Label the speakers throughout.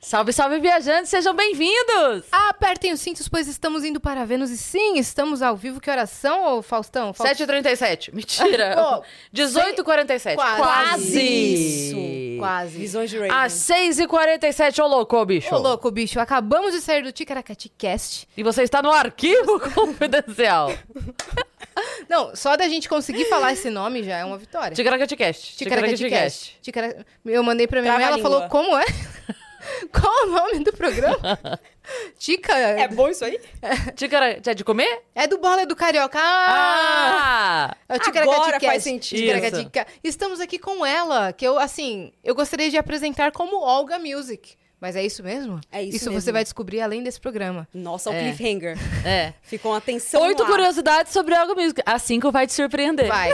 Speaker 1: Salve, salve, viajantes, sejam bem-vindos!
Speaker 2: Apertem os cintos, pois estamos indo para Vênus. E sim, estamos ao vivo. Que horas são, ô Faustão? Faust-
Speaker 1: 7h37, mentira!
Speaker 2: Pô,
Speaker 1: 18h47,
Speaker 2: Oh, Quase.
Speaker 1: quase!
Speaker 2: Isso, quase.
Speaker 3: Visões de Raven.
Speaker 1: Às 6h47, ô louco, bicho!
Speaker 2: Ô, louco, bicho. Acabamos de sair do Ticaracati Cast.
Speaker 1: E você está no arquivo confidencial.
Speaker 2: Não, só da gente conseguir falar esse nome já é uma vitória.
Speaker 1: Ticaracaticast.
Speaker 2: Ticaracaticast. Ticara- Eu mandei pra minha mãe, ela
Speaker 3: Trava a
Speaker 2: falou
Speaker 3: língua.
Speaker 2: como é? Qual o nome do programa? Tica.
Speaker 3: É
Speaker 2: É,
Speaker 3: bom isso aí?
Speaker 1: Ticara... É de comer?
Speaker 2: do Borla do Carioca. Ah!
Speaker 1: Ah!
Speaker 2: É o
Speaker 3: Agora
Speaker 2: Ticaracati
Speaker 3: faz
Speaker 2: Cast.
Speaker 3: sentido.
Speaker 2: Ticaracatica. Estamos aqui com ela, que eu, assim, eu gostaria de apresentar como Olga Music. Mas é isso mesmo?
Speaker 3: É isso
Speaker 2: Isso
Speaker 3: mesmo.
Speaker 2: você vai descobrir além desse programa.
Speaker 3: Nossa, o
Speaker 1: É.
Speaker 3: cliffhanger.
Speaker 1: É.
Speaker 3: Ficou uma tensão no
Speaker 1: Oito
Speaker 3: ar.
Speaker 1: curiosidades sobre algo mesmo. A cinco vai te
Speaker 3: É.
Speaker 1: surpreender.
Speaker 2: Vai.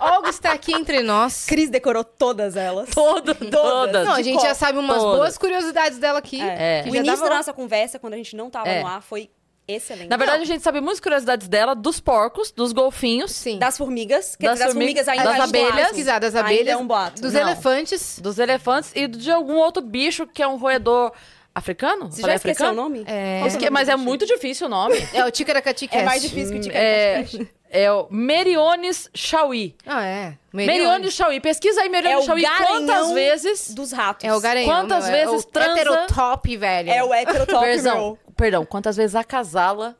Speaker 2: Olga está aqui entre nós.
Speaker 3: Cris decorou todas elas.
Speaker 1: Todo, todas.
Speaker 2: Não, a gente é assim.
Speaker 3: cor.
Speaker 2: já sabe umas
Speaker 1: Todas.
Speaker 2: boas curiosidades dela aqui.
Speaker 1: É.
Speaker 3: O
Speaker 2: Que já
Speaker 3: início
Speaker 2: dava-
Speaker 3: da nossa conversa, quando a gente não tava
Speaker 1: É.
Speaker 3: no ar, foi excelente.
Speaker 1: Na verdade, a gente sabe muitas curiosidades dela, dos porcos, dos golfinhos,
Speaker 2: Sim.
Speaker 3: das formigas. Quer
Speaker 1: Das
Speaker 3: das, das
Speaker 1: formi-
Speaker 3: formigas ainda
Speaker 1: das
Speaker 3: é um
Speaker 1: abelhas.
Speaker 3: boato.
Speaker 2: Pesquisar das
Speaker 3: Ainda
Speaker 2: abelhas,
Speaker 3: é um boato.
Speaker 2: dos
Speaker 1: Não.
Speaker 2: elefantes.
Speaker 1: dos elefantes e de algum outro bicho que é um roedor africano?
Speaker 3: Você já
Speaker 1: Falei
Speaker 3: esqueceu
Speaker 1: africano?
Speaker 3: o nome?
Speaker 2: É,
Speaker 1: Eu esque- Mas é muito difícil o nome.
Speaker 2: é o Ticaracati
Speaker 3: É
Speaker 2: Cast.
Speaker 3: mais difícil que Tica
Speaker 1: é, é o Meriones Chauí.
Speaker 2: Ah, é.
Speaker 1: Meriones Chauí. Pesquisa aí
Speaker 3: É
Speaker 1: Meriones
Speaker 3: o
Speaker 1: Chauí quantas
Speaker 3: garanhão
Speaker 1: vezes.
Speaker 3: dos ratos.
Speaker 2: É o garanhão.
Speaker 1: Quantas
Speaker 2: não é?
Speaker 1: vezes
Speaker 2: é o
Speaker 1: transa-
Speaker 2: heterotop, velho.
Speaker 3: É o heterotop
Speaker 1: Perdão,
Speaker 3: roll.
Speaker 1: perdão, quantas vezes acasala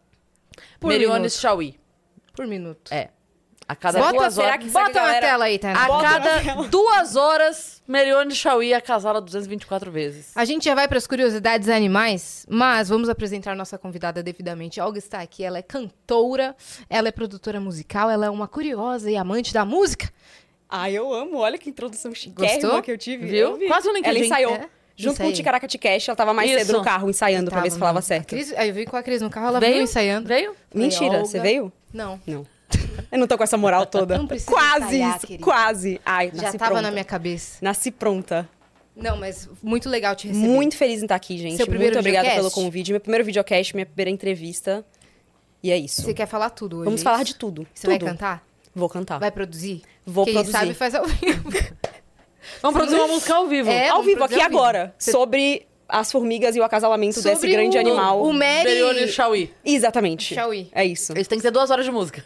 Speaker 2: Por
Speaker 1: Meriones Chauí?
Speaker 2: Por minuto.
Speaker 1: É. A cada
Speaker 2: Bota-
Speaker 1: duas
Speaker 3: será
Speaker 1: horas.
Speaker 3: é que-
Speaker 2: Bota na
Speaker 3: galera-
Speaker 2: tela aí, Tainá.
Speaker 1: A
Speaker 3: Bota na
Speaker 1: cada
Speaker 3: tela.
Speaker 1: duas horas, Merione Chauí acasala 224 vezes.
Speaker 2: A gente já vai para as curiosidades animais, mas vamos apresentar nossa convidada devidamente. Olga está aqui, ela é cantora, ela é produtora musical, ela é uma curiosa e amante da música.
Speaker 3: Ai, eu amo. Olha que introdução
Speaker 2: Gostou?
Speaker 3: chiquérrima que eu tive.
Speaker 1: Viu?
Speaker 3: Eu vi.
Speaker 1: Quase um LinkedIn.
Speaker 3: Ela ensaiou.
Speaker 2: É.
Speaker 3: Junto com
Speaker 2: Ensaiei.
Speaker 3: o Ticaracati Cash, ela tava mais
Speaker 1: Isso.
Speaker 3: cedo no carro ensaiando pra ver
Speaker 2: Tava,
Speaker 3: se falava
Speaker 2: mano. A
Speaker 3: certo.
Speaker 2: Cris- aí eu vi com a Cris no carro, ela
Speaker 1: veio
Speaker 2: veio ensaiando.
Speaker 1: Veio?
Speaker 3: Mentira,
Speaker 2: Olga.
Speaker 3: você veio?
Speaker 2: Não,
Speaker 3: Não. Eu não tô com essa moral toda.
Speaker 2: Não precisa
Speaker 3: Quase
Speaker 2: ensaiar,
Speaker 3: isso.
Speaker 2: querida.
Speaker 3: Quase. Ai,
Speaker 2: já
Speaker 3: nasci
Speaker 2: tava
Speaker 3: pronta.
Speaker 2: na minha cabeça.
Speaker 3: Nasci pronta.
Speaker 2: Não, mas muito legal te receber.
Speaker 3: Muito feliz em estar aqui, gente.
Speaker 2: Seu primeiro
Speaker 3: Muito obrigada
Speaker 2: videocast?
Speaker 3: pelo convite. Meu primeiro videocast, minha primeira entrevista. E é isso.
Speaker 2: Você quer falar tudo hoje?
Speaker 3: Vamos
Speaker 2: é
Speaker 3: falar
Speaker 2: isso?
Speaker 3: de tudo.
Speaker 2: Você
Speaker 3: tudo.
Speaker 2: vai cantar?
Speaker 3: Vou cantar.
Speaker 2: Vai produzir?
Speaker 3: Vou
Speaker 2: Quem
Speaker 3: produzir.
Speaker 2: sabe faz ao vivo.
Speaker 1: Vamos produzir uma música ao vivo.
Speaker 2: É,
Speaker 3: ao
Speaker 2: vamos
Speaker 3: vivo,
Speaker 2: produzir
Speaker 3: aqui
Speaker 2: ao vivo.
Speaker 3: agora.
Speaker 2: Você-
Speaker 3: Sobre as formigas e o acasalamento desse
Speaker 2: Sobre
Speaker 3: grande
Speaker 2: o-
Speaker 3: animal.
Speaker 2: O Mary...
Speaker 1: Merione Chauí.
Speaker 3: Exatamente.
Speaker 2: Chauí.
Speaker 3: É isso.
Speaker 1: Eles têm que ter duas horas de música.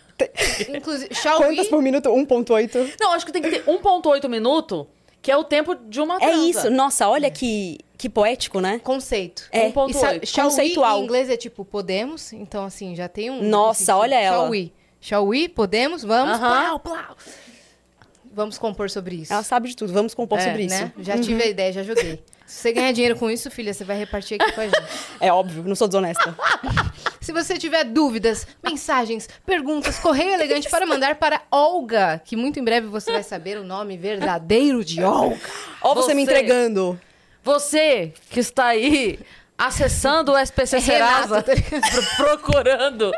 Speaker 2: Inclusive, Shawi...
Speaker 3: Quantas por minuto? 1.8?
Speaker 1: Não, acho que tem que ter 1.8 minuto, que é o tempo de uma
Speaker 3: É
Speaker 1: transa.
Speaker 3: isso. Nossa, olha que, que poético, né?
Speaker 2: Conceito. Um
Speaker 3: É,
Speaker 1: 1.8.
Speaker 2: E sa- shall we
Speaker 3: conceitual.
Speaker 2: em inglês é tipo podemos, então assim, já tem um.
Speaker 3: Nossa,
Speaker 2: esse-
Speaker 3: olha
Speaker 2: shall
Speaker 3: ela.
Speaker 2: We. Shall we? Podemos? Vamos?
Speaker 1: Aham.
Speaker 2: Plau, plau. Vamos compor sobre isso.
Speaker 3: Ela sabe de tudo. Vamos compor
Speaker 2: É,
Speaker 3: sobre
Speaker 2: né?
Speaker 3: isso. Uhum.
Speaker 2: Já tive a ideia, já joguei. Se você ganhar dinheiro com isso, filha, você vai repartir aqui com a gente.
Speaker 3: É óbvio, não sou desonesta.
Speaker 2: Se você tiver dúvidas, mensagens, perguntas, correio elegante para mandar para Olga, que muito em breve você vai saber o nome verdadeiro de Olga.
Speaker 3: Ó, você me
Speaker 1: Você.
Speaker 3: entregando.
Speaker 1: Você que está aí acessando o SPC
Speaker 2: É Renato,
Speaker 1: Serasa,
Speaker 2: tá ligado?
Speaker 1: pro- procurando.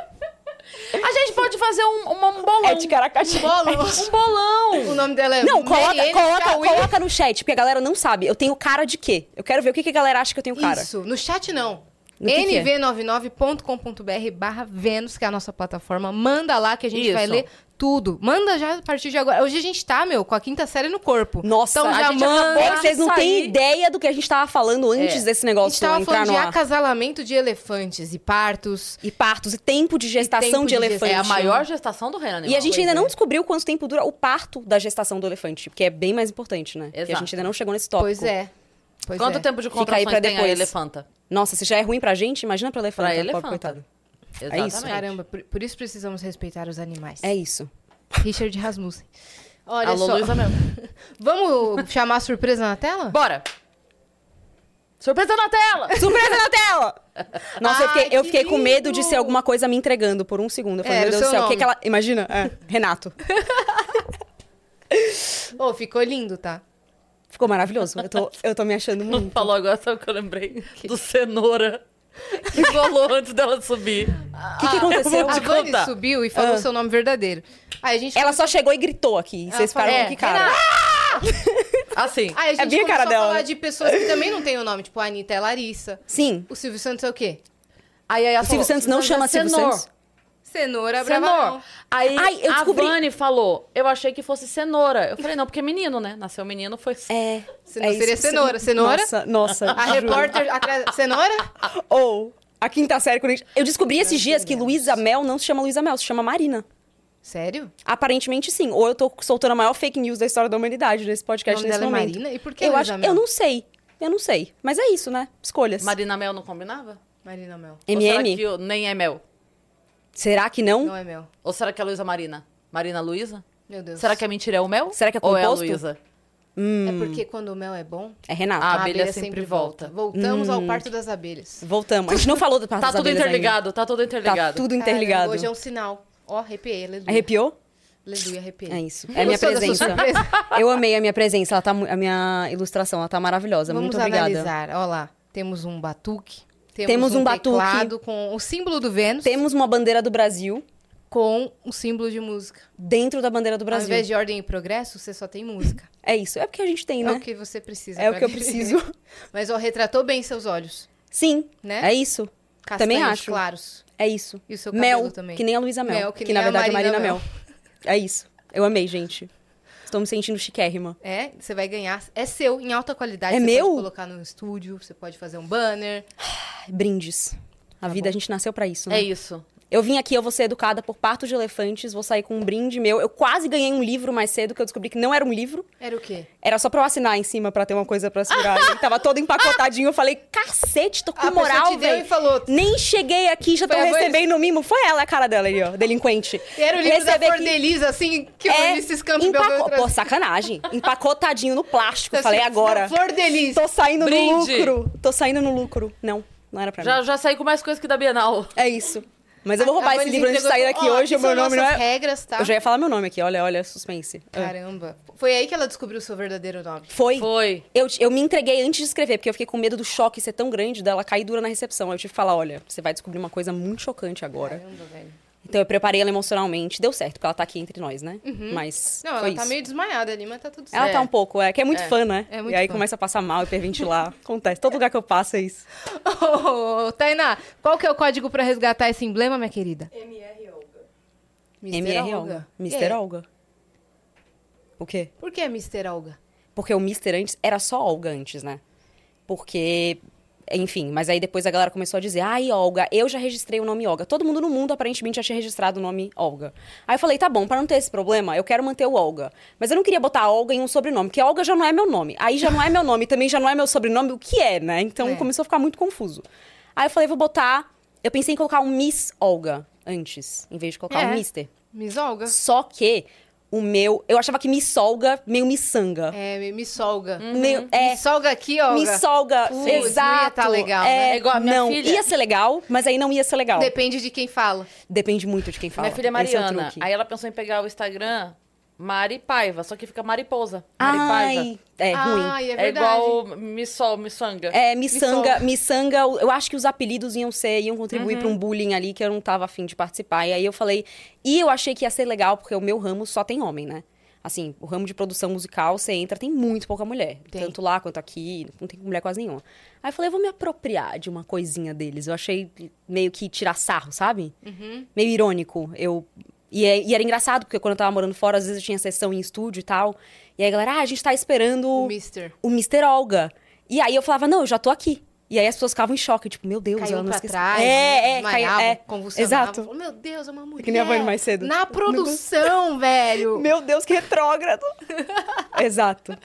Speaker 1: A gente pode fazer um, um, um bolão.
Speaker 3: É de caracati.
Speaker 2: Bolo.
Speaker 1: Um bolão.
Speaker 2: O nome dela é
Speaker 3: Não, coloca,
Speaker 2: Marielle
Speaker 3: coloca,
Speaker 2: Chauí.
Speaker 3: coloca no chat, porque a galera não sabe. Eu tenho cara de quê? Eu quero ver o que, que a galera acha que eu tenho cara.
Speaker 2: Isso, no chat não.
Speaker 3: No que que é?
Speaker 2: nv99.com.br barra Vênus, que é a nossa plataforma. Manda lá que a gente
Speaker 1: Isso.
Speaker 2: vai ler tudo. Manda já a partir de agora. Hoje a gente tá, meu, com a quinta série no corpo.
Speaker 3: Nossa,
Speaker 2: então
Speaker 3: a
Speaker 2: já
Speaker 3: gente
Speaker 2: manda.
Speaker 3: acabou- vocês não têm
Speaker 1: sair.
Speaker 3: ideia do que a gente tava falando antes
Speaker 1: É.
Speaker 3: desse
Speaker 2: A
Speaker 3: negócio
Speaker 2: gente tava
Speaker 3: entrar
Speaker 2: falando de
Speaker 3: no ar.
Speaker 2: acasalamento de elefantes e partos.
Speaker 3: E partos, e tempo de gestação
Speaker 2: tempo
Speaker 3: de
Speaker 2: de
Speaker 3: elefante.
Speaker 2: gestação.
Speaker 1: É a maior gestação do reino animal.
Speaker 3: E a gente ainda
Speaker 2: Pois é.
Speaker 3: não descobriu quanto tempo dura o parto da gestação do elefante, que é bem mais importante, né? Que a
Speaker 1: Exato.
Speaker 3: gente ainda não chegou nesse tópico.
Speaker 2: Pois é. Pois
Speaker 1: Quanto
Speaker 2: é.
Speaker 1: tempo de
Speaker 3: Fica aí
Speaker 1: contração
Speaker 3: pra
Speaker 1: tem a
Speaker 3: depois.
Speaker 1: elefanta?
Speaker 3: Nossa, se já é ruim pra gente, imagina pra elefante.
Speaker 1: Pra
Speaker 3: pobre
Speaker 1: elefanta.
Speaker 3: coitada.
Speaker 1: Exatamente.
Speaker 3: É isso.
Speaker 2: Caramba, por, por isso precisamos respeitar os animais.
Speaker 3: É isso.
Speaker 2: Richard Rasmussen. Olha
Speaker 1: Alô,
Speaker 2: só.
Speaker 1: Luísa mesmo.
Speaker 2: Vamos chamar a surpresa na tela?
Speaker 1: Bora. Surpresa na tela.
Speaker 3: Surpresa na tela! Nossa, eu
Speaker 2: Ai,
Speaker 3: fiquei, eu
Speaker 2: que
Speaker 3: fiquei com medo de
Speaker 2: lindo!
Speaker 3: ser alguma coisa me entregando por um segundo. Eu falei,
Speaker 2: É,
Speaker 3: meu
Speaker 2: era o
Speaker 3: Deus do
Speaker 2: seu
Speaker 3: céu, o que,
Speaker 2: nome.
Speaker 3: que ela. Imagina, é, Renato.
Speaker 2: Ô, ficou lindo, tá?
Speaker 3: Ficou maravilhoso. Eu tô, eu tô me achando muito.
Speaker 1: Falou agora, sabe o que eu lembrei? Do cenoura. Que rolou antes dela subir.
Speaker 3: O
Speaker 2: Ah,
Speaker 3: que, que aconteceu?
Speaker 1: vou
Speaker 2: A
Speaker 1: te
Speaker 2: Vani
Speaker 1: contar.
Speaker 2: subiu e falou
Speaker 3: Ah.
Speaker 2: seu nome verdadeiro. Aí a gente
Speaker 3: Ela só chegou e gritou aqui. Vocês
Speaker 2: Ela
Speaker 3: ficaram
Speaker 2: falou, "É,
Speaker 3: com que cara.
Speaker 2: "Renato".
Speaker 1: Assim.
Speaker 2: Aí a gente
Speaker 3: bem a
Speaker 2: começou
Speaker 3: cara
Speaker 2: a
Speaker 3: dela,
Speaker 2: falar
Speaker 3: né?
Speaker 2: de pessoas que também não tem o nome, tipo a Anitta é Larissa.
Speaker 3: Sim.
Speaker 2: O Silvio Santos é o quê?
Speaker 1: Aí, aí ela
Speaker 3: O
Speaker 1: falou,
Speaker 3: Silvio Santos não
Speaker 1: "Mas é
Speaker 3: chama Silvio
Speaker 1: cenoura."
Speaker 3: Santos?
Speaker 2: Cenoura, brava
Speaker 1: Cenoura.
Speaker 2: não.
Speaker 1: Aí
Speaker 3: Ai, eu
Speaker 1: a
Speaker 3: descobri-
Speaker 1: Vani falou, eu achei que fosse cenoura. Eu falei, não, porque é menino, né? Nasceu menino, foi cenoura.
Speaker 3: É.
Speaker 2: Senão
Speaker 3: é
Speaker 2: seria cenoura. Cenoura?
Speaker 3: Nossa, nossa.
Speaker 2: A
Speaker 3: juro.
Speaker 2: repórter atrás... Cenoura?
Speaker 3: Ou a quinta série, quando a gente... Eu descobri esses dias que Luísa Mel não se chama Luísa Mel, se chama Marina.
Speaker 2: Sério?
Speaker 3: Aparentemente sim. Ou eu tô soltando a maior fake news da história da humanidade nesse
Speaker 2: O
Speaker 3: podcast
Speaker 2: nome
Speaker 3: nesse
Speaker 2: dela é
Speaker 3: momento.
Speaker 2: Marina? E por que
Speaker 3: eu
Speaker 2: Luísa
Speaker 3: acho,
Speaker 2: Mel?
Speaker 3: eu não sei. Eu não sei. Mas é isso, né? Escolhas.
Speaker 1: Marina Mel não combinava?
Speaker 2: Marina Mel.
Speaker 1: Ou será
Speaker 3: MM?
Speaker 1: que o- nem é Mel?
Speaker 3: Será que não?
Speaker 2: Não é Mel.
Speaker 1: Ou será que é a Luísa Marina? Marina Luísa?
Speaker 2: Meu Deus.
Speaker 1: Será que a mentira é o Mel?
Speaker 3: Será que é
Speaker 1: Ou é a
Speaker 3: composto?
Speaker 1: Luísa?
Speaker 2: É porque quando o mel é bom,
Speaker 3: É Renato.
Speaker 1: Ah. A abelha sempre volta.
Speaker 2: Voltamos ao parto das abelhas.
Speaker 3: Voltamos. A gente não falou do Parto
Speaker 1: Tá
Speaker 3: das
Speaker 1: tudo
Speaker 3: Abelhas
Speaker 1: interligado, tá tudo
Speaker 3: ainda.
Speaker 1: interligado.
Speaker 3: Tá tudo
Speaker 2: Caramba,
Speaker 3: interligado.
Speaker 2: hoje é um sinal. Ó, arrepiei, aleluia.
Speaker 3: Arrepiou?
Speaker 2: Aleluia, arrepiei.
Speaker 3: É isso. É a minha
Speaker 2: Gostou da sua
Speaker 3: presença.
Speaker 2: surpresa?
Speaker 3: Eu amei a minha presença. Ela tá, mu- a minha ilustração, ela tá maravilhosa.
Speaker 2: Vamos
Speaker 3: Muito obrigada.
Speaker 2: analisar. Ó lá, temos um batuque. Temos,
Speaker 3: Temos um batuque.
Speaker 2: teclado com o símbolo do Vênus
Speaker 3: Temos uma bandeira do Brasil
Speaker 2: com um símbolo de música.
Speaker 3: dentro da bandeira do
Speaker 2: Ao
Speaker 3: Brasil.
Speaker 2: invés de ordem e progresso, você só tem música.
Speaker 3: É isso. É porque a gente tem,
Speaker 2: É o
Speaker 3: né?
Speaker 2: que você precisa.
Speaker 3: É o
Speaker 2: pra
Speaker 3: que eu
Speaker 2: viver.
Speaker 3: preciso.
Speaker 2: Mas, ó, retratou bem seus olhos.
Speaker 3: Sim.
Speaker 2: Né?
Speaker 3: É isso.
Speaker 2: Castanhos
Speaker 3: Também acho.
Speaker 2: claros.
Speaker 3: É isso.
Speaker 2: E o seu cabelo
Speaker 3: Mel,
Speaker 2: também.
Speaker 3: que nem a Luísa Mel,
Speaker 2: Mel, que
Speaker 3: que,
Speaker 2: nem
Speaker 3: na
Speaker 2: a
Speaker 3: verdade é
Speaker 2: Marina
Speaker 3: Marina Mel. É isso. Eu amei, gente. Estou me sentindo chiquérrima.
Speaker 2: É, você vai ganhar. É seu, em alta qualidade.
Speaker 3: É
Speaker 2: você
Speaker 3: meu?
Speaker 2: pode colocar no estúdio, você pode fazer um banner.
Speaker 3: Brindes.
Speaker 2: Tá
Speaker 3: A vida, a gente nasceu pra isso, né?
Speaker 1: É isso.
Speaker 3: Eu vim aqui, eu vou ser educada por parto de elefantes, vou sair com um brinde meu. Eu quase ganhei um livro mais cedo, que eu descobri que não era um livro.
Speaker 2: Era o quê?
Speaker 3: Era só pra eu assinar em cima pra ter uma coisa pra segurar. Ele tava todo empacotadinho. Eu falei, cacete, tô com
Speaker 2: A pessoa
Speaker 3: moral,
Speaker 2: te deu
Speaker 3: velho.
Speaker 2: e falou,
Speaker 3: Nem cheguei aqui, já tô
Speaker 2: Foi a Vans?
Speaker 3: recebendo mimo. Foi ela, a cara dela ali, ó, delinquente.
Speaker 2: Era o livro
Speaker 3: Receber
Speaker 2: da
Speaker 3: aqui- É,
Speaker 2: Fordelisa, assim, que o Ulisses Campos
Speaker 3: empaco-
Speaker 2: Belgrano
Speaker 3: Pô,
Speaker 2: trouxe.
Speaker 3: sacanagem. Empacotadinho no plástico.
Speaker 2: Tá
Speaker 3: falei
Speaker 2: escrito,
Speaker 3: agora.
Speaker 2: Flor Delis.
Speaker 3: Tô saindo no
Speaker 1: Brinde.
Speaker 3: lucro. Tô saindo no lucro. Não, não era pra
Speaker 1: Já,
Speaker 3: mim.
Speaker 1: já saí com mais coisa que da Bienal.
Speaker 3: É isso. Mas eu vou roubar
Speaker 2: A
Speaker 3: esse
Speaker 2: Vanessa
Speaker 3: livro antes de sair
Speaker 2: Ah, entregou e
Speaker 3: daqui
Speaker 2: falou, ó,
Speaker 3: hoje. O
Speaker 2: aqui
Speaker 3: meu
Speaker 2: são
Speaker 3: nome não
Speaker 2: nossas
Speaker 3: é.
Speaker 2: regras, tá?
Speaker 3: Eu já ia falar meu nome aqui, olha, olha, suspense. Ah.
Speaker 2: Caramba. Foi aí que ela descobriu o seu verdadeiro nome.
Speaker 3: Foi.
Speaker 1: Foi.
Speaker 3: Eu, eu me entreguei antes de escrever, porque eu fiquei com medo do choque ser tão grande dela cair dura na recepção. Eu tive que falar: olha, você vai descobrir uma coisa muito chocante agora.
Speaker 2: Caramba, velho.
Speaker 3: Então eu preparei ela emocionalmente. Deu certo, porque ela tá aqui entre nós, né? Mas.
Speaker 2: Não, ela
Speaker 3: foi
Speaker 2: tá
Speaker 3: isso.
Speaker 2: meio desmaiada ali, mas tá tudo certo.
Speaker 3: Ela tá um pouco, é, que é muito
Speaker 1: É.
Speaker 3: fã, né?
Speaker 2: É muito
Speaker 3: e aí
Speaker 2: fã.
Speaker 3: começa a passar mal, hiperventilar. Acontece, todo lugar que eu passo é isso.
Speaker 2: Ô, Tainá, qual que é o código pra resgatar esse emblema, minha querida? MR Olga. Mr.
Speaker 3: MR
Speaker 2: Olga.
Speaker 3: Olga.
Speaker 2: E
Speaker 3: Mr.
Speaker 2: aí?
Speaker 3: Olga. O quê?
Speaker 2: Por que Mr. Olga?
Speaker 3: Porque o Mr. antes era só Olga antes, né? Porque, enfim, mas aí depois a galera começou a dizer, ai, Olga, eu já registrei o nome Olga. Todo mundo no mundo aparentemente já tinha registrado o nome Olga. Aí eu falei, tá bom, pra não ter esse problema, eu quero manter o Olga. Mas eu não queria botar Olga em um sobrenome, porque Olga já não é meu nome. Aí já não é meu nome, também já não é meu sobrenome, o que é, né? Então
Speaker 2: É.
Speaker 3: começou a ficar muito confuso. Aí eu falei, vou botar. Eu pensei em colocar um Miss Olga antes, em vez de colocar
Speaker 2: É.
Speaker 3: um Mister.
Speaker 2: Miss Olga?
Speaker 3: Só que o meu. Eu achava que Miss Olga meio miçanga.
Speaker 2: É, Miss Olga.
Speaker 3: Meio, é,
Speaker 2: Miss Olga aqui, Olga.
Speaker 3: me solga.
Speaker 2: Putz, não ia
Speaker 3: Exato.
Speaker 2: tá legal, né?
Speaker 1: É igual a minha
Speaker 3: não,
Speaker 1: filha.
Speaker 3: Ia ser legal, mas aí não ia ser legal.
Speaker 2: Depende de quem fala.
Speaker 3: Depende muito de quem fala.
Speaker 1: Minha filha é
Speaker 3: Esse o
Speaker 1: Mariana.
Speaker 3: truque.
Speaker 1: Aí ela pensou em pegar o Instagram Mari Paiva, só que fica Mariposa. Mari Paiva.
Speaker 3: Ai, é ruim.
Speaker 2: Ai, é
Speaker 1: É
Speaker 2: verdade.
Speaker 1: igual Missol, Missanga.
Speaker 3: É, miçanga, miçanga, eu acho que os apelidos iam ser, iam contribuir pra um bullying ali que eu não tava afim de participar. E aí eu falei, e eu achei que ia ser legal, porque o meu ramo só tem homem, né? Assim, o ramo de produção musical, você entra, tem muito pouca mulher.
Speaker 2: Tem.
Speaker 3: Tanto lá quanto aqui, não tem mulher quase nenhuma. Aí eu falei, eu vou me apropriar de uma coisinha deles. Eu achei meio que tirar sarro, sabe? Meio irônico. Eu. E, é- e era engraçado, porque quando eu tava morando fora, às vezes eu tinha sessão em estúdio e tal. E aí a galera, ah, a gente tá esperando
Speaker 2: O Mister.
Speaker 3: o Mr. Olga. E aí eu falava, não, eu já tô aqui. E aí as pessoas ficavam em choque, tipo, meu Deus,
Speaker 2: Caiu
Speaker 3: ela não
Speaker 2: pra
Speaker 3: esqueceu.
Speaker 2: trás, né?
Speaker 3: é, é,
Speaker 2: desmaiava,
Speaker 3: caiu, é.
Speaker 2: convulsionava.
Speaker 3: Exato.
Speaker 2: Falou, Meu Deus, é uma mulher.
Speaker 3: que nem a Vani mais cedo.
Speaker 2: Na produção, velho.
Speaker 3: Meu Deus, que retrógrado. Exato.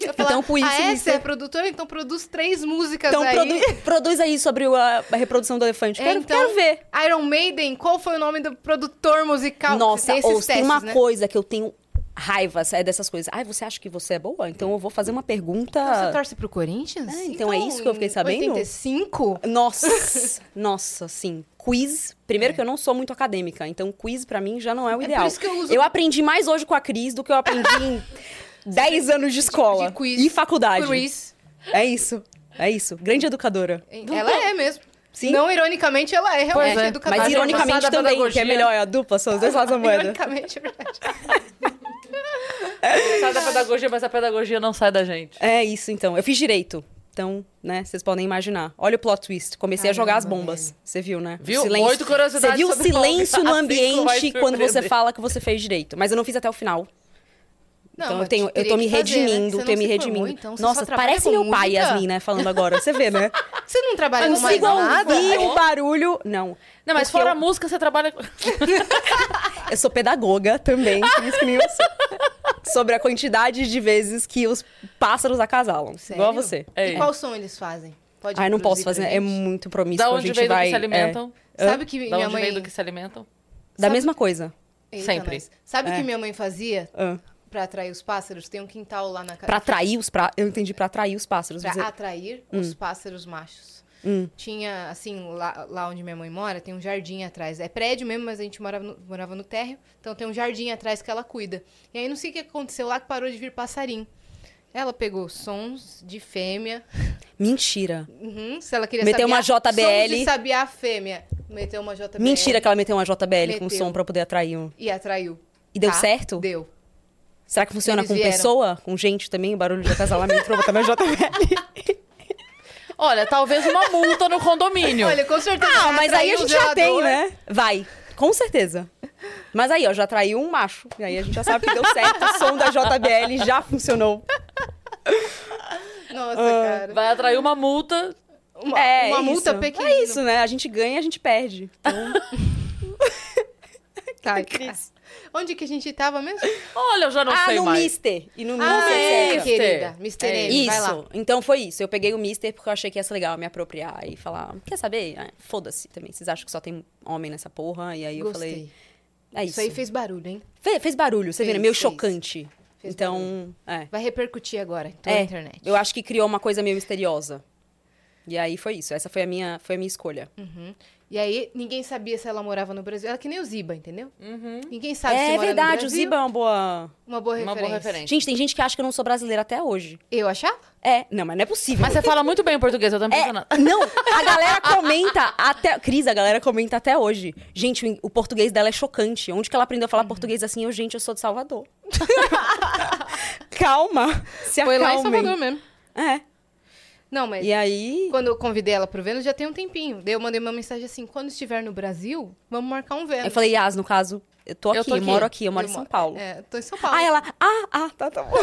Speaker 2: Eu falava,
Speaker 3: Então, por isso,
Speaker 2: ah, essa
Speaker 3: Mister-
Speaker 2: é produtora? Então produz três músicas
Speaker 3: Então
Speaker 2: aí.
Speaker 3: produ- produz aí sobre o- a, a reprodução do elefante.
Speaker 2: É,
Speaker 3: Quero,
Speaker 2: então,
Speaker 3: quero ver.
Speaker 2: Iron Maiden, qual foi o nome do produtor musical?
Speaker 3: Nossa,
Speaker 2: tem esses
Speaker 3: ouça, tem
Speaker 2: testes,
Speaker 3: uma
Speaker 2: né?
Speaker 3: coisa que eu tenho raiva é dessas coisas. Ai, você acha que você é boa? Então eu vou fazer uma pergunta.
Speaker 2: Então, Você torce pro Corinthians?
Speaker 3: É, então é isso que eu fiquei
Speaker 2: em
Speaker 3: sabendo? É
Speaker 2: 85?
Speaker 3: Nossa, nossa, sim. Quiz. Primeiro que eu não sou muito acadêmica, então quiz pra mim já não é o
Speaker 2: É
Speaker 3: ideal.
Speaker 2: por isso que eu uso-
Speaker 3: aprendi mais hoje com a Cris do que eu aprendi em 10 anos de escola
Speaker 2: de quiz.
Speaker 3: e faculdade.
Speaker 2: Chris.
Speaker 3: É isso. É isso. Grande educadora.
Speaker 2: Ela é mesmo.
Speaker 3: Sim.
Speaker 2: Não, ironicamente, ela é realmente
Speaker 1: Pois é,
Speaker 2: educadora.
Speaker 3: Mas
Speaker 1: Educadora
Speaker 3: ironicamente
Speaker 1: passada,
Speaker 3: também, que é
Speaker 1: pedagogia.
Speaker 3: melhor, é a dupla, são os dois lados da moeda.
Speaker 2: Ironicamente, é verdade.
Speaker 1: Sai da pedagogia, mas a pedagogia não sai da gente.
Speaker 3: É isso, então. Eu fiz direito. Então, né, vocês podem imaginar. Olha o plot twist. Comecei a jogar as
Speaker 2: Caramba,
Speaker 3: bombas. Você viu, né? O
Speaker 1: Viu?
Speaker 3: Silêncio.
Speaker 1: Oito curiosidades
Speaker 3: Você viu o
Speaker 1: sobre
Speaker 3: silêncio
Speaker 1: Olga.
Speaker 3: no
Speaker 1: Assim tu vai
Speaker 3: ambiente quando você
Speaker 1: surpreender.
Speaker 3: fala que você fez direito. Mas eu não fiz até o final.
Speaker 2: Não,
Speaker 3: então eu,
Speaker 2: mas
Speaker 3: tenho, eu
Speaker 2: teria
Speaker 3: tô me
Speaker 2: que fazer, né?
Speaker 3: redimindo,
Speaker 2: Você não
Speaker 3: tô me
Speaker 2: se
Speaker 3: redimindo.
Speaker 2: formou, então você só
Speaker 3: Nossa,
Speaker 2: trabalha
Speaker 3: parece
Speaker 2: com
Speaker 3: meu pai,
Speaker 2: música?
Speaker 3: Yasmin, né? Falando agora. Você vê, né?
Speaker 2: Você não trabalha
Speaker 3: Eu
Speaker 2: com mais
Speaker 3: consigo
Speaker 2: nada?
Speaker 3: ouvir o barulho. Não.
Speaker 1: Não, mas
Speaker 3: Porque
Speaker 1: fora a
Speaker 3: eu-
Speaker 1: música, você trabalha. com-
Speaker 3: Eu sou pedagoga também, por isso que nem eu sou. Sobre a quantidade de vezes que os pássaros acasalam.
Speaker 2: Sério?
Speaker 3: Igual a você.
Speaker 1: Ei.
Speaker 2: E qual som eles fazem? Pode
Speaker 3: Ai, não posso
Speaker 2: introduzir pra
Speaker 3: fazer, é
Speaker 2: gente?
Speaker 3: muito promíscuo.
Speaker 1: Da
Speaker 3: a
Speaker 1: onde
Speaker 3: gente
Speaker 1: vem do
Speaker 3: vai,
Speaker 1: que se
Speaker 3: é,
Speaker 1: alimentam?
Speaker 2: Sabe que
Speaker 1: Da
Speaker 2: minha
Speaker 1: onde
Speaker 2: mãe...
Speaker 1: vem do que se alimentam?
Speaker 3: da
Speaker 2: Sabe-
Speaker 3: mesma coisa.
Speaker 2: Eita,
Speaker 1: Sempre.
Speaker 2: nós. Sabe o
Speaker 3: É.
Speaker 2: que minha mãe fazia
Speaker 3: Ah.
Speaker 2: pra atrair os pássaros? Tem um quintal lá na casa.
Speaker 3: Pra atrair os... Pra... Eu entendi, pra atrair os pássaros.
Speaker 2: Pra
Speaker 3: Você-
Speaker 2: atrair
Speaker 3: Hum.
Speaker 2: os pássaros machos. Tinha, assim, lá, lá onde minha mãe mora, tem um jardim atrás. É prédio mesmo, mas a gente morava no, morava no térreo. Então tem um jardim atrás que ela cuida. E aí não sei o que aconteceu lá que parou de vir passarinho. Ela pegou sons de fêmea.
Speaker 3: Mentira.
Speaker 2: Uhum, se ela queria
Speaker 3: Meteu uma
Speaker 2: sabiá,
Speaker 3: JBL.
Speaker 2: Sons de sabiá fêmea. Meteu uma JBL.
Speaker 3: Mentira que ela meteu uma JBL com
Speaker 2: é. Meteu.
Speaker 3: som pra poder atrair um...
Speaker 2: E atraiu. Tá?
Speaker 3: E deu certo?
Speaker 2: Deu.
Speaker 3: Será que funciona
Speaker 2: Eles
Speaker 3: com
Speaker 2: vieram.
Speaker 3: pessoa? Com gente também? O barulho de acasalamento pra botar uma JBL?
Speaker 1: Olha, talvez uma multa no condomínio.
Speaker 2: Olha, com certeza.
Speaker 3: Ah,
Speaker 2: ela
Speaker 3: mas aí
Speaker 2: atraiu
Speaker 3: a
Speaker 2: o
Speaker 3: gente já tem,
Speaker 2: zelador.
Speaker 3: né? Vai, com certeza. Mas aí, ó, já traiu um macho. E aí a gente já sabe que deu certo. O som da JBL já funcionou.
Speaker 2: Nossa, cara.
Speaker 1: Vai atrair uma multa.
Speaker 2: Uma,
Speaker 3: Ah. é
Speaker 2: uma
Speaker 3: isso.
Speaker 2: multa pequena.
Speaker 3: É isso, né? A gente ganha, a gente perde.
Speaker 2: Tá, cara. Onde que a gente tava mesmo?
Speaker 1: Olha, eu já não
Speaker 3: ah,
Speaker 1: sei
Speaker 3: no
Speaker 1: mais.
Speaker 3: Mister. E no
Speaker 2: ah,
Speaker 3: Mister.
Speaker 2: é,
Speaker 3: você-
Speaker 1: Mister.
Speaker 2: querida. Mr.
Speaker 1: É
Speaker 2: M, vai lá.
Speaker 3: Isso. Então foi isso. Eu peguei o Mister porque eu achei que ia ser legal me apropriar e falar, quer saber? Ah, Foda-se também. Vocês acham que só tem homem nessa porra? E aí eu
Speaker 2: Gostei.
Speaker 3: falei,
Speaker 2: isso.
Speaker 3: é isso.
Speaker 2: aí fez barulho, hein?
Speaker 3: Fe- fez, barulho, você vê,
Speaker 2: Fez,
Speaker 3: né? meio
Speaker 2: fez.
Speaker 3: chocante.
Speaker 2: Fez
Speaker 3: então, é.
Speaker 2: Vai repercutir agora em toda
Speaker 3: É,
Speaker 2: a internet.
Speaker 3: Eu acho que criou uma coisa meio misteriosa. E aí foi isso. Essa foi a minha, foi a minha escolha.
Speaker 2: Uhum. E aí, ninguém sabia se ela morava no Brasil. Ela é que nem o Ziba, entendeu? Ninguém sabe se
Speaker 3: é
Speaker 2: Tá, mora no
Speaker 3: verdade, o
Speaker 2: Brasil.
Speaker 3: Ziba é uma boa.
Speaker 2: Uma boa
Speaker 1: Uhum. Uma
Speaker 2: referência.
Speaker 1: boa referência.
Speaker 3: Gente, tem gente que acha que eu não sou brasileira até hoje.
Speaker 2: Eu achava?
Speaker 3: É, não, mas não é possível.
Speaker 1: Mas você fala muito bem português, eu tô
Speaker 3: É,
Speaker 1: impressionada.
Speaker 3: não, a galera comenta até. Cris, a galera comenta até hoje. Gente, o, in- o português dela é chocante. Onde que ela aprendeu a
Speaker 2: Uhum.
Speaker 3: falar português assim? Eu, gente, eu sou de Salvador. Calma. Se
Speaker 2: Foi
Speaker 3: acalmem.
Speaker 2: lá em Salvador mesmo.
Speaker 3: É.
Speaker 2: Não, mas
Speaker 3: E aí.
Speaker 2: quando eu convidei ela pro Vênus, já tem um tempinho. Daí eu mandei uma mensagem assim, quando estiver no Brasil, vamos marcar um Vênus.
Speaker 3: Eu falei, Yas, no caso, eu tô aqui,
Speaker 1: Eu
Speaker 3: eu
Speaker 1: tô aqui.
Speaker 3: moro aqui, eu moro
Speaker 2: Eu
Speaker 3: em São
Speaker 2: mo-
Speaker 3: Paulo.
Speaker 2: É, tô em São Paulo.
Speaker 3: Ah, ela. Ah, ah, tá, tá bom.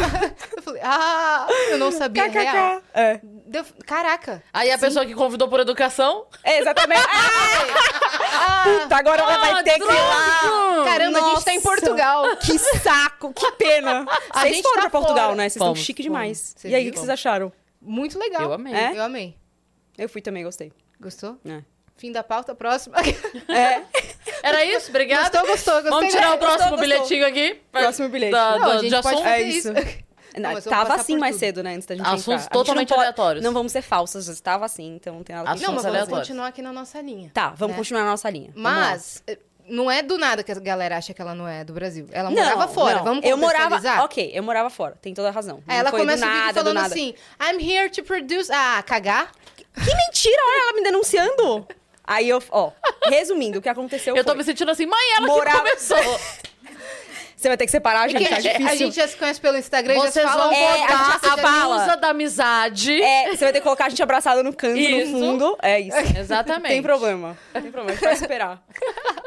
Speaker 2: Eu falei, ah, eu não sabia real.
Speaker 3: KKK. É.
Speaker 2: Deu- Caraca.
Speaker 1: Aí a pessoa que convidou por educação.
Speaker 3: É, exatamente.
Speaker 2: Ah,
Speaker 3: Puta, agora ela vai ter que ir lá.
Speaker 2: caramba, a gente tá em
Speaker 3: Nossa.
Speaker 2: Portugal.
Speaker 3: Que saco, que pena.
Speaker 2: A
Speaker 3: Vocês
Speaker 2: gente
Speaker 3: foram
Speaker 2: tá
Speaker 3: pra Portugal,
Speaker 2: fora.
Speaker 3: né? Vocês estão
Speaker 1: Fomos,
Speaker 3: chique
Speaker 1: fomos.
Speaker 3: demais.
Speaker 2: Você
Speaker 3: e aí, o
Speaker 2: viu?
Speaker 3: que vocês acharam?
Speaker 2: Muito legal.
Speaker 1: Eu amei.
Speaker 3: É?
Speaker 2: Eu amei.
Speaker 3: Eu fui também, gostei.
Speaker 2: Gostou?
Speaker 3: É.
Speaker 2: Fim da pauta, próxima.
Speaker 3: É.
Speaker 1: Era isso, obrigada.
Speaker 2: Gostou, gostou, gostei.
Speaker 1: Vamos tirar o
Speaker 2: né?
Speaker 3: Gostou,
Speaker 1: próximo
Speaker 3: gostou.
Speaker 1: bilhetinho aqui.
Speaker 3: Próximo bilhete.
Speaker 1: Da-
Speaker 2: Não,
Speaker 1: do-
Speaker 2: a
Speaker 1: de
Speaker 2: gente pode
Speaker 1: assunto.
Speaker 2: fazer
Speaker 3: É
Speaker 2: isso.
Speaker 3: isso.
Speaker 2: Não, mas vamos
Speaker 3: tava
Speaker 2: passar
Speaker 3: assim
Speaker 2: por
Speaker 3: mais
Speaker 2: tudo.
Speaker 3: cedo, né? Antes da gente
Speaker 1: Assuntos
Speaker 3: entrar. A gente
Speaker 1: totalmente
Speaker 3: não pode-
Speaker 1: aleatórios.
Speaker 3: Não vamos ser falsas, estava assim, então não tem nada
Speaker 1: Assuntos
Speaker 2: Não, mas
Speaker 3: fazer.
Speaker 2: vamos
Speaker 1: aleatórios.
Speaker 2: continuar aqui na nossa linha.
Speaker 3: Tá, vamos
Speaker 2: né?
Speaker 3: continuar a nossa linha. Vamos lá.
Speaker 2: Mas eh, não é do nada que a galera acha que ela não é do Brasil. Ela
Speaker 3: Não,
Speaker 2: morava fora.
Speaker 3: não.
Speaker 2: Vamos
Speaker 3: Eu
Speaker 2: contextualizar?
Speaker 3: morava. Ok, eu morava fora, tem toda a razão.
Speaker 2: Aí
Speaker 3: Não
Speaker 2: ela
Speaker 3: foi do
Speaker 2: começa o vídeo
Speaker 3: nada, do
Speaker 2: falando
Speaker 3: nada.
Speaker 2: assim: I'm here to produce. Ah, cagar.
Speaker 3: Que mentira, olha ela me denunciando. Aí eu, ó, resumindo, o que aconteceu
Speaker 1: Eu tô
Speaker 3: foi...
Speaker 1: me sentindo assim, mãe, ela
Speaker 3: Morava-
Speaker 1: que começou.
Speaker 3: Você vai ter que separar a gente, tá
Speaker 2: Porque
Speaker 3: difícil.
Speaker 2: É a gente já se conhece pelo Instagram, já
Speaker 1: Vocês
Speaker 2: se um
Speaker 1: vão
Speaker 2: falam.
Speaker 3: É, a gente
Speaker 1: botar
Speaker 3: já
Speaker 1: a
Speaker 3: se fala.
Speaker 1: blusa da amizade.
Speaker 3: É, você vai ter que colocar a gente abraçada no canto,
Speaker 1: Isso.
Speaker 3: no fundo. É isso.
Speaker 1: Exatamente.
Speaker 3: Tem problema. Tem problema, a gente vai superar.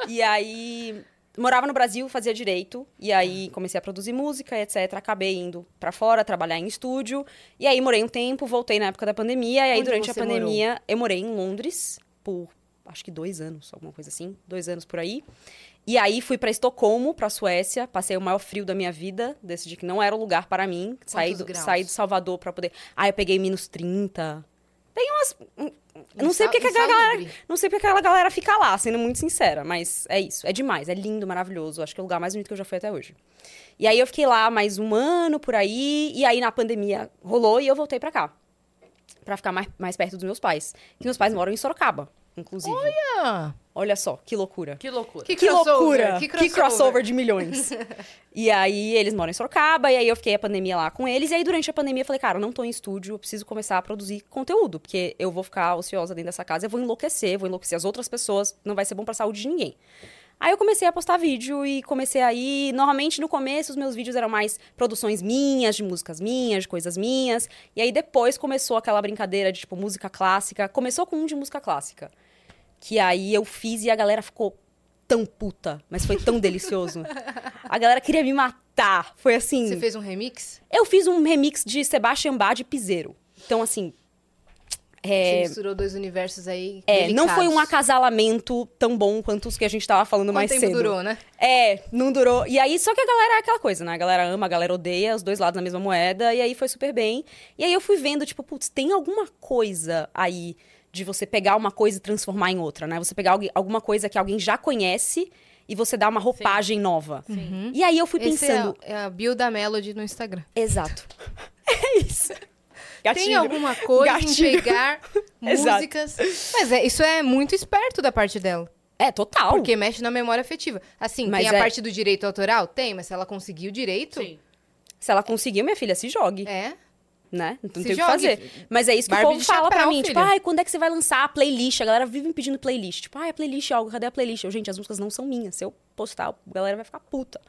Speaker 3: e aí, morava no Brasil, fazia direito. E aí, comecei a produzir música, etc. Acabei indo pra fora, trabalhar em estúdio. E aí, morei um tempo, voltei na época da pandemia. E aí,
Speaker 2: Onde
Speaker 3: durante a
Speaker 2: você
Speaker 3: pandemia, eu morei em Londres por, acho que dois anos, alguma coisa assim. Dois anos por aí. E aí, fui pra Estocolmo, pra Suécia. Passei o maior frio da minha vida. Decidi que não era o lugar para mim. Saí do,
Speaker 2: graus?
Speaker 3: saí de Salvador pra poder... Aí, eu peguei menos 30. Tem umas... hum, Não sei porque que a
Speaker 2: Insa-
Speaker 3: galera
Speaker 2: insalubre.
Speaker 3: não sei porque aquela galera fica lá, sendo muito sincera, mas é isso. É demais, é lindo, maravilhoso. Acho que é o lugar mais bonito que eu já fui até hoje. E aí eu fiquei lá mais um ano por aí, e aí na pandemia rolou e eu voltei pra cá. Pra ficar mais, mais perto dos meus pais. Que meus pais moram em Sorocaba, inclusive. Olha,
Speaker 2: Ah,
Speaker 3: só, que loucura.
Speaker 1: Que loucura.
Speaker 2: Que,
Speaker 3: Que loucura!
Speaker 2: crossover,
Speaker 3: Que crossover, de milhões. e aí eles moram em Sorocaba, e aí eu fiquei a pandemia lá com eles. E aí durante a pandemia eu falei, cara, eu não tô em estúdio, eu preciso começar a produzir conteúdo, porque eu vou ficar ociosa dentro dessa casa, eu vou enlouquecer, vou enlouquecer as outras pessoas, não vai ser bom pra saúde de ninguém. Aí eu comecei a postar vídeo e comecei aí. Normalmente no começo os meus vídeos eram mais produções minhas, de músicas minhas, de coisas minhas. E aí depois começou aquela brincadeira de tipo música clássica. Começou com um de música clássica. Que aí eu fiz e a galera ficou tão puta, mas foi tão delicioso. A galera queria me matar. Foi assim.
Speaker 2: Você fez um remix?
Speaker 3: Eu fiz um remix de Sebastian Bach e Piseiro. Então, assim.
Speaker 2: Você
Speaker 3: É,
Speaker 2: misturou dois universos aí.
Speaker 3: é, não
Speaker 2: delicados.
Speaker 3: foi um acasalamento tão bom quanto os que a gente tava falando
Speaker 2: Quanto
Speaker 3: mais
Speaker 2: tempo
Speaker 3: cedo.
Speaker 2: durou, né?
Speaker 3: É, não durou. E aí, só que a galera é aquela coisa, né? A galera ama, a galera odeia, os dois lados da mesma moeda. E aí foi super bem. E aí eu fui vendo, tipo, putz, tem alguma coisa aí de você pegar uma coisa e transformar em outra, né? Você pegar algu- alguma coisa que alguém já conhece e você dar uma roupagem nova.
Speaker 2: Uhum.
Speaker 3: E aí eu fui
Speaker 2: Esse
Speaker 3: pensando.
Speaker 2: É a, é a bio da Melody no Instagram.
Speaker 3: Exato. é isso.
Speaker 2: Tem
Speaker 3: Gatilho.
Speaker 2: alguma coisa em
Speaker 3: Gatilho.
Speaker 2: pegar
Speaker 3: Exato.
Speaker 2: músicas. Mas é, isso é muito esperto da parte dela.
Speaker 3: É, total.
Speaker 2: Porque mexe na memória afetiva. Assim,
Speaker 3: Mas
Speaker 2: tem a
Speaker 3: é-
Speaker 2: parte do direito autoral? Tem, mas se ela conseguir o direito,
Speaker 1: Sim.
Speaker 3: Se ela conseguiu, minha filha, se jogue,
Speaker 2: é.
Speaker 3: né? Não tem
Speaker 2: Se
Speaker 3: o que
Speaker 2: jogue.
Speaker 3: fazer. Mas é isso que
Speaker 2: Barbie
Speaker 3: o povo
Speaker 2: de
Speaker 3: fala pra
Speaker 2: chapéu,
Speaker 3: mim. Tipo,
Speaker 2: filha.
Speaker 3: ai, quando é que você vai lançar a playlist? A galera vive me pedindo playlist. Tipo, ai, a playlist, algo, cadê a playlist? Eu, gente, as músicas não são minhas. Se eu postar, a galera vai ficar puta.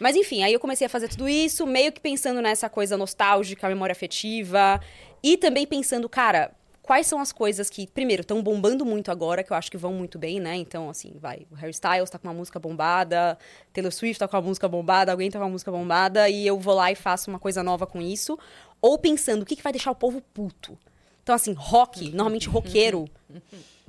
Speaker 3: Mas enfim, aí eu comecei a fazer tudo isso, meio que pensando nessa coisa nostálgica, memória afetiva. E também pensando, cara, quais são as coisas que, primeiro, estão bombando muito agora, que eu acho que vão muito bem, né? Então, assim, vai, o Harry Styles tá com uma música bombada, Taylor Swift tá com uma música bombada, alguém tá com uma música bombada, e eu vou lá e faço uma coisa nova com isso. Ou pensando, o que, que vai deixar o povo puto? Então, assim, rock, normalmente roqueiro,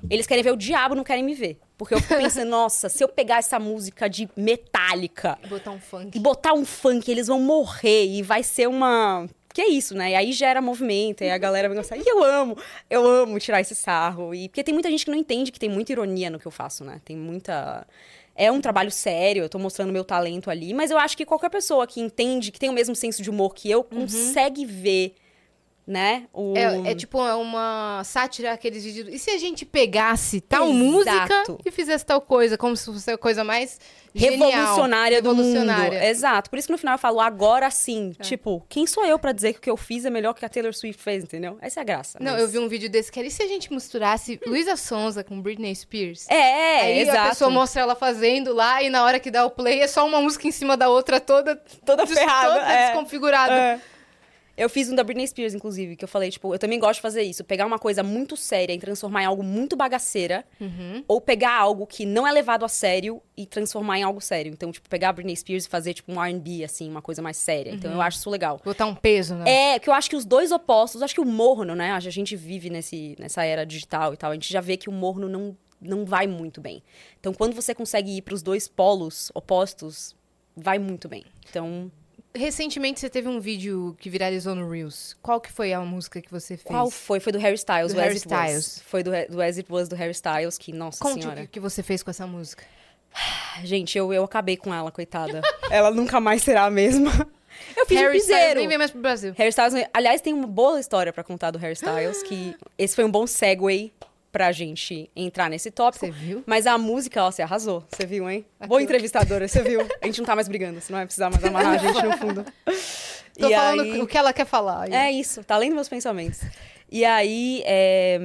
Speaker 3: eles querem ver o diabo, não querem me ver. Porque eu fico pensando, nossa, se eu pegar essa música de metálica
Speaker 2: Botar um funk.
Speaker 3: e botar um funk, eles vão morrer e vai ser uma. Que é isso, né? E aí gera movimento, e a galera vai gostar. E eu amo, eu amo tirar esse sarro. E porque tem muita gente que não entende que tem muita ironia no que eu faço, né? Tem muita. É um trabalho sério, eu tô mostrando meu talento ali, mas eu acho que qualquer pessoa que entende, que tem o mesmo senso de humor que eu, consegue ver, né? O...
Speaker 2: É, é tipo é uma sátira, aqueles vídeos. E se a gente pegasse tal
Speaker 3: Exato.
Speaker 2: música e fizesse tal coisa, como se fosse a coisa mais genial,
Speaker 3: revolucionária do mundo. É
Speaker 2: revolucionária. É.
Speaker 3: Exato. Por isso que no final eu falo, agora sim. Tipo, quem sou eu pra dizer que o que eu fiz é melhor que a Taylor Swift fez, entendeu? Essa é a graça.
Speaker 2: Não,
Speaker 3: mas-
Speaker 2: eu vi um vídeo desse que era. E se a gente misturasse Luísa Sonza com Britney Spears?
Speaker 3: Hum. É,
Speaker 2: um Aí
Speaker 3: exato.
Speaker 2: a pessoa mostra ela fazendo lá e na hora que dá o play é só uma música em cima da outra toda
Speaker 3: toda
Speaker 2: des-
Speaker 3: ferrada.
Speaker 2: toda
Speaker 3: é,
Speaker 2: desconfigurada.
Speaker 3: é. Eu fiz um da Britney Spears, inclusive, que eu falei, tipo, eu também gosto de fazer isso. Pegar uma coisa muito séria e transformar em algo muito bagaceira.
Speaker 2: Uhum.
Speaker 3: Ou pegar algo que não é levado a sério e transformar em algo sério. Então, tipo, pegar a Britney Spears e fazer, tipo, um R&B, assim, uma coisa mais séria. Então,
Speaker 2: Uhum.
Speaker 3: eu acho isso legal.
Speaker 2: Botar um peso, né?
Speaker 3: É, que eu acho que os dois opostos, acho que o morno, né? A gente vive nesse, nessa era digital e tal, a gente já vê que o morno não, não vai muito bem. Então, quando você consegue ir para os dois polos opostos, vai muito bem. Então,
Speaker 2: Recentemente você teve um vídeo que viralizou no Reels. Qual que foi a música que você fez?
Speaker 3: qual foi? Foi do Harry Styles,
Speaker 2: Do
Speaker 3: o As
Speaker 2: Harry
Speaker 3: It Was.
Speaker 2: Styles.
Speaker 3: Foi do, do As It Was do Harry Styles, que, nossa
Speaker 2: Conte o
Speaker 3: senhora.
Speaker 2: que, que você fez com essa música.
Speaker 3: Gente, eu, eu acabei com ela, coitada. ela nunca mais será a mesma. Eu fiz um
Speaker 2: Harry Styles
Speaker 3: piseiro.
Speaker 2: nem vem mais pro Brasil.
Speaker 3: Harry Styles, aliás, tem uma boa história pra contar do Harry Styles, que esse foi um bom segue pra gente entrar nesse tópico.
Speaker 2: Você viu?
Speaker 3: Mas a música, ó, você arrasou, você viu, hein? Boa entrevistadora, você viu? A gente não tá mais brigando, você não vai precisar mais amarrar a gente no fundo.
Speaker 2: Tô
Speaker 3: E
Speaker 2: falando
Speaker 3: aí-
Speaker 2: o que ela quer falar. aí.
Speaker 3: É isso, tá além dos meus pensamentos. E aí, é,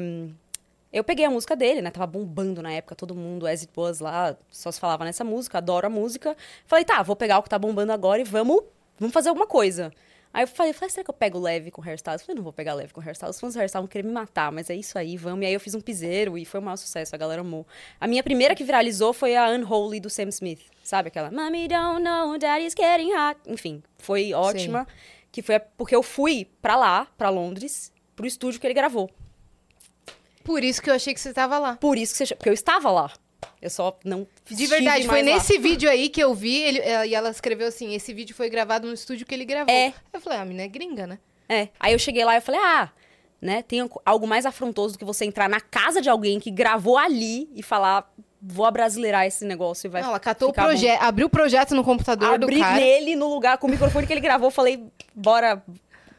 Speaker 3: eu peguei a música dele, né? Tava bombando na época, todo mundo, as it was lá, só se falava nessa música, adoro a música. Falei, tá, vou pegar o que tá bombando agora e vamos, vamos fazer alguma coisa. Aí eu falei, falei, será que eu pego leve com hairstyles? Falei, não vou pegar leve com hairstyles. Os fãs do hairstyles vão querer me matar, mas é isso aí, vamos. E aí eu fiz um piseiro e foi um maior sucesso, a galera amou. A minha primeira que viralizou foi a Unholy do Sam Smith, sabe? Aquela, Mommy don't know, daddy's getting hot. Enfim, foi ótima. Que foi porque eu fui pra lá, pra Londres, pro estúdio que ele gravou.
Speaker 2: Por isso que eu achei que você tava lá.
Speaker 3: Por isso que você. cha- Porque eu estava lá. Eu só não.
Speaker 2: De
Speaker 3: estive
Speaker 2: verdade, foi
Speaker 3: mais lá.
Speaker 2: nesse vídeo aí que eu vi, ele- eh, e ela escreveu assim, esse vídeo foi gravado no estúdio que ele gravou.
Speaker 3: É.
Speaker 2: Eu falei, ah, a mina é gringa, né?
Speaker 3: É. Aí eu cheguei lá e eu falei, ah, né? Tem algo mais afrontoso do que você entrar na casa de alguém que gravou ali e falar, vou abrasileirar esse negócio e vai.
Speaker 2: Não, ela catou Ah, o
Speaker 3: ficar bom."
Speaker 2: projeto, abriu o projeto no computador
Speaker 3: Abri
Speaker 2: do cara.
Speaker 3: nele no lugar com o microfone que ele gravou, falei, bora,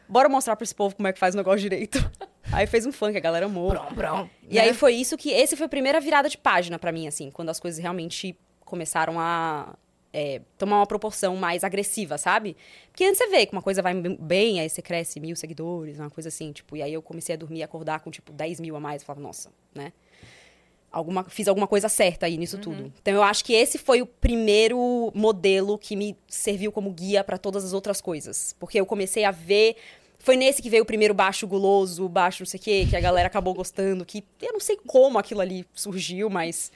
Speaker 3: bora mostrar pra esse povo como é que faz o negócio direito. Aí fez um funk, a galera amou.
Speaker 2: Brom, brom,
Speaker 3: E
Speaker 2: né?
Speaker 3: aí foi isso que. Esse foi a primeira virada de página pra mim, assim, quando as coisas realmente começaram a é, tomar uma proporção mais agressiva, sabe? Porque antes você vê que uma coisa vai bem- bem, aí você cresce mil seguidores, uma coisa assim, tipo, e aí eu comecei a dormir e acordar com, tipo, 10 mil a mais, eu falava, nossa, né? alguma, fiz alguma coisa certa aí nisso tudo. Então eu acho que esse foi o primeiro modelo que me serviu como guia para todas as outras coisas, porque eu comecei a ver foi nesse que veio o primeiro baixo guloso, baixo não sei o quê, que a galera acabou gostando, que eu não sei como aquilo ali surgiu, mas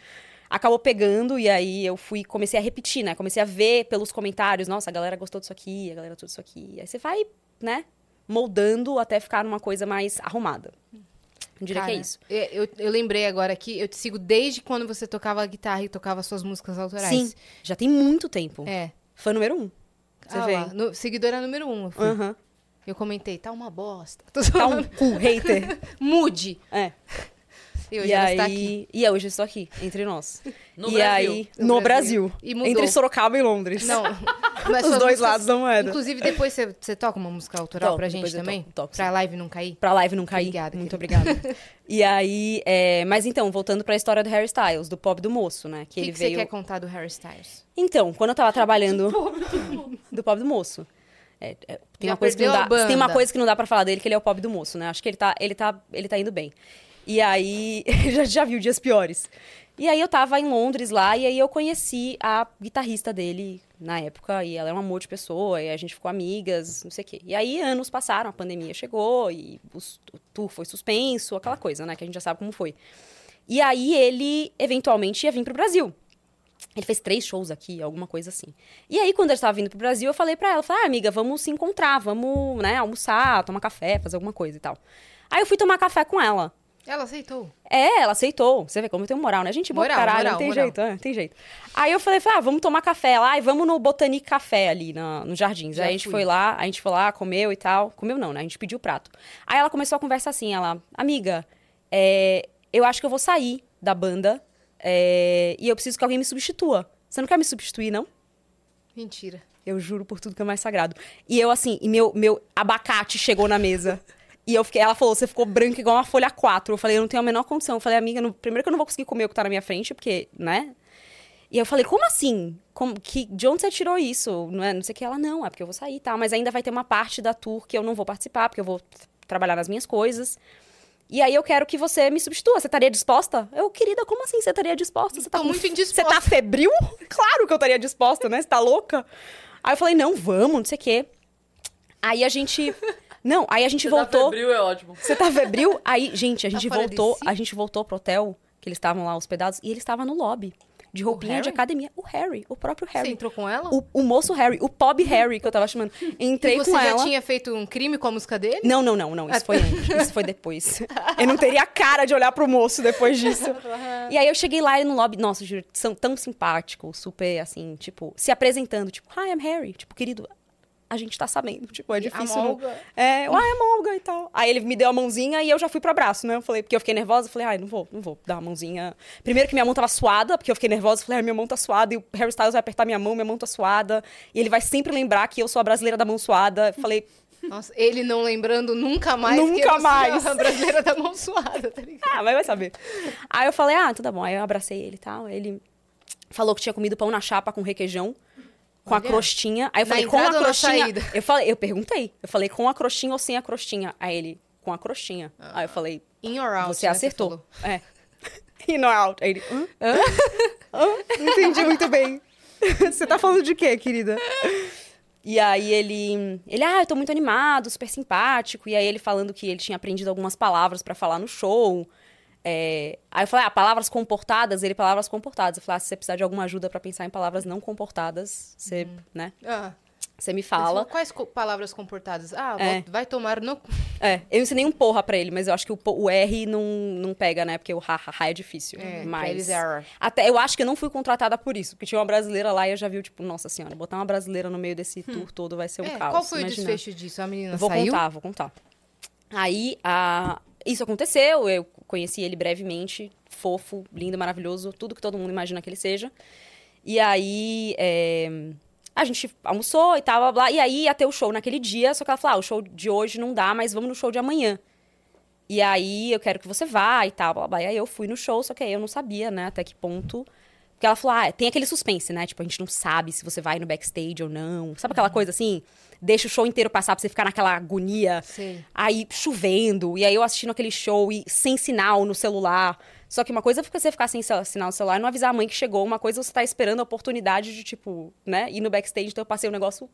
Speaker 3: acabou pegando e aí eu fui comecei a repetir, né? Comecei a ver pelos comentários, nossa, a galera gostou disso aqui, a galera gostou disso aqui. Aí você vai, né, moldando até ficar numa coisa mais arrumada. Eu diria que é
Speaker 2: Cara,
Speaker 3: isso.
Speaker 2: é, Eu, eu lembrei agora aqui, eu te sigo desde quando você tocava guitarra e tocava suas músicas autorais.
Speaker 3: Sim, já tem muito tempo.
Speaker 2: É.
Speaker 3: Fã número um. Você
Speaker 2: Ah
Speaker 3: vê.
Speaker 2: lá, no- seguidora número um. eu fui.
Speaker 3: Aham.
Speaker 2: Eu comentei, tá uma bosta.
Speaker 3: Tá um cu, hater.
Speaker 2: Mude.
Speaker 3: É.
Speaker 2: E hoje
Speaker 3: e
Speaker 2: ela
Speaker 3: aí...
Speaker 2: está tá aqui.
Speaker 3: E é, hoje eu estou aqui, entre nós.
Speaker 1: No
Speaker 3: e
Speaker 1: Brasil.
Speaker 3: aí,
Speaker 2: No
Speaker 3: no,
Speaker 2: Brasil.
Speaker 3: Brasil.
Speaker 2: E mudou.
Speaker 3: Entre Sorocaba e Londres.
Speaker 2: Não. mas
Speaker 3: Os
Speaker 2: suas
Speaker 3: dois
Speaker 2: músicas-
Speaker 3: lados da moeda.
Speaker 2: Inclusive, depois você, você toca uma música autoral
Speaker 3: Toco,
Speaker 2: pra
Speaker 3: depois
Speaker 2: gente
Speaker 3: eu
Speaker 2: também?
Speaker 3: toco, toco,
Speaker 2: pra live não cair?
Speaker 3: Pra live não cair.
Speaker 2: Obrigada,
Speaker 3: Muito obrigada. e aí, é, mas então, voltando pra história do Harry Styles, do pobre do moço, né? Que,
Speaker 2: O que,
Speaker 3: ele
Speaker 2: que
Speaker 3: veio.
Speaker 2: você quer contar do Harry Styles?
Speaker 3: Então, quando eu tava trabalhando. do pobre do moço. É, é, tem,
Speaker 2: Já
Speaker 3: uma coisa que não
Speaker 2: perdeu a
Speaker 3: dá, tem uma
Speaker 2: banda.
Speaker 3: coisa que não dá pra falar dele, que ele é o pobre do moço, né? Acho que ele tá, ele tá, ele tá indo bem. E aí, já, já viu dias piores. E aí eu tava em Londres lá, e aí eu conheci a guitarrista dele na época, e ela era um amor de pessoa, e a gente ficou amigas, não sei o quê. E aí anos passaram, a pandemia chegou, e os- o tour foi suspenso, aquela coisa, né? Que a gente já sabe como foi. E aí ele, eventualmente, ia vir pro Brasil. Ele fez três shows aqui, alguma coisa assim. E aí, quando eu estava vindo pro Brasil, eu falei pra ela, falei, ah, amiga, vamos se encontrar, vamos, né, almoçar, tomar café, fazer alguma coisa e tal. Aí eu fui tomar café com ela.
Speaker 2: Ela aceitou.
Speaker 3: É, ela aceitou. Você vê como eu tenho moral, né? Gente, boa pra
Speaker 2: Moral,
Speaker 3: caralho,
Speaker 2: moral,
Speaker 3: não tem
Speaker 2: moral.
Speaker 3: jeito, é, tem jeito. Aí eu falei, falei, ah, vamos tomar café lá e vamos no Botanic Café ali, na, no Jardins.
Speaker 2: Já
Speaker 3: aí a gente
Speaker 2: fui.
Speaker 3: foi lá, a gente foi lá, comeu e tal. Comeu não, né? A gente pediu o prato. Aí ela começou a conversa assim, ela, amiga, é, eu acho que eu vou sair da banda é, e eu preciso que alguém me substitua. Você não quer me substituir, não?
Speaker 2: Mentira.
Speaker 3: Eu juro por tudo que é mais sagrado. E eu, assim, e meu, meu abacate chegou na mesa. E eu fiquei, ela falou, você ficou branca igual uma folha 4. Eu falei, eu não tenho a menor condição. Eu falei, amiga, não- primeiro que eu não vou conseguir comer o que tá na minha frente, porque, né? E eu falei, como assim? Como, que, de onde você tirou isso? Não, é, não sei o que. Ela, não, é porque eu vou sair, tá? Mas ainda vai ter uma parte da tour que eu não vou participar, porque eu vou t- trabalhar nas minhas coisas. E aí eu quero que você me substitua. Você estaria disposta? Eu, querida, como assim você estaria disposta? Você tá
Speaker 2: Tô
Speaker 3: com
Speaker 2: muito
Speaker 3: você
Speaker 2: indisposta.
Speaker 3: tá febril? Claro que eu estaria disposta, né? Você tá louca? Aí eu falei, não, vamos, não sei o quê. Aí a gente. Não, aí a gente
Speaker 1: Você tá
Speaker 3: voltou.
Speaker 1: febril, é ótimo.
Speaker 3: Você tá febril? Aí, gente, a
Speaker 2: Tá
Speaker 3: gente
Speaker 2: fora de
Speaker 3: voltou.
Speaker 2: si?
Speaker 3: A gente voltou pro hotel que eles estavam lá hospedados e ele estava no lobby. De roupinha de
Speaker 2: Harry?
Speaker 3: academia. O Harry, o próprio
Speaker 2: Você
Speaker 3: Harry.
Speaker 2: entrou com ela?
Speaker 3: É, O, o moço Harry, o pobre Harry que eu tava chamando. Entrei
Speaker 2: e você
Speaker 3: com
Speaker 2: já
Speaker 3: ela.
Speaker 2: tinha feito um crime com a música dele?
Speaker 3: Não, não, não, não.
Speaker 2: Ah,
Speaker 3: Isso foi antes. Isso foi depois. Eu não teria a cara de olhar pro moço depois disso. E aí eu cheguei lá e no lobby, nossa, juro, são tão simpáticos, super assim, tipo, se apresentando, tipo, hi, I'm Harry. Tipo, querido, a gente tá sabendo. Tipo, é difícil. não-
Speaker 2: Olga.
Speaker 3: É, eu, ah, é Molga e tal. Aí ele me deu a mãozinha e eu já fui pro abraço, né? Eu falei, porque eu fiquei nervosa, eu falei, ai, não vou, não vou dar a mãozinha. Primeiro que minha mão tava suada, porque eu fiquei nervosa, eu falei, ai, minha mão tá suada, e o Harry Styles vai apertar minha mão, minha mão tá suada. E ele vai sempre lembrar que eu sou a brasileira da mão suada. Eu falei,
Speaker 2: Nossa, ele não lembrando nunca mais que
Speaker 3: Nunca
Speaker 2: eu sou
Speaker 3: mais.
Speaker 2: a brasileira da mão suada, tá ligado?
Speaker 3: Ah, mas vai saber. Aí eu falei, ah, tudo bom. Aí eu abracei ele e tal. Aí Ele falou que tinha comido pão na chapa com requeijão, com
Speaker 2: Olha.
Speaker 3: a crostinha. Aí eu
Speaker 2: Na
Speaker 3: falei, com
Speaker 2: entrada
Speaker 3: a
Speaker 2: ou na
Speaker 3: crostinha.
Speaker 2: saída?
Speaker 3: Eu falei, eu perguntei. Eu falei, com a crostinha ou sem a crostinha? Aí ele, com a crostinha.
Speaker 2: Ah.
Speaker 3: Aí eu falei,
Speaker 2: In or out,
Speaker 3: você
Speaker 2: né,
Speaker 3: acertou.
Speaker 2: falou.
Speaker 3: é. In or out. Aí ele, hã? Hã? Não entendi muito bem. Você tá falando de quê, querida? E aí ele, ele, ah, eu tô muito animado, super simpático. E aí ele falando que ele tinha aprendido algumas palavras pra falar no show. É, Aí eu falei, ah, palavras comportadas, ele palavras comportadas. Eu falei, ah, se você precisar de alguma ajuda pra pensar em palavras não comportadas, você, né,
Speaker 2: Ah,
Speaker 3: você me
Speaker 2: mas
Speaker 3: fala.
Speaker 2: Quais co- palavras comportadas? Ah,
Speaker 3: É.
Speaker 2: vai tomar no. cu.
Speaker 3: É, eu ensinei um porra pra ele, mas eu acho que o, po- o R não, não pega, né? Porque o ha, ha, ha é difícil.
Speaker 2: É, pra
Speaker 3: mas
Speaker 2: eles é error.
Speaker 3: até eu acho que eu não fui contratada por isso, porque tinha uma brasileira lá e eu já vi tipo, nossa senhora, botar uma brasileira no meio desse tour todo vai ser um
Speaker 2: É,
Speaker 3: caos.
Speaker 2: qual foi
Speaker 3: imagina.
Speaker 2: o desfecho disso? A menina
Speaker 3: Vou
Speaker 2: saiu?
Speaker 3: contar, vou contar. Aí, a- isso aconteceu, eu conheci ele brevemente, fofo, lindo, maravilhoso, tudo que todo mundo imagina que ele seja. E aí, é, a gente almoçou e tal, blá, blá, e aí ia ter o show naquele dia, só que ela falou, ah, o show de hoje não dá, mas vamos no show de amanhã. E aí, eu quero que você vá e tal, blá, blá. E aí eu fui no show, só que aí eu não sabia, né, até que ponto Porque ela falou, ah, tem aquele suspense, né? Tipo, a gente não sabe se você vai no backstage ou não. Sabe aquela coisa assim? Deixa o show inteiro passar pra você ficar naquela agonia.
Speaker 2: Sei.
Speaker 3: Aí chovendo, e aí eu assistindo aquele show e sem sinal no celular. Só que uma coisa é você ficar sem cel- sinal no celular e não avisar a mãe que chegou. Uma coisa é você tá esperando a oportunidade de, tipo, né? Ir no backstage. Então eu passei o negócio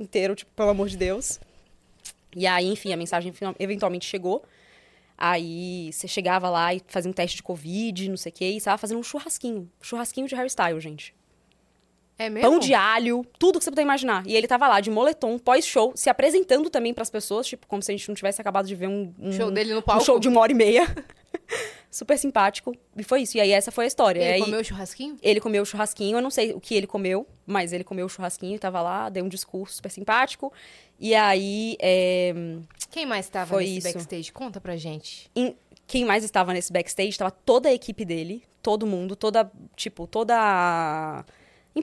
Speaker 3: inteiro, tipo, pelo amor de Deus. E aí, enfim, a mensagem final- eventualmente chegou. Aí você chegava lá e fazia um teste de Covid, não sei o quê, e você tava fazendo um churrasquinho. Churrasquinho de hairstyle, gente.
Speaker 2: É mesmo?
Speaker 3: Pão de alho, tudo que você puder imaginar. E ele tava lá de moletom, pós-show, se apresentando também pras pessoas, tipo, como se a gente não tivesse acabado de ver um, um-
Speaker 2: Show dele no
Speaker 3: um
Speaker 2: palco.
Speaker 3: show de uma hora e meia. Super simpático. E foi isso. E aí essa foi a história. E
Speaker 2: Ele
Speaker 3: aí,
Speaker 2: comeu o churrasquinho?
Speaker 3: ele comeu o churrasquinho, eu não sei o que ele comeu, mas ele comeu o churrasquinho, tava lá, deu um discurso super simpático. E aí, é,
Speaker 2: Quem mais tava
Speaker 3: Foi
Speaker 2: nesse
Speaker 3: isso.
Speaker 2: backstage? Conta pra gente.
Speaker 3: em- quem mais estava nesse backstage, tava toda a equipe dele, todo mundo, toda, tipo, toda a-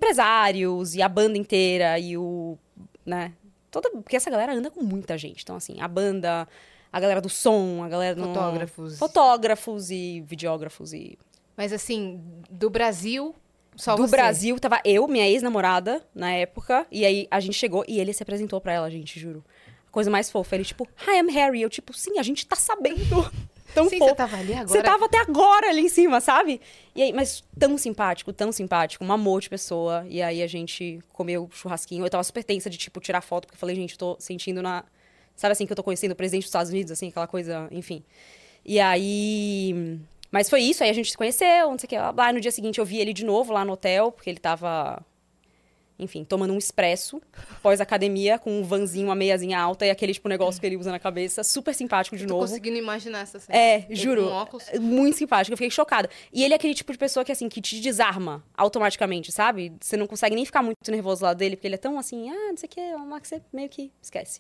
Speaker 3: empresários e a banda inteira e o, né, toda, porque essa galera anda com muita gente, então assim, a banda, a galera do som, a galera do...
Speaker 2: Fotógrafos.
Speaker 3: Fotógrafos e videógrafos e
Speaker 2: Mas assim, do Brasil, só
Speaker 3: do
Speaker 2: você.
Speaker 3: Brasil, tava eu, minha ex-namorada, na época, e aí a gente chegou e ele se apresentou pra ela, gente, juro. A coisa mais fofa, ele tipo, hi, I'm Harry. Eu tipo, sim, a gente tá sabendo. Tão
Speaker 2: Sim,
Speaker 3: fofo.
Speaker 2: você tava ali agora.
Speaker 3: Você tava até agora ali em cima, sabe? E aí, mas tão simpático, tão simpático, um amor de pessoa. E aí a gente comeu churrasquinho. Eu tava super tensa de, tipo, tirar foto, porque eu falei, gente, eu tô sentindo na. Sabe assim, que eu tô conhecendo o presidente dos Estados Unidos, assim, aquela coisa, enfim. E aí. Mas foi isso, aí a gente se conheceu, não sei o que. Blá, blá. No dia seguinte eu vi ele de novo lá no hotel, porque ele tava. Enfim, tomando um expresso pós-academia, com um vanzinho, uma meiazinha alta e aquele, tipo, negócio que ele usa na cabeça. Super simpático de
Speaker 2: Tô
Speaker 3: novo.
Speaker 2: conseguindo imaginar essa cena.
Speaker 3: É,
Speaker 2: Ele
Speaker 3: juro.
Speaker 2: Com óculos.
Speaker 3: Muito simpático, eu fiquei chocada. E ele é aquele tipo de pessoa que, assim, que te desarma automaticamente, sabe? Você não consegue nem ficar muito nervoso lá dele, porque ele é tão assim, ah, não sei o que, é uma que você meio que esquece.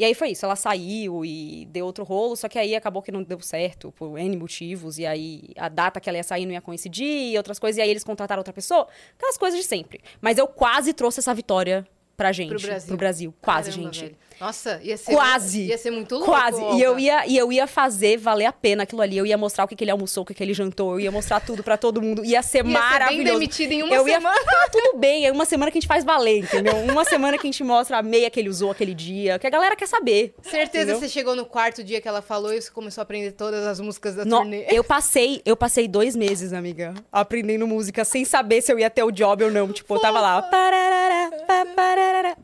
Speaker 3: E aí foi isso, ela saiu e deu outro rolo, só que aí acabou que não deu certo, por N motivos, e aí a data que ela ia sair não ia coincidir, e outras coisas, e aí eles contrataram outra pessoa, aquelas coisas de sempre. Mas eu quase trouxe essa vitória pra gente,
Speaker 2: Brasil.
Speaker 3: Quase,
Speaker 2: Caramba,
Speaker 3: gente.
Speaker 2: velho. Nossa, ia ser.
Speaker 3: Quase.
Speaker 2: Ia ser muito louco.
Speaker 3: Quase. E eu,
Speaker 2: Olga.
Speaker 3: ia, e eu ia fazer valer a pena aquilo ali. Eu ia mostrar o que, que ele almoçou, o que, que ele jantou. Eu ia mostrar tudo pra todo mundo. Ia ser
Speaker 2: Ia Ser bem
Speaker 3: maravilhoso.
Speaker 2: demitida em uma
Speaker 3: eu ia
Speaker 2: semana.
Speaker 3: ficar tudo bem. É uma semana que a gente faz valer, entendeu? Uma semana que a gente mostra a meia que ele usou aquele dia. Que a galera quer saber.
Speaker 2: Certeza
Speaker 3: entendeu?
Speaker 2: você chegou no quarto dia que ela falou e você começou a aprender todas as músicas da
Speaker 3: No-
Speaker 2: turnê.
Speaker 3: eu passei, eu passei dois meses, amiga, aprendendo música sem saber se eu ia ter o job ou não. Tipo, eu tava lá. pararara, pa, pararara.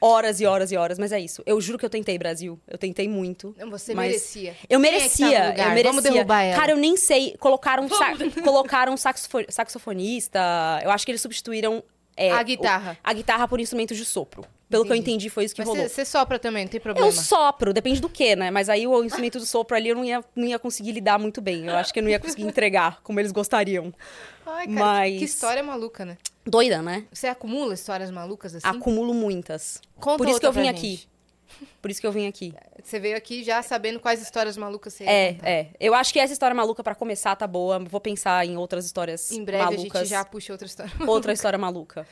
Speaker 3: Horas e horas e horas, mas é isso. Eu juro que eu tentei, Brasil. Eu tentei muito.
Speaker 2: Não, Você
Speaker 3: mas-
Speaker 2: merecia.
Speaker 3: Eu
Speaker 2: Quem é que
Speaker 3: merecia,
Speaker 2: tava no lugar?
Speaker 3: eu merecia.
Speaker 2: Vamos derrubar ela.
Speaker 3: Cara, eu nem sei. Colocaram, um sa- colocaram um saxofo- saxofonista. Eu acho que eles substituíram. é,
Speaker 2: A guitarra.
Speaker 3: o- a guitarra por instrumento de sopro. Pelo que eu
Speaker 2: Entendi.
Speaker 3: entendi, foi isso que
Speaker 2: Mas
Speaker 3: rolou.
Speaker 2: você- você sopra também, não tem problema.
Speaker 3: Eu sopro, depende do que, né? Mas aí o instrumento do sopro ali eu não ia, não ia conseguir lidar muito bem. Eu acho que eu não ia conseguir entregar como eles gostariam.
Speaker 2: Ai, cara,
Speaker 3: Mas-
Speaker 2: que história maluca, né?
Speaker 3: Doida, né?
Speaker 2: Você acumula histórias malucas assim?
Speaker 3: Acumulo muitas.
Speaker 2: Conta
Speaker 3: Por isso que eu
Speaker 2: outra
Speaker 3: vim
Speaker 2: pra
Speaker 3: aqui.
Speaker 2: gente.
Speaker 3: Por isso que eu vim aqui.
Speaker 2: Você veio aqui já sabendo quais histórias malucas você ia
Speaker 3: É,
Speaker 2: contar.
Speaker 3: é. Eu acho que essa história maluca pra começar tá boa. Vou pensar em outras histórias
Speaker 2: Em breve
Speaker 3: malucas.
Speaker 2: a gente já puxa outra história.
Speaker 3: Outra história maluca.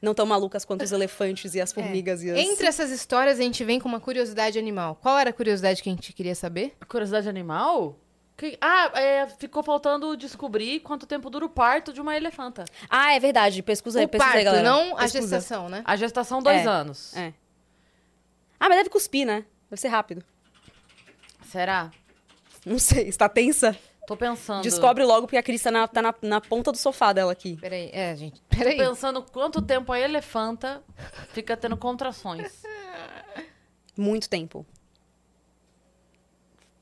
Speaker 3: Não tão malucas quanto os elefantes e as formigas e as...
Speaker 2: É. Entre essas histórias, a gente vem com uma curiosidade animal. Qual era a curiosidade que a gente queria saber?
Speaker 1: Curiosidade animal? Que- Ah, é, ficou faltando descobrir quanto tempo dura o parto de uma elefanta.
Speaker 3: Ah, é verdade. Pesquisa aí,
Speaker 2: o
Speaker 3: pesquisa
Speaker 2: parto,
Speaker 3: aí, galera.
Speaker 2: não a
Speaker 3: Pesquisa.
Speaker 2: gestação, né?
Speaker 1: A gestação, dois
Speaker 3: É.
Speaker 1: anos.
Speaker 3: É. Ah, mas deve cuspir, né? Deve ser rápido.
Speaker 1: Será?
Speaker 3: Não sei, está tensa?
Speaker 1: Tô pensando.
Speaker 3: Descobre logo, porque a Cris tá, na, tá na, na ponta do sofá dela aqui.
Speaker 2: Peraí, é, gente,
Speaker 1: Tô
Speaker 2: peraí.
Speaker 1: pensando quanto tempo a elefanta fica tendo contrações.
Speaker 3: Muito tempo.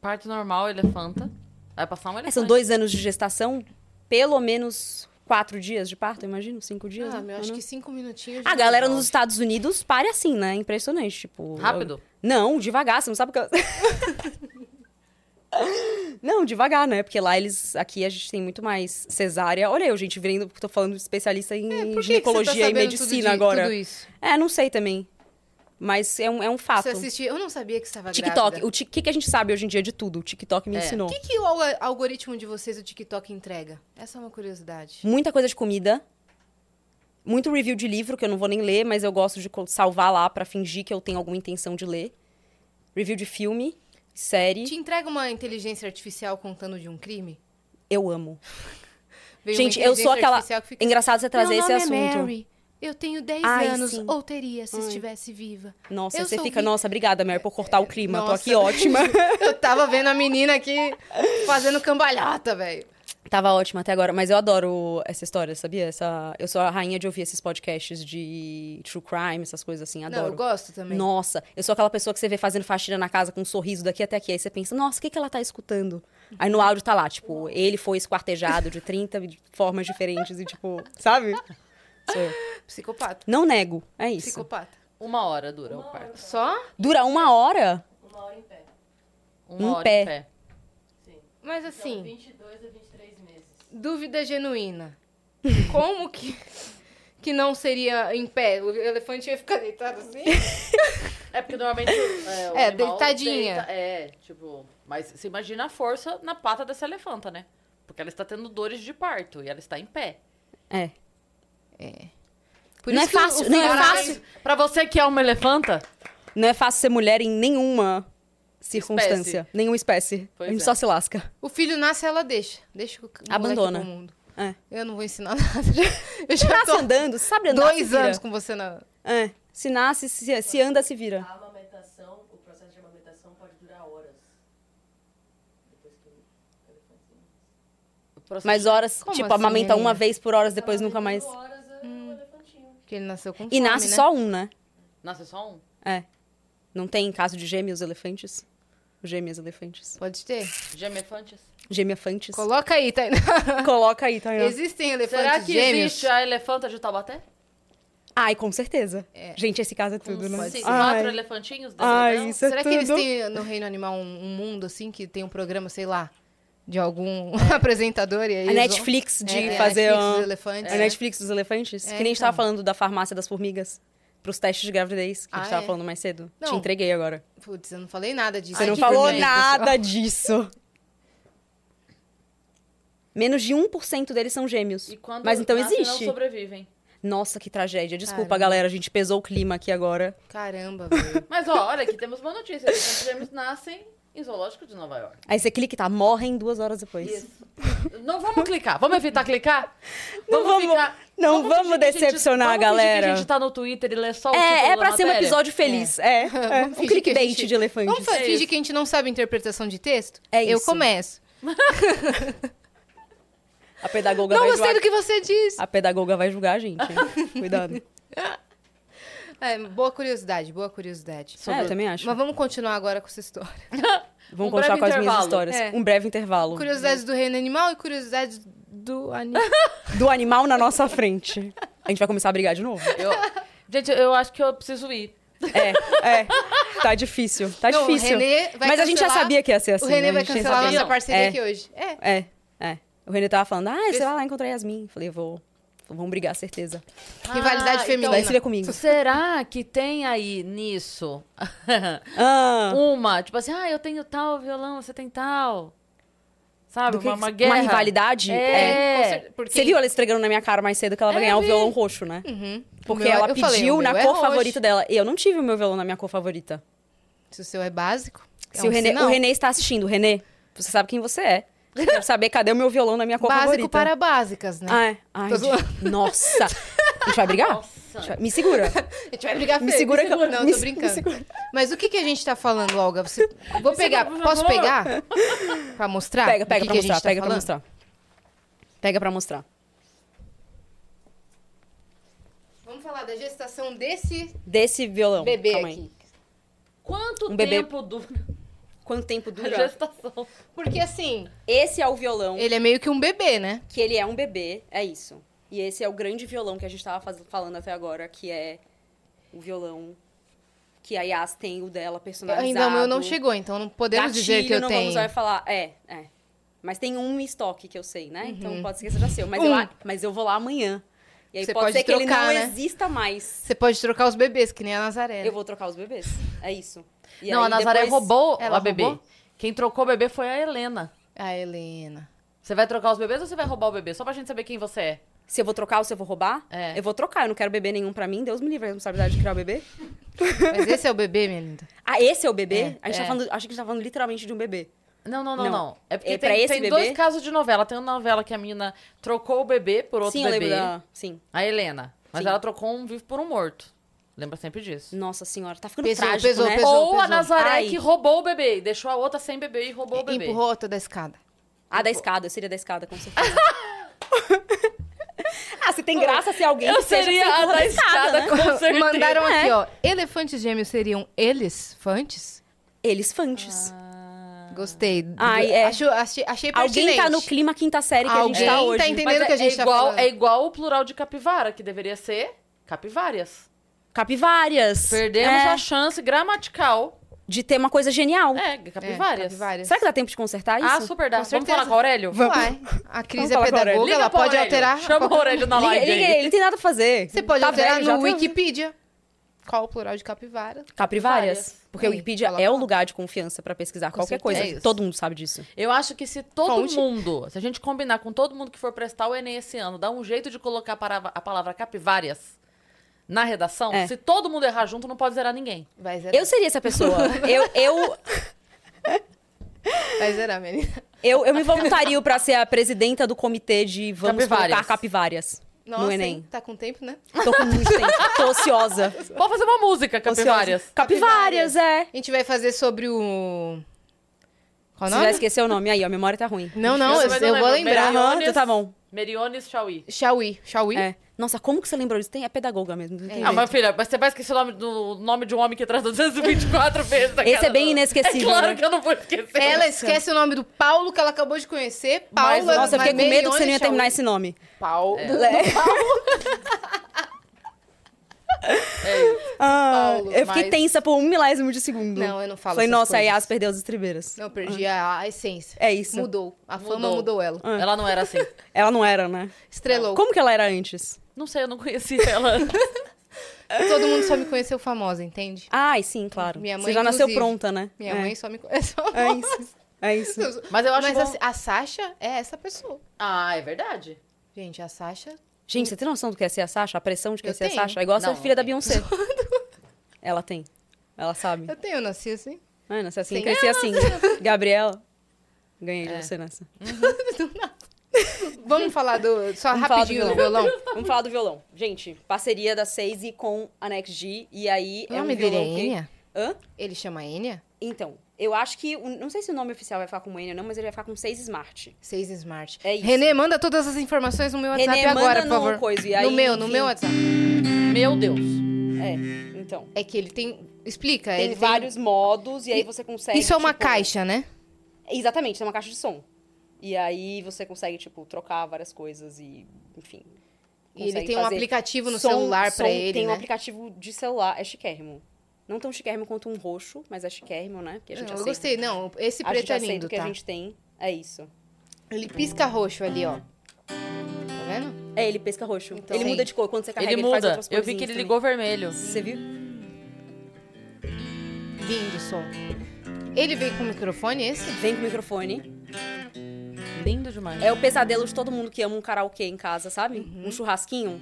Speaker 1: Parto normal, elefanta. Vai passar um
Speaker 3: É,
Speaker 1: elefante.
Speaker 3: são dois anos de gestação, pelo menos quatro dias de parto, eu imagino? Cinco dias?
Speaker 2: Ah,
Speaker 3: né?
Speaker 2: meu,
Speaker 3: Ou
Speaker 2: acho
Speaker 3: não?
Speaker 2: que cinco minutinhos. já
Speaker 3: A galera
Speaker 2: resolve.
Speaker 3: nos Estados Unidos pare assim, né? Impressionante, tipo...
Speaker 1: Rápido?
Speaker 3: Não, devagar, você não sabe o que... eu- não, devagar, né? Porque lá eles... Aqui a gente tem muito mais cesárea. Olha eu, gente, virando... Tô falando especialista em
Speaker 2: Por que que você tá
Speaker 3: ginecologia e
Speaker 2: sabendo
Speaker 3: medicina
Speaker 2: tudo de-
Speaker 3: agora.
Speaker 2: Tudo isso?
Speaker 3: É, não sei também. Mas é um, é um fato.
Speaker 2: Você assistia? Eu não sabia que você estava
Speaker 3: TikTok.
Speaker 2: grávida.
Speaker 3: O ti- que, que a gente sabe hoje em dia de tudo? O TikTok me ensinou.
Speaker 2: O que, que o alg- algoritmo de vocês, o TikTok, entrega? Essa é uma curiosidade.
Speaker 3: Muita coisa de comida. Muito review de livro, que eu não vou nem ler, mas eu gosto de co- salvar lá pra fingir que eu tenho alguma intenção de ler. Review de filme, série.
Speaker 2: Te entrega uma inteligência artificial contando de um crime?
Speaker 3: Eu amo.
Speaker 2: Veio uma
Speaker 3: Gente, eu sou
Speaker 2: inteligência
Speaker 3: aquela.
Speaker 2: artificial que fica
Speaker 3: É
Speaker 2: assim,
Speaker 3: Engraçado você trazer
Speaker 2: Meu
Speaker 3: esse
Speaker 2: nome
Speaker 3: assunto.
Speaker 2: É Mary. Eu tenho 10
Speaker 3: Ai,
Speaker 2: anos,
Speaker 3: sim.
Speaker 2: ou teria se estivesse viva.
Speaker 3: Nossa,
Speaker 2: Eu
Speaker 3: você
Speaker 2: sou
Speaker 3: fica,
Speaker 2: vi-
Speaker 3: nossa, obrigada, Mary, por cortar o clima. Tô
Speaker 2: nossa.
Speaker 3: aqui ótima.
Speaker 2: Eu tava vendo a menina aqui fazendo cambalhota, velho.
Speaker 3: Tava ótima até agora, mas eu adoro essa história, sabia? Essa... Eu sou a rainha de ouvir esses podcasts de true crime, essas coisas assim,
Speaker 2: Não, eu
Speaker 3: adoro.
Speaker 2: gosto também.
Speaker 3: nossa, eu sou aquela pessoa que você vê fazendo faxina na casa com um sorriso daqui até aqui. Aí você pensa, nossa, o que, que ela tá escutando? Aí no áudio tá lá, tipo, ele foi esquartejado de 30 formas diferentes e tipo, sabe? Sou eu.
Speaker 2: Psicopata.
Speaker 3: Não nego, é isso.
Speaker 2: Psicopata.
Speaker 1: Uma hora dura o parto.
Speaker 2: Só?
Speaker 3: Dura uma hora?
Speaker 1: Uma
Speaker 3: Em
Speaker 1: hora
Speaker 3: Um pé.
Speaker 1: em pé.
Speaker 2: Mas assim,
Speaker 4: 22 a 23 meses.
Speaker 2: dúvida genuína. Como que, que não seria em pé? O elefante ia ficar deitado assim?
Speaker 1: É porque normalmente. É, o
Speaker 2: É,
Speaker 1: animal
Speaker 2: deitadinha.
Speaker 1: deita- é, tipo. Mas você imagina a força na pata dessa elefanta, né? Porque ela está tendo dores de parto e ela está em pé.
Speaker 3: É.
Speaker 2: Por
Speaker 3: Não
Speaker 2: isso
Speaker 3: é
Speaker 2: que o- o
Speaker 3: fácil, não é
Speaker 2: filme-
Speaker 3: fácil.
Speaker 1: Pra você que é uma elefanta,
Speaker 3: Não é fácil ser mulher em nenhuma circunstância,
Speaker 1: Espécie.
Speaker 3: nenhuma espécie.
Speaker 1: Pois
Speaker 3: a gente
Speaker 1: é.
Speaker 3: só se lasca.
Speaker 2: O filho nasce, ela deixa. Deixa o moleque
Speaker 3: Abandona.
Speaker 2: pro mundo.
Speaker 3: É.
Speaker 2: Eu não vou ensinar nada. Eu já
Speaker 3: Nasce
Speaker 2: tô
Speaker 3: andando, sabe andar, se
Speaker 2: dois
Speaker 3: vira.
Speaker 2: anos com você na...
Speaker 3: É. Se nasce, se, se anda, se vira.
Speaker 4: A amamentação, o processo de amamentação pode durar horas. Depois que o elefante
Speaker 1: o processo-
Speaker 3: Mas horas,
Speaker 2: Como
Speaker 3: tipo,
Speaker 2: assim,
Speaker 3: amamenta
Speaker 2: menina?
Speaker 3: uma vez por horas, depois nunca mais.
Speaker 4: horas é
Speaker 3: Hum.
Speaker 4: o elefantinho.
Speaker 2: Porque ele nasceu com
Speaker 3: E
Speaker 2: fome,
Speaker 3: nasce
Speaker 2: né?
Speaker 3: só um, né?
Speaker 1: Nasce só um?
Speaker 3: É. Não tem caso de gêmeos elefantes? Gêmeas elefantes.
Speaker 2: Pode ter.
Speaker 1: Gemefantes?
Speaker 3: Gêmeafantes.
Speaker 2: Coloca aí, Tainá.
Speaker 3: Coloca aí, tá Tainá.
Speaker 2: Existem elefantes
Speaker 1: Será que
Speaker 2: gêmeos?
Speaker 1: existe a elefanta de Taubaté?
Speaker 3: Ai, com certeza.
Speaker 2: É.
Speaker 3: Gente, esse caso é tudo, né?
Speaker 1: Sim, quatro
Speaker 3: Ai,
Speaker 1: elefantinhos dentro
Speaker 3: ai,
Speaker 1: dela?
Speaker 3: isso é
Speaker 2: Será que
Speaker 3: tudo.
Speaker 2: eles têm no Reino Animal um, um mundo, assim, que tem um programa, sei lá, de algum apresentador e aí...
Speaker 3: A
Speaker 2: eles
Speaker 3: Netflix
Speaker 2: vão-
Speaker 3: de
Speaker 2: É,
Speaker 3: fazer
Speaker 2: a Netflix
Speaker 3: um-
Speaker 2: dos elefantes. né?
Speaker 3: A Netflix dos elefantes?
Speaker 2: É,
Speaker 3: que nem a gente
Speaker 2: então.
Speaker 3: tava falando da farmácia das formigas. Pros testes de gravidez, que a gente
Speaker 2: Ah,
Speaker 3: tava
Speaker 2: é?
Speaker 3: falando mais cedo. Te
Speaker 2: Não.
Speaker 3: entreguei agora.
Speaker 2: Putz, eu não falei nada disso.
Speaker 3: Você
Speaker 2: Ai,
Speaker 3: não
Speaker 2: que
Speaker 3: falou
Speaker 2: vergonha,
Speaker 3: nada
Speaker 2: pessoal.
Speaker 3: disso. Menos de 1% deles são gêmeos.
Speaker 1: E quando
Speaker 3: Mas então
Speaker 1: nascem,
Speaker 3: existe.
Speaker 1: não sobrevivem.
Speaker 3: Nossa, que tragédia. Desculpa,
Speaker 2: Caramba.
Speaker 3: galera, a gente pesou o clima aqui agora.
Speaker 2: Caramba, velho.
Speaker 1: Mas ó, olha aqui, temos uma notícia. Os gêmeos nascem em zoológico de Nova York.
Speaker 3: Aí você clica e tá, morrem duas horas depois.
Speaker 1: Não vamos clicar. Vamos evitar clicar?
Speaker 3: Não vamos- não vamos
Speaker 1: fingir que a gente-
Speaker 3: decepcionar a
Speaker 1: vamos fingir
Speaker 3: galera.
Speaker 1: que a gente tá no Twitter e lê só o título
Speaker 3: É, é
Speaker 1: da
Speaker 3: pra ser um
Speaker 1: matéria?
Speaker 3: episódio feliz. É, é.
Speaker 2: Vamos
Speaker 3: um
Speaker 2: fingir que a
Speaker 3: clickbait
Speaker 2: gente-
Speaker 3: de elefantes.
Speaker 2: Vamos fa-
Speaker 1: É
Speaker 2: fingir
Speaker 1: isso.
Speaker 2: que a gente não sabe interpretação de texto?
Speaker 3: É
Speaker 2: Eu
Speaker 3: isso.
Speaker 2: começo.
Speaker 3: A pedagoga
Speaker 2: Não
Speaker 3: vai
Speaker 2: gostei
Speaker 3: julgar.
Speaker 2: do que você disse.
Speaker 3: A pedagoga vai julgar a gente. hein? Cuidado.
Speaker 2: É, boa curiosidade, boa curiosidade.
Speaker 3: É, eu também acho.
Speaker 2: Mas vamos continuar agora com essa história.
Speaker 3: Vamos
Speaker 1: Um
Speaker 3: continuar
Speaker 1: breve
Speaker 3: com as
Speaker 1: intervalo.
Speaker 3: minhas histórias.
Speaker 2: É.
Speaker 3: Um breve intervalo.
Speaker 2: Curiosidades do reino animal e curiosidades do animal.
Speaker 3: Do animal na nossa frente. A gente vai começar a brigar de novo?
Speaker 1: Eu- Gente, eu acho que eu preciso ir.
Speaker 3: É, é. Tá difícil. Tá
Speaker 2: Não, o
Speaker 3: difícil.
Speaker 2: René vai
Speaker 3: Mas a gente já
Speaker 2: cancelar-
Speaker 3: sabia que ia ser assim.
Speaker 2: o Renê
Speaker 3: né?
Speaker 2: vai
Speaker 3: A gente já
Speaker 2: cancelar a
Speaker 1: sabia.
Speaker 2: nossa parceria
Speaker 3: É.
Speaker 2: aqui hoje. É.
Speaker 3: É, é. O Renê tava falando, ah, você
Speaker 2: Esse-
Speaker 3: vai lá encontrar a Yasmin. Falei, vou. Vamos brigar, certeza.
Speaker 2: Rivalidade
Speaker 1: Ah,
Speaker 2: feminina.
Speaker 3: Vai se ver comigo.
Speaker 1: Será que tem aí nisso
Speaker 2: Um
Speaker 3: Ah,
Speaker 1: uma, tipo assim, ah, eu tenho tal violão, você tem tal? Sabe?
Speaker 3: do que-
Speaker 1: Uma, uma guerra.
Speaker 3: rivalidade? É.
Speaker 1: É.
Speaker 2: Com cer- porque-
Speaker 3: Você viu ela esfregando na minha cara mais cedo que ela vai
Speaker 1: É,
Speaker 3: ganhar
Speaker 1: eu
Speaker 3: o
Speaker 1: vi.
Speaker 3: violão roxo, né?
Speaker 2: Uhum.
Speaker 3: Porque
Speaker 2: O meu-
Speaker 3: ela
Speaker 2: eu falei,
Speaker 3: pediu
Speaker 2: o
Speaker 3: na
Speaker 2: meu é
Speaker 3: cor
Speaker 2: roxo.
Speaker 3: favorita dela. E eu não tive o meu violão na minha cor favorita.
Speaker 2: Se o seu é básico. é
Speaker 3: Se o,
Speaker 2: um
Speaker 3: Renê,
Speaker 2: sinal.
Speaker 3: o Renê está assistindo, Renê, você sabe quem você é. Eu quero saber cadê o meu violão na minha cor
Speaker 2: básico
Speaker 3: favorita. Ah.
Speaker 2: para básicas, né?
Speaker 3: Ai, ai,
Speaker 2: Tô zoando.
Speaker 3: gente. nossa. A gente vai brigar? A gente vai- Me segura.
Speaker 2: A gente vai brigar
Speaker 3: Me
Speaker 2: feio.
Speaker 3: segura que eu-
Speaker 2: Não,
Speaker 3: me-
Speaker 2: tô
Speaker 3: me
Speaker 2: brincando. Tá,
Speaker 3: segura.
Speaker 2: Mas o que, que a gente tá falando, Olga? Você... Vou pegar.
Speaker 1: por
Speaker 2: Posso
Speaker 1: favor.
Speaker 2: pegar? Pra mostrar?
Speaker 3: Pega,
Speaker 2: do
Speaker 3: pega
Speaker 2: que
Speaker 3: pra
Speaker 2: que a
Speaker 3: mostrar,
Speaker 2: gente tá
Speaker 3: pega pra
Speaker 2: falando?
Speaker 3: mostrar. Pega pra mostrar.
Speaker 2: Vamos falar da gestação desse
Speaker 3: Desse violão.
Speaker 2: bebê
Speaker 3: Então, Calma aí.
Speaker 2: aqui.
Speaker 1: Quanto
Speaker 3: Um bebê-
Speaker 1: tempo dura
Speaker 3: Quanto tempo
Speaker 1: a
Speaker 3: dura?
Speaker 1: gestação?
Speaker 2: Porque assim,
Speaker 3: Esse é o violão,
Speaker 2: ele é meio que um bebê, né?
Speaker 3: que ele é um bebê, é isso. E esse é o grande violão que a gente tava faz- falando até agora, que é o violão que a Yas tem o dela personalizado.
Speaker 2: Ainda o meu não chegou, então não podemos dizer que
Speaker 3: Gatilho,
Speaker 2: eu
Speaker 3: não
Speaker 2: tenho.
Speaker 3: vamos vai falar. É, é. Mas tem um em estoque que eu sei, né? Então pode ser que seja seu. Mas,
Speaker 2: Um.
Speaker 3: eu, a- mas eu vou lá amanhã. E aí
Speaker 2: Você
Speaker 3: pode,
Speaker 2: pode
Speaker 3: ser que ele
Speaker 2: trocar,
Speaker 3: não
Speaker 2: né?
Speaker 3: exista mais.
Speaker 2: Você pode trocar os bebês, que nem a Nazaré. né?
Speaker 3: Eu vou trocar os bebês. É isso. E
Speaker 1: não,
Speaker 3: aí
Speaker 1: a Nazaré
Speaker 3: depois-
Speaker 1: roubou
Speaker 2: Ela
Speaker 1: a bebê.
Speaker 2: roubou?
Speaker 1: Quem trocou o bebê foi a Helena.
Speaker 2: A Ah, Helena.
Speaker 1: Você vai trocar os bebês ou você vai roubar o bebê? Só pra gente saber quem você é.
Speaker 3: Se eu vou trocar ou se eu vou roubar?
Speaker 1: É.
Speaker 3: Eu vou trocar. Eu não quero bebê nenhum pra mim. Deus me livre a responsabilidade de criar o bebê.
Speaker 2: Mas esse é o bebê, minha linda.
Speaker 3: Ah, esse é o bebê?
Speaker 2: É,
Speaker 3: a gente tá
Speaker 1: é.
Speaker 3: falando, acho que a gente tá falando literalmente de um bebê.
Speaker 1: Não, não, não,
Speaker 3: Não.
Speaker 1: não. É porque
Speaker 3: É pra
Speaker 1: tem,
Speaker 3: esse
Speaker 1: tem
Speaker 3: bebê?
Speaker 1: dois casos de novela. Tem uma novela que a menina trocou o bebê por outro
Speaker 3: Sim, eu
Speaker 1: bebê.
Speaker 3: lembro da... Sim.
Speaker 1: A Helena. Mas
Speaker 3: Sim.
Speaker 1: ela trocou um vivo por um morto. Lembra sempre disso.
Speaker 3: Nossa senhora, tá ficando
Speaker 2: Pesou,
Speaker 3: trágico,
Speaker 2: pesou,
Speaker 3: né?
Speaker 2: pesou.
Speaker 1: Ou a Nazaré
Speaker 3: Ai.
Speaker 1: que roubou o bebê. e Deixou a outra sem bebê e roubou o bebê.
Speaker 2: Empurrou outra da escada.
Speaker 3: Ah, da escada. Eu seria da escada, com certeza. ah, se tem graça se alguém
Speaker 1: Eu
Speaker 3: que seja
Speaker 1: seria
Speaker 3: sem
Speaker 1: a
Speaker 3: porra
Speaker 1: da escada,
Speaker 3: né?
Speaker 1: com certeza.
Speaker 2: Mandaram aqui,
Speaker 3: É.
Speaker 2: ó. Elefantes gêmeos seriam eles fantes?
Speaker 3: Eles fantes.
Speaker 2: Gostei.
Speaker 3: Ah. Ai, é.
Speaker 2: Acho, achei, achei
Speaker 3: alguém tá
Speaker 2: pertinente.
Speaker 3: no clima quinta série que a gente
Speaker 2: Alguém
Speaker 3: tá
Speaker 2: tá
Speaker 3: hoje.
Speaker 2: entendendo
Speaker 1: Mas
Speaker 2: o que
Speaker 1: é,
Speaker 2: a
Speaker 1: é
Speaker 2: gente tá
Speaker 1: igual,
Speaker 2: falando.
Speaker 1: é igual o plural de capivara, que deveria ser capivárias.
Speaker 3: Capivárias.
Speaker 1: Perdemos
Speaker 3: É,
Speaker 1: a chance gramatical.
Speaker 3: De ter uma coisa genial.
Speaker 1: É,
Speaker 2: tá
Speaker 1: capivárias.
Speaker 2: capivárias.
Speaker 3: Tá Será que dá tempo de consertar isso?
Speaker 1: Ah, super dá.
Speaker 2: Com
Speaker 1: Vamos
Speaker 2: certeza.
Speaker 1: falar com o Aurélio?
Speaker 2: Uai, a
Speaker 3: Vamos
Speaker 2: Cris é
Speaker 3: falar com a Aurélia.
Speaker 2: pedagoga,
Speaker 1: Liga
Speaker 2: ela
Speaker 1: pro
Speaker 2: pode
Speaker 1: Aurélio.
Speaker 2: alterar.
Speaker 1: Chama o Aurélio na
Speaker 3: Liga,
Speaker 1: live.
Speaker 3: liga
Speaker 1: aí.
Speaker 3: ele, não tem nada pra fazer.
Speaker 2: Você pode
Speaker 3: Tá
Speaker 2: alterar
Speaker 3: velho já,
Speaker 2: no
Speaker 3: tá-
Speaker 2: Wikipedia. Qual o plural de capivara?
Speaker 3: Capivárias. Porque o
Speaker 2: Aí,
Speaker 3: Wikipedia
Speaker 2: coloca
Speaker 3: é o
Speaker 2: lá.
Speaker 3: lugar de confiança pra pesquisar
Speaker 2: Com
Speaker 3: qualquer
Speaker 2: certeza.
Speaker 3: coisa.
Speaker 2: É isso.
Speaker 3: Todo mundo sabe disso.
Speaker 1: Eu acho que se todo
Speaker 2: Fonte.
Speaker 1: mundo, se a gente combinar com todo mundo que for prestar o Enem esse ano, dar um jeito de colocar a parava- a palavra capivárias na redação,
Speaker 3: É.
Speaker 1: se todo mundo errar junto, não pode zerar ninguém.
Speaker 2: Vai zerar.
Speaker 3: Eu seria essa pessoa. eu, eu,
Speaker 2: Vai zerar, menina.
Speaker 3: eu, eu me voluntario pra ser a presidenta do comitê de Vamos
Speaker 1: Capivárias.
Speaker 3: colocar capivárias
Speaker 2: Nossa,
Speaker 3: no
Speaker 2: hein?
Speaker 3: Enem.
Speaker 2: tá com tempo, né?
Speaker 3: Tô com muito tempo. Tô ociosa.
Speaker 1: Pode fazer uma música,
Speaker 3: Ociosa.
Speaker 1: capivárias.
Speaker 3: Capivárias, é.
Speaker 2: A gente vai fazer sobre o... Qual o
Speaker 3: Você já
Speaker 2: nome?
Speaker 3: esqueceu o nome aí, ó. A memória tá ruim.
Speaker 2: Não, não, eu,
Speaker 1: também não
Speaker 2: eu vou
Speaker 1: lembro.
Speaker 2: lembrar.
Speaker 3: Aham,
Speaker 1: um Meriones-
Speaker 3: tá bom.
Speaker 1: Meriones Chauí.
Speaker 2: Shawi. Shawi?
Speaker 3: É. Nossa, como que você lembrou disso? Tem, é pedagoga mesmo. não tem
Speaker 1: Ah,
Speaker 3: jeito.
Speaker 1: mas filha, mas você vai esquecer o nome, do, nome de um homem que traz 224 vezes. na
Speaker 3: Esse
Speaker 1: cara
Speaker 3: é bem
Speaker 1: do-
Speaker 3: inesquecível,
Speaker 1: É claro
Speaker 3: né? é-
Speaker 1: que eu não vou esquecer.
Speaker 2: Ela esquece o nome do Paulo que ela acabou de conhecer. Paula
Speaker 1: Mas,
Speaker 3: Nossa, eu fiquei com medo que você não ia
Speaker 2: Marione
Speaker 3: terminar
Speaker 2: Shawi.
Speaker 3: esse nome.
Speaker 2: Paulo.
Speaker 1: É isso.
Speaker 3: Ah,
Speaker 2: Paulo,
Speaker 3: eu fiquei
Speaker 2: mas-
Speaker 3: tensa por um milésimo de segundo.
Speaker 2: Não, eu não falo
Speaker 3: Falei,
Speaker 2: essas
Speaker 3: nossa, é a
Speaker 2: coisas.
Speaker 3: Yas perdeu as estribeiras.
Speaker 2: Não, eu perdi a, a essência.
Speaker 3: É isso.
Speaker 2: Mudou. A fama
Speaker 1: Mudou.
Speaker 2: mudou ela.
Speaker 1: Ela não era assim.
Speaker 3: Ela não era, né?
Speaker 2: Estrelou.
Speaker 3: Como que ela era antes?
Speaker 1: Não sei, eu não conhecia ela.
Speaker 2: Todo mundo só me conheceu famosa, entende?
Speaker 3: Ai, sim, claro.
Speaker 2: Minha mãe,
Speaker 3: Você já nasceu
Speaker 2: inclusive.
Speaker 3: pronta, né?
Speaker 2: Minha
Speaker 3: É.
Speaker 2: mãe só me conhece famosa.
Speaker 3: É isso. É isso.
Speaker 1: Mas eu acho
Speaker 2: Mas
Speaker 1: bom-
Speaker 2: assim, a, Sasha é essa pessoa.
Speaker 1: Ah, é verdade.
Speaker 2: Gente, a Sasha.
Speaker 3: Gente, você tem noção do que é ser a Sasha? A pressão de que
Speaker 2: Eu
Speaker 3: é ser a
Speaker 2: tenho.
Speaker 3: Sasha? É igual
Speaker 1: Não,
Speaker 3: ser filha
Speaker 1: não
Speaker 3: da Beyoncé. Ela tem. Ela sabe.
Speaker 2: Eu tenho, eu nasci assim.
Speaker 3: Ai, nasci assim,
Speaker 2: Sim.
Speaker 3: cresci assim. Gabriela, ganhei de
Speaker 1: É.
Speaker 3: você nessa.
Speaker 2: Vamos falar do. Só
Speaker 3: Vamos falar do
Speaker 2: rapidinho do violão.
Speaker 3: Vamos falar do violão. Gente, parceria da Seize com a Nex G. E aí
Speaker 2: O
Speaker 3: é um
Speaker 2: nome dele é
Speaker 3: violão que-
Speaker 2: Enya?
Speaker 3: Hã?
Speaker 2: Ele chama Enya?
Speaker 3: Então, eu acho que... o- Não sei se o nome oficial vai ficar com N ou não, mas ele vai ficar com Seis Smart.
Speaker 2: 6 Smart.
Speaker 3: É isso.
Speaker 2: Renê, manda todas as informações no meu
Speaker 3: Renê,
Speaker 2: WhatsApp agora,
Speaker 3: manda
Speaker 2: por
Speaker 3: no
Speaker 2: favor.
Speaker 3: coisa, e aí,
Speaker 2: no meu, no
Speaker 3: enfim.
Speaker 2: meu é- WhatsApp.
Speaker 1: Meu Deus.
Speaker 3: É, então.
Speaker 2: É que ele tem. Explica,
Speaker 3: Tem
Speaker 2: É, ele
Speaker 3: vários modos e aí você consegue...
Speaker 2: tem. Isso é uma
Speaker 3: tipo,
Speaker 2: caixa, né?
Speaker 3: Exatamente, é uma caixa de som. E aí você consegue, tipo, trocar várias coisas e, enfim.
Speaker 2: E ele
Speaker 3: consegue
Speaker 2: tem um
Speaker 3: fazer
Speaker 2: aplicativo no
Speaker 3: som-
Speaker 2: celular
Speaker 3: som-
Speaker 2: pra ele.
Speaker 3: Tem um
Speaker 2: né?
Speaker 3: aplicativo de celular, é chiquérrimo. Não tão chiquérrimo quanto um roxo, mas é chiquérrimo, né? Que a gente
Speaker 2: Não, eu
Speaker 3: aceita.
Speaker 2: gostei, não. Esse
Speaker 3: a
Speaker 2: preto
Speaker 3: gente
Speaker 2: é
Speaker 3: aceita
Speaker 2: lindo,
Speaker 3: o que
Speaker 2: tá?
Speaker 3: a gente tá tem. É isso.
Speaker 2: Ele pisca roxo ali, ó. Tá vendo?
Speaker 3: É, ele pesca roxo.
Speaker 2: Então,
Speaker 3: ele
Speaker 2: sim.
Speaker 3: muda de cor. Quando você carrega,
Speaker 1: Ele
Speaker 3: ele, faz
Speaker 1: muda.
Speaker 3: outras
Speaker 1: Eu vi que
Speaker 3: coisinhas
Speaker 1: ele
Speaker 3: também.
Speaker 1: ligou vermelho.
Speaker 3: Você viu?
Speaker 2: Lindo o som. Ele veio com o microfone esse?
Speaker 3: Vem com o microfone.
Speaker 1: Lindo demais.
Speaker 3: É o pesadelo de todo mundo que ama um karaokê em casa, sabe?
Speaker 2: Uhum.
Speaker 3: Um churrasquinho.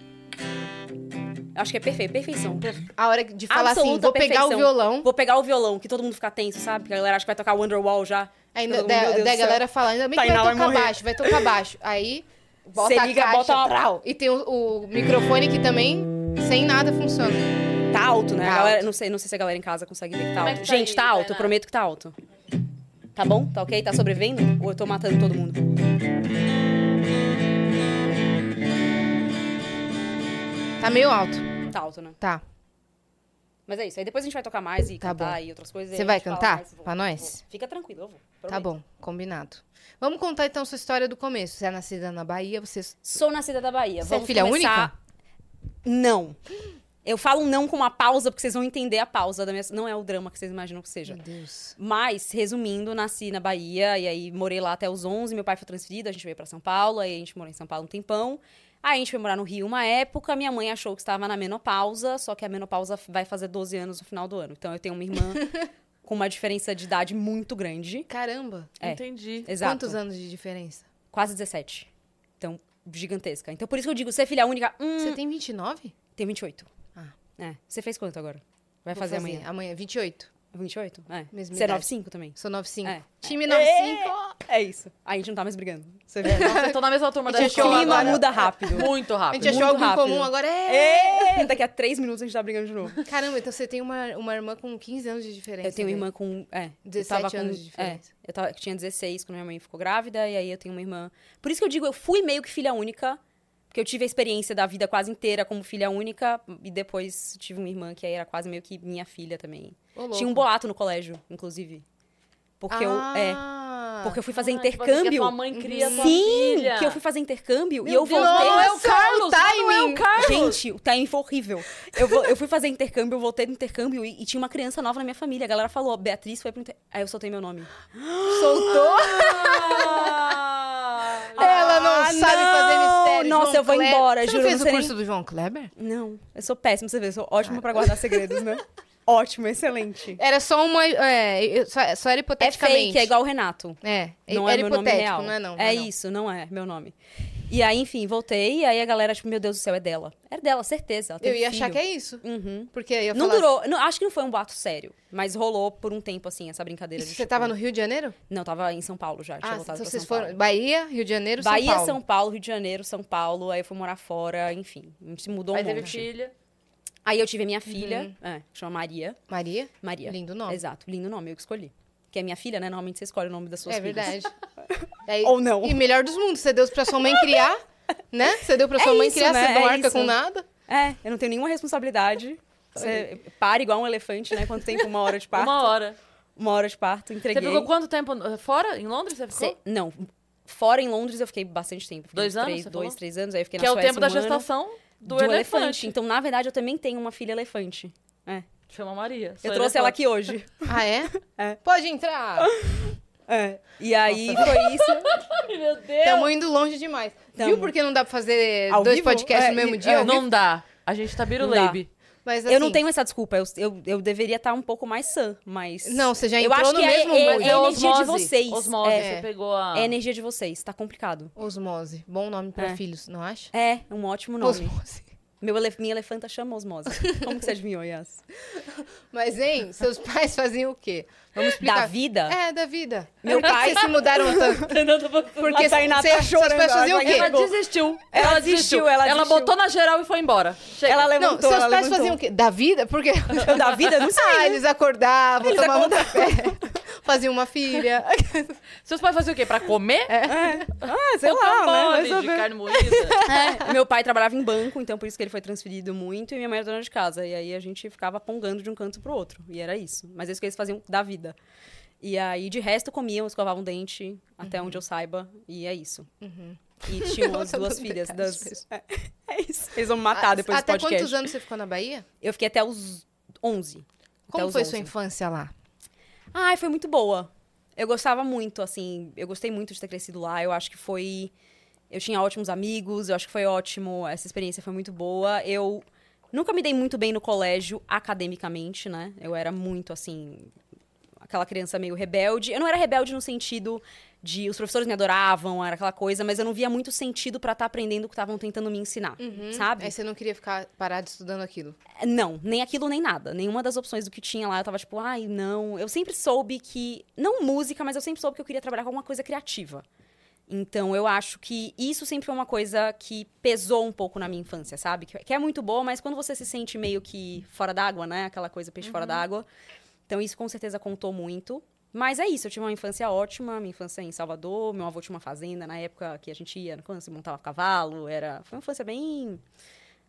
Speaker 3: Acho que é perfeito, perfeição.
Speaker 2: A hora de falar assim,
Speaker 3: Absoluta
Speaker 2: vou pegar o
Speaker 3: perfeição.
Speaker 2: violão.
Speaker 3: Vou pegar o violão, que todo mundo fica tenso, sabe? Porque a galera acha que vai tocar Wonderwall já.
Speaker 2: Ainda
Speaker 3: Todo mundo, meu
Speaker 2: da,
Speaker 3: Deus
Speaker 2: da
Speaker 3: do céu.
Speaker 2: galera fala, ainda bem que
Speaker 3: Tainá
Speaker 2: vai
Speaker 3: vai
Speaker 2: tocar
Speaker 3: morrer.
Speaker 2: baixo, vai tocar baixo. Aí bota
Speaker 3: Cê
Speaker 2: a
Speaker 3: liga,
Speaker 2: caixa,
Speaker 3: bota uma-
Speaker 2: trau. E tem o, o microfone que também sem nada funciona.
Speaker 3: Tá alto, né?
Speaker 2: Tá
Speaker 3: A galera-
Speaker 2: alto.
Speaker 3: não, sei, não sei se a galera em casa consegue ver que tá
Speaker 1: Como é
Speaker 3: alto.
Speaker 1: que tá
Speaker 3: Gente,
Speaker 1: aí,
Speaker 3: tá alto,
Speaker 1: Tainá?
Speaker 3: prometo que tá alto. Tá bom? Tá ok? Tá sobrevivendo? Ou eu tô matando todo mundo?
Speaker 2: Tá meio alto.
Speaker 3: Tá alto, né?
Speaker 2: Tá.
Speaker 3: Mas é isso. Aí depois a gente vai tocar mais e
Speaker 2: Tá
Speaker 3: cantar
Speaker 2: bom.
Speaker 3: e outras coisas. e
Speaker 2: Você
Speaker 3: a
Speaker 2: vai
Speaker 3: gente fala
Speaker 2: cantar
Speaker 3: mais, vou,
Speaker 2: pra nós?
Speaker 3: vou. Fica tranquilo, eu vou.
Speaker 2: Tá
Speaker 3: prometo.
Speaker 2: bom, combinado. Vamos contar então sua história do começo. Você é nascida na Bahia, você.
Speaker 3: Sou nascida da Bahia.
Speaker 2: Você
Speaker 3: Vamos
Speaker 2: é filha
Speaker 3: começar- Não. Eu falo não com uma pausa, porque vocês vão entender a pausa da minha. Não é o drama que vocês imaginam que seja.
Speaker 2: Meu Deus.
Speaker 3: Mas, resumindo, nasci na Bahia e aí morei lá até os 11. Meu pai foi transferido, a gente veio pra São Paulo, aí a gente morou em São Paulo um tempão. Aí a gente foi morar no Rio uma época. Minha mãe achou que estava na menopausa, só que a menopausa vai fazer 12 anos no final do ano. Então eu tenho uma irmã com uma diferença de idade muito grande.
Speaker 2: Caramba.
Speaker 3: É.
Speaker 1: Entendi.
Speaker 3: Exato.
Speaker 2: Quantos anos de diferença?
Speaker 3: Quase 17. Então, gigantesca. Então por isso que eu digo, ser filha única, hum,
Speaker 2: Você tem 29?
Speaker 3: tem 28.
Speaker 2: Ah.
Speaker 3: É. Você fez quanto agora? Vai
Speaker 2: Vou
Speaker 3: fazer, amanhã.
Speaker 2: Amanhã, 28.
Speaker 3: 28? É.
Speaker 2: Mesma
Speaker 3: Você é
Speaker 2: idade.
Speaker 3: 95 também?
Speaker 2: Sou 95.
Speaker 3: É.
Speaker 2: Time 95.
Speaker 3: É isso. A gente não tá mais brigando. Você vê.
Speaker 1: Nossa, eu tô na mesma turma
Speaker 2: A
Speaker 1: da
Speaker 2: gente achou
Speaker 1: escola
Speaker 2: clima
Speaker 1: agora.
Speaker 3: muda rápido.
Speaker 1: Muito
Speaker 2: A
Speaker 1: rápido.
Speaker 2: gente achou
Speaker 3: Muito
Speaker 2: algo em
Speaker 3: rápido.
Speaker 2: comum agora. É.
Speaker 3: Ê, Daqui a três minutos a gente tá brigando de novo.
Speaker 2: Caramba, então você tem uma, uma irmã com 15 anos de diferença.
Speaker 3: Eu tenho uma
Speaker 2: né?
Speaker 3: irmã com. É, eu
Speaker 2: 17
Speaker 3: tava com-
Speaker 2: anos de diferença.
Speaker 3: É, eu, tava, eu tinha 16 quando minha mãe ficou grávida, e aí eu tenho uma irmã. Por isso que eu digo, eu fui meio que filha única, porque eu tive a experiência da vida quase inteira como filha única, e depois tive uma irmã que aí era quase meio que minha filha também.
Speaker 2: Ô, louco.
Speaker 3: Tinha um boato no colégio, inclusive. Porque eu. É,
Speaker 2: Ah.
Speaker 3: porque eu fui fazer
Speaker 1: Ah, tipo assim, que a
Speaker 3: intercâmbio. Uhum.
Speaker 1: tua mãe cria a tua
Speaker 3: Sim,
Speaker 1: filha.
Speaker 3: que eu fui fazer intercâmbio e
Speaker 1: Meu
Speaker 3: eu
Speaker 1: Deus,
Speaker 3: voltei.
Speaker 1: não é o
Speaker 2: Nossa,
Speaker 1: Carlos,
Speaker 2: o
Speaker 1: não é o
Speaker 2: timing.
Speaker 1: Carlos.
Speaker 3: Gente, o timing foi horrível. Eu, vou- eu fui fazer intercâmbio, eu voltei do intercâmbio e, e tinha uma criança nova na minha família. A galera falou, Beatriz foi pro intercâmbio. Aí eu soltei meu nome.
Speaker 2: Soltou? Ela não
Speaker 3: Ah,
Speaker 2: sabe
Speaker 3: não!
Speaker 2: fazer mistério.
Speaker 3: Nossa,
Speaker 2: João
Speaker 3: eu vou
Speaker 2: Kleber.
Speaker 3: embora,
Speaker 2: você
Speaker 3: juro,
Speaker 2: Você fez
Speaker 3: não
Speaker 2: o
Speaker 3: sei nem-
Speaker 2: curso do João Kleber?
Speaker 3: Não, eu sou péssima, você vê, eu sou ótima pra guardar segredos, né? Ótimo, excelente.
Speaker 2: Era só uma. É, eu- só, só era
Speaker 3: É
Speaker 2: hipoteticamente.
Speaker 3: fake, é igual o Renato.
Speaker 2: É,
Speaker 3: Não
Speaker 2: era
Speaker 3: é
Speaker 2: hipotético,
Speaker 3: meu nome real.
Speaker 2: não é não. não
Speaker 3: é
Speaker 2: não.
Speaker 3: isso, não é meu nome. E aí, enfim, voltei, e aí a galera, tipo, meu Deus do céu, é dela. Era dela, certeza.
Speaker 2: Eu ia achar que é isso.
Speaker 3: Uhum.
Speaker 2: Porque eu ia
Speaker 3: Não
Speaker 2: falar
Speaker 3: durou, não, acho que não foi um boato sério, mas rolou por um tempo, assim, essa brincadeira.
Speaker 2: Isso,
Speaker 3: de,
Speaker 2: você
Speaker 3: tipo,
Speaker 2: tava no Rio de Janeiro?
Speaker 3: Não, tava em São Paulo já, tinha
Speaker 2: Ah, então
Speaker 3: voltado pra
Speaker 2: vocês
Speaker 3: São
Speaker 2: foram
Speaker 3: Paulo.
Speaker 2: Bahia, Rio de Janeiro, São
Speaker 3: Bahia,
Speaker 2: Paulo.
Speaker 3: São Paulo, Rio de Janeiro, São Paulo, aí eu fui morar fora, enfim, a gente se mudou
Speaker 1: Aí
Speaker 3: um
Speaker 1: teve
Speaker 3: monte.
Speaker 1: filha.
Speaker 3: Aí eu tive a minha filha, é, que chama Maria.
Speaker 2: Maria?
Speaker 3: Maria.
Speaker 2: Uhum. Lindo nome.
Speaker 3: Exato, lindo nome, eu que escolhi. Que é minha filha, né? Normalmente você escolhe o nome das suas
Speaker 2: é
Speaker 3: filhas.
Speaker 2: verdade. Aí-
Speaker 3: Ou não.
Speaker 2: E melhor dos mundos, você deu pra sua mãe criar, né? Você deu pra sua
Speaker 3: É
Speaker 2: mãe
Speaker 3: isso,
Speaker 2: criar,
Speaker 3: né?
Speaker 2: você não
Speaker 3: É
Speaker 2: arca
Speaker 3: isso.
Speaker 2: com nada.
Speaker 3: É, eu não tenho nenhuma responsabilidade. Você para igual um elefante, né? Quanto tempo? Uma hora de parto.
Speaker 1: Uma hora.
Speaker 3: Uma hora de parto,
Speaker 1: Você
Speaker 3: entreguei.
Speaker 1: ficou quanto tempo eh, fora? Em Londres você ficou?
Speaker 3: Cê- Não, fora em Londres eu fiquei bastante tempo. Fiquei
Speaker 1: Dois
Speaker 3: uns
Speaker 1: anos,
Speaker 3: Três,
Speaker 1: você
Speaker 3: dois,
Speaker 1: falou?
Speaker 3: três anos. Aí eu fiquei
Speaker 1: Que é
Speaker 3: na
Speaker 1: o
Speaker 3: Suécia
Speaker 1: tempo da
Speaker 3: um ano,
Speaker 1: gestação do,
Speaker 3: de um
Speaker 1: elefante.
Speaker 3: Então, na verdade, eu também tenho uma filha elefante. É.
Speaker 1: Chama Maria. sou
Speaker 3: Eu trouxe ela
Speaker 1: elefante.
Speaker 3: aqui hoje.
Speaker 2: Ah, é?
Speaker 3: É.
Speaker 2: Pode entrar.
Speaker 3: É. E aí foi isso.
Speaker 1: Ai, meu Deus.
Speaker 2: Tamo indo longe demais. Viu
Speaker 3: Tamo.
Speaker 2: por que não dá pra fazer
Speaker 3: Ao
Speaker 2: dois
Speaker 3: vivo?
Speaker 2: podcasts
Speaker 3: É,
Speaker 2: no mesmo
Speaker 3: e-
Speaker 2: dia?
Speaker 3: é,
Speaker 2: Ao vivo?
Speaker 1: Não dá. A gente tá
Speaker 3: Não dá. É
Speaker 1: biruleibe.
Speaker 2: Mas
Speaker 3: Eu não
Speaker 2: assim,
Speaker 3: tenho essa desculpa. Eu, eu, eu deveria estar um pouco mais sã, mas.
Speaker 2: Não, você já
Speaker 3: eu
Speaker 2: entrou
Speaker 3: acho
Speaker 2: no
Speaker 3: que
Speaker 2: mesmo
Speaker 3: é, é,
Speaker 2: molde.
Speaker 3: é a
Speaker 1: osmose.
Speaker 3: energia de vocês.
Speaker 1: Osmose,
Speaker 3: É,
Speaker 1: você pegou a...
Speaker 3: é a energia de vocês. Tá complicado.
Speaker 2: Osmose. Bom nome pra
Speaker 3: É.
Speaker 2: filhos, não acha?
Speaker 3: É, um ótimo nome.
Speaker 2: Osmose.
Speaker 3: Meu elef... Minha elefanta chama osmose. Como que você adivinhou, Yas?
Speaker 2: Mas, hein, seus pais faziam o quê? Vamos explicar.
Speaker 3: Da vida?
Speaker 2: É, da vida.
Speaker 3: Meu
Speaker 2: Por que
Speaker 3: pai-
Speaker 2: Vocês se mudaram tanto. Porque
Speaker 3: A Tainá tá
Speaker 2: cê- cês
Speaker 3: chorando,
Speaker 2: pais faziam
Speaker 3: ela
Speaker 2: o quê?
Speaker 1: Ela
Speaker 3: pegou.
Speaker 1: desistiu.
Speaker 3: Ela desistiu, ela desistiu.
Speaker 1: botou na geral e foi embora. Chega.
Speaker 3: Ela
Speaker 2: Não,
Speaker 3: levantou,
Speaker 2: seus
Speaker 3: ela
Speaker 2: pais
Speaker 3: levantou.
Speaker 2: faziam o quê? Da vida? Porque.
Speaker 3: Eu da vida? Não sei.
Speaker 2: ah, eles acordavam,
Speaker 3: Eles
Speaker 2: tomavam café, faziam uma filha.
Speaker 1: Seus pais faziam o quê? Pra comer? É,
Speaker 3: Ah, sei lá, né? Vai
Speaker 1: de
Speaker 3: saber.
Speaker 1: carne moída.
Speaker 3: É, meu pai trabalhava em banco, então por isso que ele foi transferido muito, e minha mãe era dona de casa. E aí a gente ficava pongando de um canto pro outro. E era isso. Mas é isso que eles faziam da vida. E aí, de resto, comiam, escovavam dente, até onde eu saiba, e é isso. E tinham
Speaker 2: Uhum.
Speaker 3: as
Speaker 2: Nossa,
Speaker 3: duas
Speaker 2: mano,
Speaker 3: filhas
Speaker 2: detalhes
Speaker 3: das. É, é isso. Eles vão me matar depois
Speaker 2: Até
Speaker 3: do podcast.
Speaker 2: quantos anos você ficou na Bahia?
Speaker 3: Eu fiquei até os 11.
Speaker 2: Como
Speaker 3: até os
Speaker 2: foi
Speaker 3: 11.
Speaker 2: sua infância lá?
Speaker 3: Ai, foi muito boa. Eu gostava muito, assim, eu gostei muito de ter crescido lá. Eu acho que foi. Eu tinha ótimos amigos, eu acho que foi ótimo. Essa experiência foi muito boa. Eu nunca me dei muito bem no colégio academicamente, né? Eu era muito, assim, aquela criança meio rebelde. Eu não era rebelde no sentido de os professores me adoravam, era aquela coisa, mas eu não via muito sentido pra estar aprendendo o que estavam tentando me ensinar, sabe?
Speaker 2: Aí É, você não queria ficar parado estudando aquilo.
Speaker 3: Não, nem aquilo nem nada. Nenhuma das opções do que tinha lá, eu tava tipo, ai, não. Eu sempre soube que. Não música, mas eu sempre soube que eu queria trabalhar com alguma coisa criativa. Então eu acho que isso sempre foi uma coisa que pesou um pouco na minha infância, sabe? Que que é muito boa, mas quando você se sente meio que fora d'água, né? Aquela coisa peixe fora d'água. Então isso com certeza contou muito. Mas é isso, eu tive uma infância ótima, minha infância em Salvador, meu avô tinha uma fazenda na época que a gente ia, quando se montava a cavalo, era, foi uma infância bem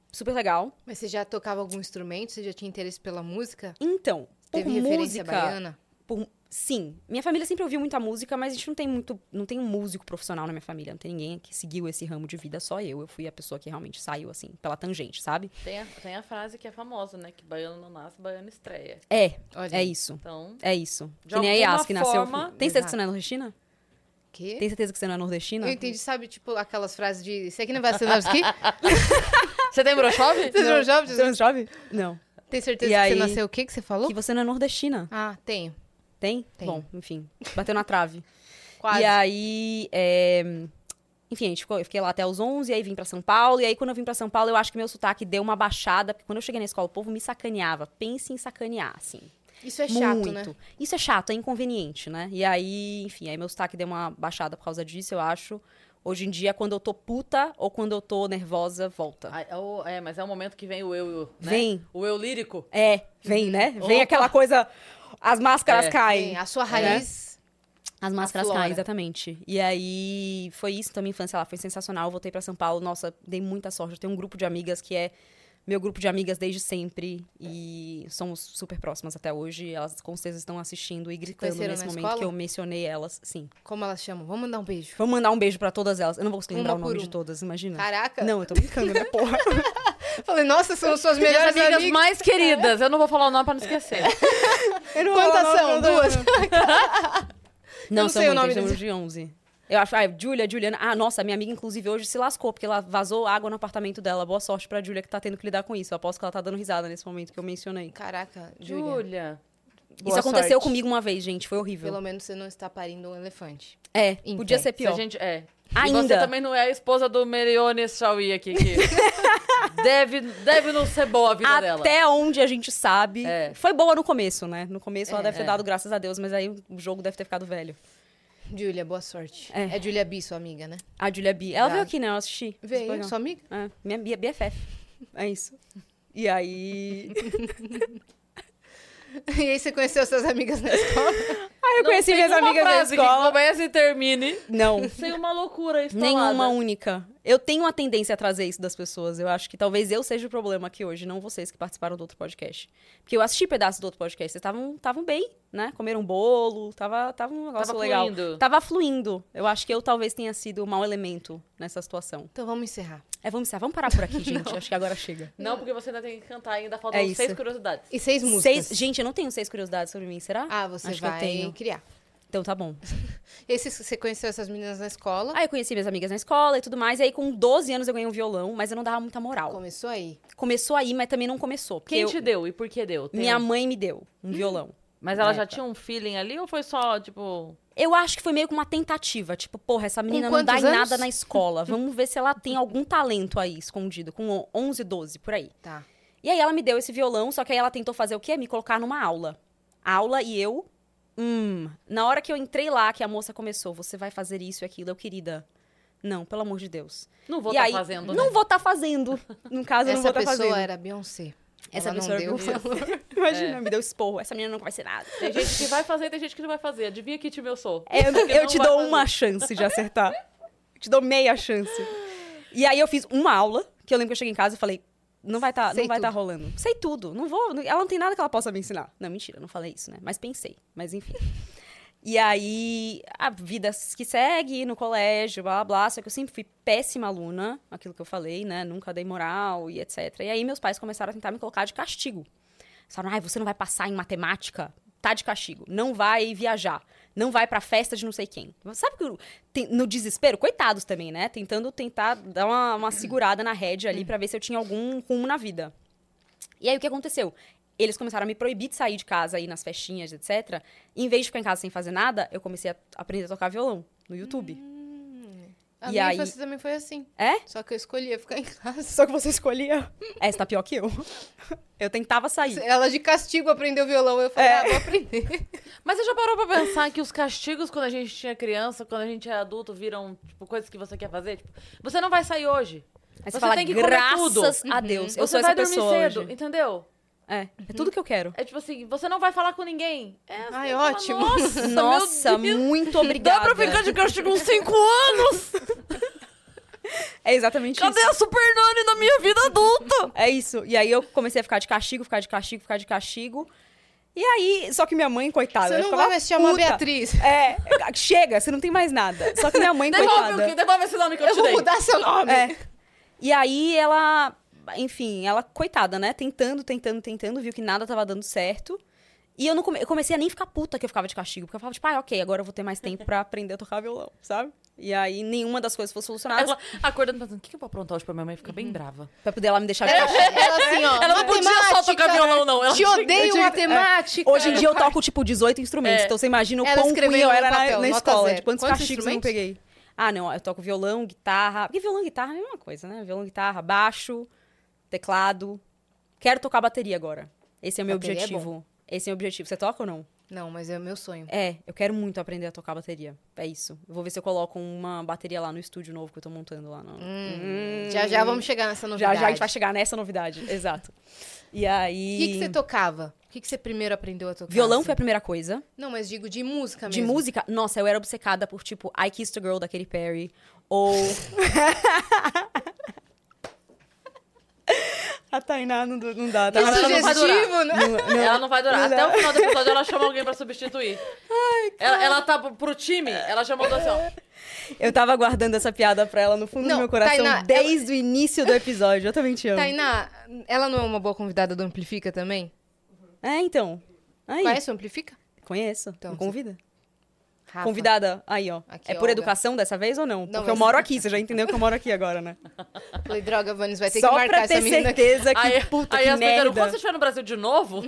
Speaker 3: super legal.
Speaker 2: Mas você já tocava algum instrumento? Você já tinha interesse pela música?
Speaker 3: Então, por
Speaker 2: Teve referência
Speaker 3: música,
Speaker 2: baiana?
Speaker 3: por- sim, minha família sempre ouviu muita música, mas a gente não tem muito, não tem um músico profissional na minha família, não tem ninguém que seguiu esse ramo de vida, só eu, eu fui a pessoa que realmente saiu assim pela tangente, sabe?
Speaker 1: Tem a, tem a frase que é famosa, né? Que baiano não nasce, baiano estreia.
Speaker 3: É,
Speaker 2: Olha.
Speaker 3: é isso.
Speaker 1: Então,
Speaker 3: É isso.
Speaker 1: De
Speaker 3: que nem a
Speaker 1: alguma
Speaker 3: Yas, que nasceu.
Speaker 1: forma-
Speaker 3: Tem certeza que
Speaker 2: Exato.
Speaker 3: você não é nordestina?
Speaker 2: Que?
Speaker 3: Tem certeza que você não é nordestina?
Speaker 2: Eu entendi, sabe, tipo, aquelas frases de. Você aqui não vai assinar aqui?
Speaker 1: você tem brochove?
Speaker 2: Vocês não jovens?
Speaker 3: Você não sabe? Não.
Speaker 2: Tem certeza
Speaker 3: E
Speaker 2: que
Speaker 3: aí-
Speaker 2: você nasceu o quê que você falou?
Speaker 3: Que você não é nordestina.
Speaker 2: Ah, tenho.
Speaker 3: Tem?
Speaker 2: Tem.
Speaker 3: Bom, enfim. Bateu na trave.
Speaker 2: Quase.
Speaker 3: E aí, é, enfim, a gente ficou- eu fiquei lá até os 11, aí vim pra São Paulo. E aí, quando eu vim pra São Paulo, eu acho que meu sotaque deu uma baixada, porque quando eu cheguei na escola, o povo me sacaneava. Pense em sacanear, assim.
Speaker 2: Isso é chato,
Speaker 3: Muito.
Speaker 2: né?
Speaker 3: Isso é chato, é inconveniente, né? E aí, enfim, aí meu sotaque deu uma baixada por causa disso, eu acho. Hoje em dia, quando eu tô puta ou quando eu tô nervosa, volta.
Speaker 1: Ai, é o- é, mas é o momento que vem o eu, né?
Speaker 3: Vem.
Speaker 1: O eu lírico.
Speaker 3: É, vem, né? Vem
Speaker 1: Opa!
Speaker 3: aquela coisa. As máscaras
Speaker 1: É,
Speaker 3: caem.
Speaker 2: Sim, a sua raiz.
Speaker 3: As máscaras
Speaker 2: flora.
Speaker 3: caem, exatamente. E aí foi isso, então minha infância lá foi sensacional. Eu voltei pra São Paulo, nossa, dei muita sorte. Eu tenho um grupo de amigas que é meu grupo de amigas desde sempre e somos super próximas até hoje. Elas com certeza estão assistindo e gritando
Speaker 2: conheceram
Speaker 3: nesse
Speaker 2: na
Speaker 3: momento
Speaker 2: escola?
Speaker 3: que eu mencionei elas, sim.
Speaker 2: Como elas chamam? Vamos mandar um beijo.
Speaker 3: Vamos mandar um beijo pra todas elas. Eu não vou conseguir
Speaker 2: Uma
Speaker 3: lembrar o
Speaker 2: por
Speaker 3: nome de
Speaker 2: uma.
Speaker 3: todas, imagina.
Speaker 2: Caraca.
Speaker 3: Não, eu tô brincando, né, porra?
Speaker 2: Falei, nossa, são suas
Speaker 1: Minhas
Speaker 2: melhores
Speaker 1: amigas
Speaker 2: amigas.
Speaker 1: mais queridas. Eu não vou falar o nome pra não esquecer.
Speaker 3: É. Eu não vou
Speaker 2: Quantas
Speaker 3: falar o
Speaker 2: são?
Speaker 3: nome dela.
Speaker 2: Duas?
Speaker 3: Não,
Speaker 2: não
Speaker 3: são
Speaker 2: sei o
Speaker 3: muitas,
Speaker 2: nome
Speaker 3: temos
Speaker 2: deles.
Speaker 3: de 11. Eu acho, ah, Júlia, Juliana. Ah, nossa, minha amiga, inclusive, hoje se lascou, porque ela vazou água no apartamento dela. Boa sorte pra Júlia, que tá tendo que lidar com isso. Eu aposto que ela tá dando risada nesse momento que eu mencionei.
Speaker 2: Caraca, Júlia.
Speaker 1: Júlia.
Speaker 3: isso aconteceu
Speaker 2: sorte.
Speaker 3: comigo uma vez, gente. Foi horrível.
Speaker 2: Pelo menos você não está parindo um elefante.
Speaker 3: É,
Speaker 2: Em
Speaker 3: podia
Speaker 2: pé.
Speaker 1: Se
Speaker 3: ser
Speaker 1: a
Speaker 3: pior.
Speaker 1: gente, é.
Speaker 3: Ainda.
Speaker 1: E você também não é a esposa do Merione Chauí aqui, que deve, deve não ser boa a vida dela.
Speaker 3: Até onde a gente sabe.
Speaker 1: É.
Speaker 3: Foi boa no começo, né? No começo ela
Speaker 1: É,
Speaker 3: deve ter
Speaker 1: é.
Speaker 3: dado graças a Deus, mas aí o jogo deve ter ficado velho.
Speaker 2: Júlia, boa sorte.
Speaker 3: É.
Speaker 2: É, Júlia B, sua amiga, né?
Speaker 3: A Julia B. Ela
Speaker 2: Tá.
Speaker 3: veio aqui, né? Eu assisti. Isso foi
Speaker 2: Veio,
Speaker 3: legal.
Speaker 2: sua amiga?
Speaker 3: É, minha B- BFF. É isso. E aí.
Speaker 2: E aí você conheceu suas amigas na escola?
Speaker 3: Aí
Speaker 1: Não
Speaker 3: eu conheci
Speaker 1: tem
Speaker 3: minhas
Speaker 1: uma
Speaker 3: amigas na
Speaker 1: frase
Speaker 3: escola.
Speaker 1: Que comece e termine
Speaker 3: Não.
Speaker 1: sem uma loucura instalada.
Speaker 3: Nenhuma um, única. Eu tenho a tendência a trazer isso das pessoas. Eu acho que talvez eu seja o problema aqui hoje, não vocês que participaram do outro podcast. Porque eu assisti pedaços do outro podcast. Vocês estavam estavam bem, né? Comeram bolo, tava, tava um negócio
Speaker 1: Tava
Speaker 3: legal.
Speaker 1: fluindo.
Speaker 3: Tava fluindo. Eu acho que eu talvez tenha sido o mau elemento nessa situação.
Speaker 2: Então vamos encerrar.
Speaker 3: É, vamos encerrar. Vamos parar por aqui, gente. Acho que agora chega.
Speaker 1: Não, porque você ainda tem que cantar ainda. Faltam
Speaker 3: Hum. É isso.
Speaker 1: seis curiosidades.
Speaker 2: E seis músicas.
Speaker 3: Seis... Gente, eu não tenho seis curiosidades sobre mim, será?
Speaker 2: Ah, você
Speaker 3: Acho que eu
Speaker 2: vai
Speaker 3: tenho.
Speaker 2: criar.
Speaker 3: Então tá bom.
Speaker 2: E aí você- você conheceu essas meninas na escola?
Speaker 3: Aí eu conheci minhas amigas na escola e tudo mais. E aí com 12 anos eu ganhei um violão, mas eu não dava muita moral.
Speaker 2: Começou aí.
Speaker 3: Começou aí, mas também não começou. Porque
Speaker 1: Quem
Speaker 3: eu...
Speaker 1: te deu e por que deu? Tem-
Speaker 3: Minha mãe me deu
Speaker 2: Hum.
Speaker 3: um violão.
Speaker 1: Mas ela
Speaker 3: na
Speaker 1: já
Speaker 3: época.
Speaker 1: tinha um feeling ali ou foi só, tipo...
Speaker 3: Eu acho que foi meio que uma tentativa. Tipo, porra, essa menina não dá
Speaker 2: quantos
Speaker 3: em nada
Speaker 2: anos?
Speaker 3: na escola. Vamos ver se ela tem algum talento aí escondido. Com on- 11, 12, por aí.
Speaker 2: Tá.
Speaker 3: E aí ela me deu esse violão, só que aí ela tentou fazer o quê? Me colocar numa aula. Aula e eu. Hum. Na hora que eu entrei lá, que a moça começou, você vai fazer isso e aquilo, eu, querida. Não, pelo amor de Deus.
Speaker 1: Não vou
Speaker 3: e
Speaker 1: estar
Speaker 3: aí,
Speaker 1: fazendo, né?
Speaker 3: Não vou estar fazendo. No caso, eu não vou
Speaker 2: Essa
Speaker 3: estar
Speaker 2: pessoa é-
Speaker 3: fazendo.
Speaker 2: era Beyoncé.
Speaker 3: Essa
Speaker 2: Ela
Speaker 3: pessoa
Speaker 2: não
Speaker 3: era
Speaker 2: deu valor. é.
Speaker 3: Imagina, me deu esporro. Essa menina não vai ser nada.
Speaker 1: Tem gente que vai fazer e tem gente que não vai fazer. Adivinha que time eu sou.
Speaker 3: É, eu,
Speaker 1: Porque
Speaker 3: eu
Speaker 1: não
Speaker 3: te
Speaker 1: vai
Speaker 3: dou
Speaker 1: fazer.
Speaker 3: uma chance de acertar. Eu te dou meia chance. E aí eu fiz uma aula, que eu lembro que eu cheguei em casa e falei, não vai tá,
Speaker 2: Sei
Speaker 3: não vai tá
Speaker 2: tudo.
Speaker 3: rolando. Sei tudo, não vou, ela não tem nada que ela possa me ensinar. Não, mentira, eu não falei isso, né? Mas pensei, mas enfim. E aí, a vida que segue no colégio, blá blá, blá, só que eu sempre fui péssima aluna, aquilo que eu falei, né? Nunca dei moral e etc. E aí meus pais começaram a tentar me colocar de castigo. Eles falaram, ai, você não vai passar em matemática? Tá de castigo. Não vai viajar. Não vai pra festa de não sei quem. Sabe que eu- tem- no desespero, coitados também, né? Tentando tentar dar uma, uma segurada na rédea ali pra ver se eu tinha algum rumo na vida. E aí o que aconteceu? Eles começaram a me proibir de sair de casa, ir nas festinhas, etc. E, em vez de ficar em casa sem fazer nada, eu comecei a aprender a tocar violão no YouTube.
Speaker 1: Hum.
Speaker 2: A
Speaker 3: E
Speaker 2: minha
Speaker 3: aí-
Speaker 2: infância também foi assim.
Speaker 3: É?
Speaker 2: Só que eu escolhia ficar em casa.
Speaker 3: Só que você escolhia. Essa tá pior que eu. Eu tentava sair.
Speaker 2: Ela de castigo aprendeu violão. Eu
Speaker 3: É.
Speaker 2: falei, ah, vou aprender.
Speaker 1: Mas você já parou pra pensar que os castigos quando a gente tinha criança, quando a gente é adulto, viram, tipo, coisas que você quer fazer? Tipo, você não vai sair hoje.
Speaker 3: Aí
Speaker 1: Você
Speaker 3: você, fala,
Speaker 1: tem que comer
Speaker 3: graças
Speaker 1: tudo."
Speaker 3: a Deus, eu
Speaker 1: você
Speaker 3: sou
Speaker 1: vai
Speaker 3: essa
Speaker 1: dormir
Speaker 3: pessoa
Speaker 1: cedo,
Speaker 3: hoje.
Speaker 1: entendeu?
Speaker 3: É, é tudo que eu quero.
Speaker 1: É tipo assim, você não vai falar com ninguém. É, você
Speaker 2: Ai,
Speaker 1: fala,
Speaker 2: ótimo.
Speaker 1: Nossa,
Speaker 3: Nossa,
Speaker 1: meu Deus.
Speaker 3: muito
Speaker 1: Dá
Speaker 3: obrigada.
Speaker 1: pra ficar de castigo uns 5 anos?
Speaker 3: É exatamente
Speaker 1: Cadê
Speaker 3: isso.
Speaker 1: a Super Nani na minha vida adulta?
Speaker 3: É isso. E aí eu comecei a ficar de castigo, ficar de castigo, ficar de castigo. E aí, só que minha mãe, coitada,
Speaker 2: Você
Speaker 3: ela
Speaker 2: não
Speaker 3: ficava
Speaker 2: vai mais chamar
Speaker 3: puta.
Speaker 2: Beatriz.
Speaker 3: É, chega, você não tem mais nada. Só que minha mãe,
Speaker 1: Devolve,
Speaker 3: coitada.
Speaker 1: o que, devolve esse nome que eu,
Speaker 2: Eu
Speaker 1: te
Speaker 2: vou
Speaker 1: dei.
Speaker 2: mudar seu nome.
Speaker 3: É. E aí ela, enfim, ela, coitada, né? Tentando, tentando, tentando, viu que nada tava dando certo. E eu, não come- eu comecei a nem ficar puta que eu ficava de castigo, porque eu falava, tipo, ah, ok, agora eu vou ter mais tempo pra aprender a tocar violão, sabe? E aí nenhuma das coisas foi solucionada
Speaker 1: Ela acordando pensando, o que que eu vou aprontar hoje pra minha mãe? Fica bem brava.
Speaker 3: pra poder ela me deixar de castigo.
Speaker 2: Ela assim, ó.
Speaker 1: Uhum. Ela não podia só
Speaker 2: matemática,
Speaker 1: tocar violão, não. Ela
Speaker 2: Te
Speaker 1: tinha-
Speaker 2: odeio
Speaker 1: tinha-
Speaker 2: matemática.
Speaker 3: Hoje em dia eu toco, tipo, 18 instrumentos.
Speaker 1: É.
Speaker 3: Então você imagina o
Speaker 2: Ela
Speaker 3: quão
Speaker 2: escrevendo
Speaker 3: ruim eu
Speaker 2: no
Speaker 3: era na,
Speaker 2: papel,
Speaker 3: na
Speaker 2: nota
Speaker 3: escola.
Speaker 2: zero.
Speaker 3: De quantos,
Speaker 2: Quantos
Speaker 3: castigos eu não
Speaker 2: instrumentos?
Speaker 3: peguei. Ah, não. Eu toco violão, guitarra. Porque violão e guitarra é a mesma coisa, né? Violão, guitarra, baixo, teclado. Quero tocar bateria agora. Esse é o meu
Speaker 2: Bateria é
Speaker 3: objetivo. Esse é o objetivo. Você toca ou não?
Speaker 2: Não, mas é o meu sonho.
Speaker 3: É, eu quero muito aprender a tocar bateria. É isso. Eu vou ver se eu coloco uma bateria lá no estúdio novo que eu tô montando lá. No...
Speaker 2: Hum, já já vamos chegar nessa
Speaker 3: Já
Speaker 2: novidade.
Speaker 3: já a gente vai chegar nessa novidade. Exato. E aí.
Speaker 2: O que, que você tocava? O que, que você primeiro aprendeu a tocar?
Speaker 3: Violão
Speaker 2: assim?
Speaker 3: foi a primeira coisa.
Speaker 2: Não, mas digo de música
Speaker 3: De
Speaker 2: mesmo.
Speaker 3: música, nossa, eu era obcecada por tipo I Kissed a Girl da Katy Perry ou A Tainá não, du- não dá, tá?
Speaker 1: Não, ela não vai
Speaker 2: sugestivo,
Speaker 1: durar.
Speaker 2: né?
Speaker 1: Ela não vai durar.
Speaker 3: Não
Speaker 1: Até
Speaker 3: dá.
Speaker 1: o final do episódio ela chama alguém pra substituir. ela, ela tá pro- pro time, ela chamou do assim, ó.
Speaker 3: Eu tava guardando essa piada pra ela no fundo
Speaker 2: Não,
Speaker 3: do meu coração
Speaker 2: Tainá,
Speaker 3: desde o início do episódio. Eu também te amo.
Speaker 2: Tainá, ela não é uma boa convidada do Amplifica também?
Speaker 3: É, então. Aí,
Speaker 2: Conhece o Amplifica?
Speaker 3: conheço.
Speaker 2: Então,
Speaker 3: me convida.
Speaker 2: Rafa.
Speaker 3: Convidada. Aí, ó.
Speaker 2: Aqui,
Speaker 3: é por
Speaker 2: Olga.
Speaker 3: educação dessa vez ou não?
Speaker 2: Não,
Speaker 3: Porque
Speaker 2: mas-
Speaker 3: eu
Speaker 2: é
Speaker 3: moro aqui, você já entendeu que eu moro aqui agora, né?
Speaker 2: Falei, droga, Vanis, vai ter
Speaker 3: Só
Speaker 2: que marcar
Speaker 3: pra ter
Speaker 2: essa menina aqui.
Speaker 3: certeza que,
Speaker 1: Aí,
Speaker 3: puta,
Speaker 1: aí
Speaker 3: que
Speaker 1: elas perguntaram,
Speaker 3: merda.
Speaker 1: quando você estiver no Brasil de novo,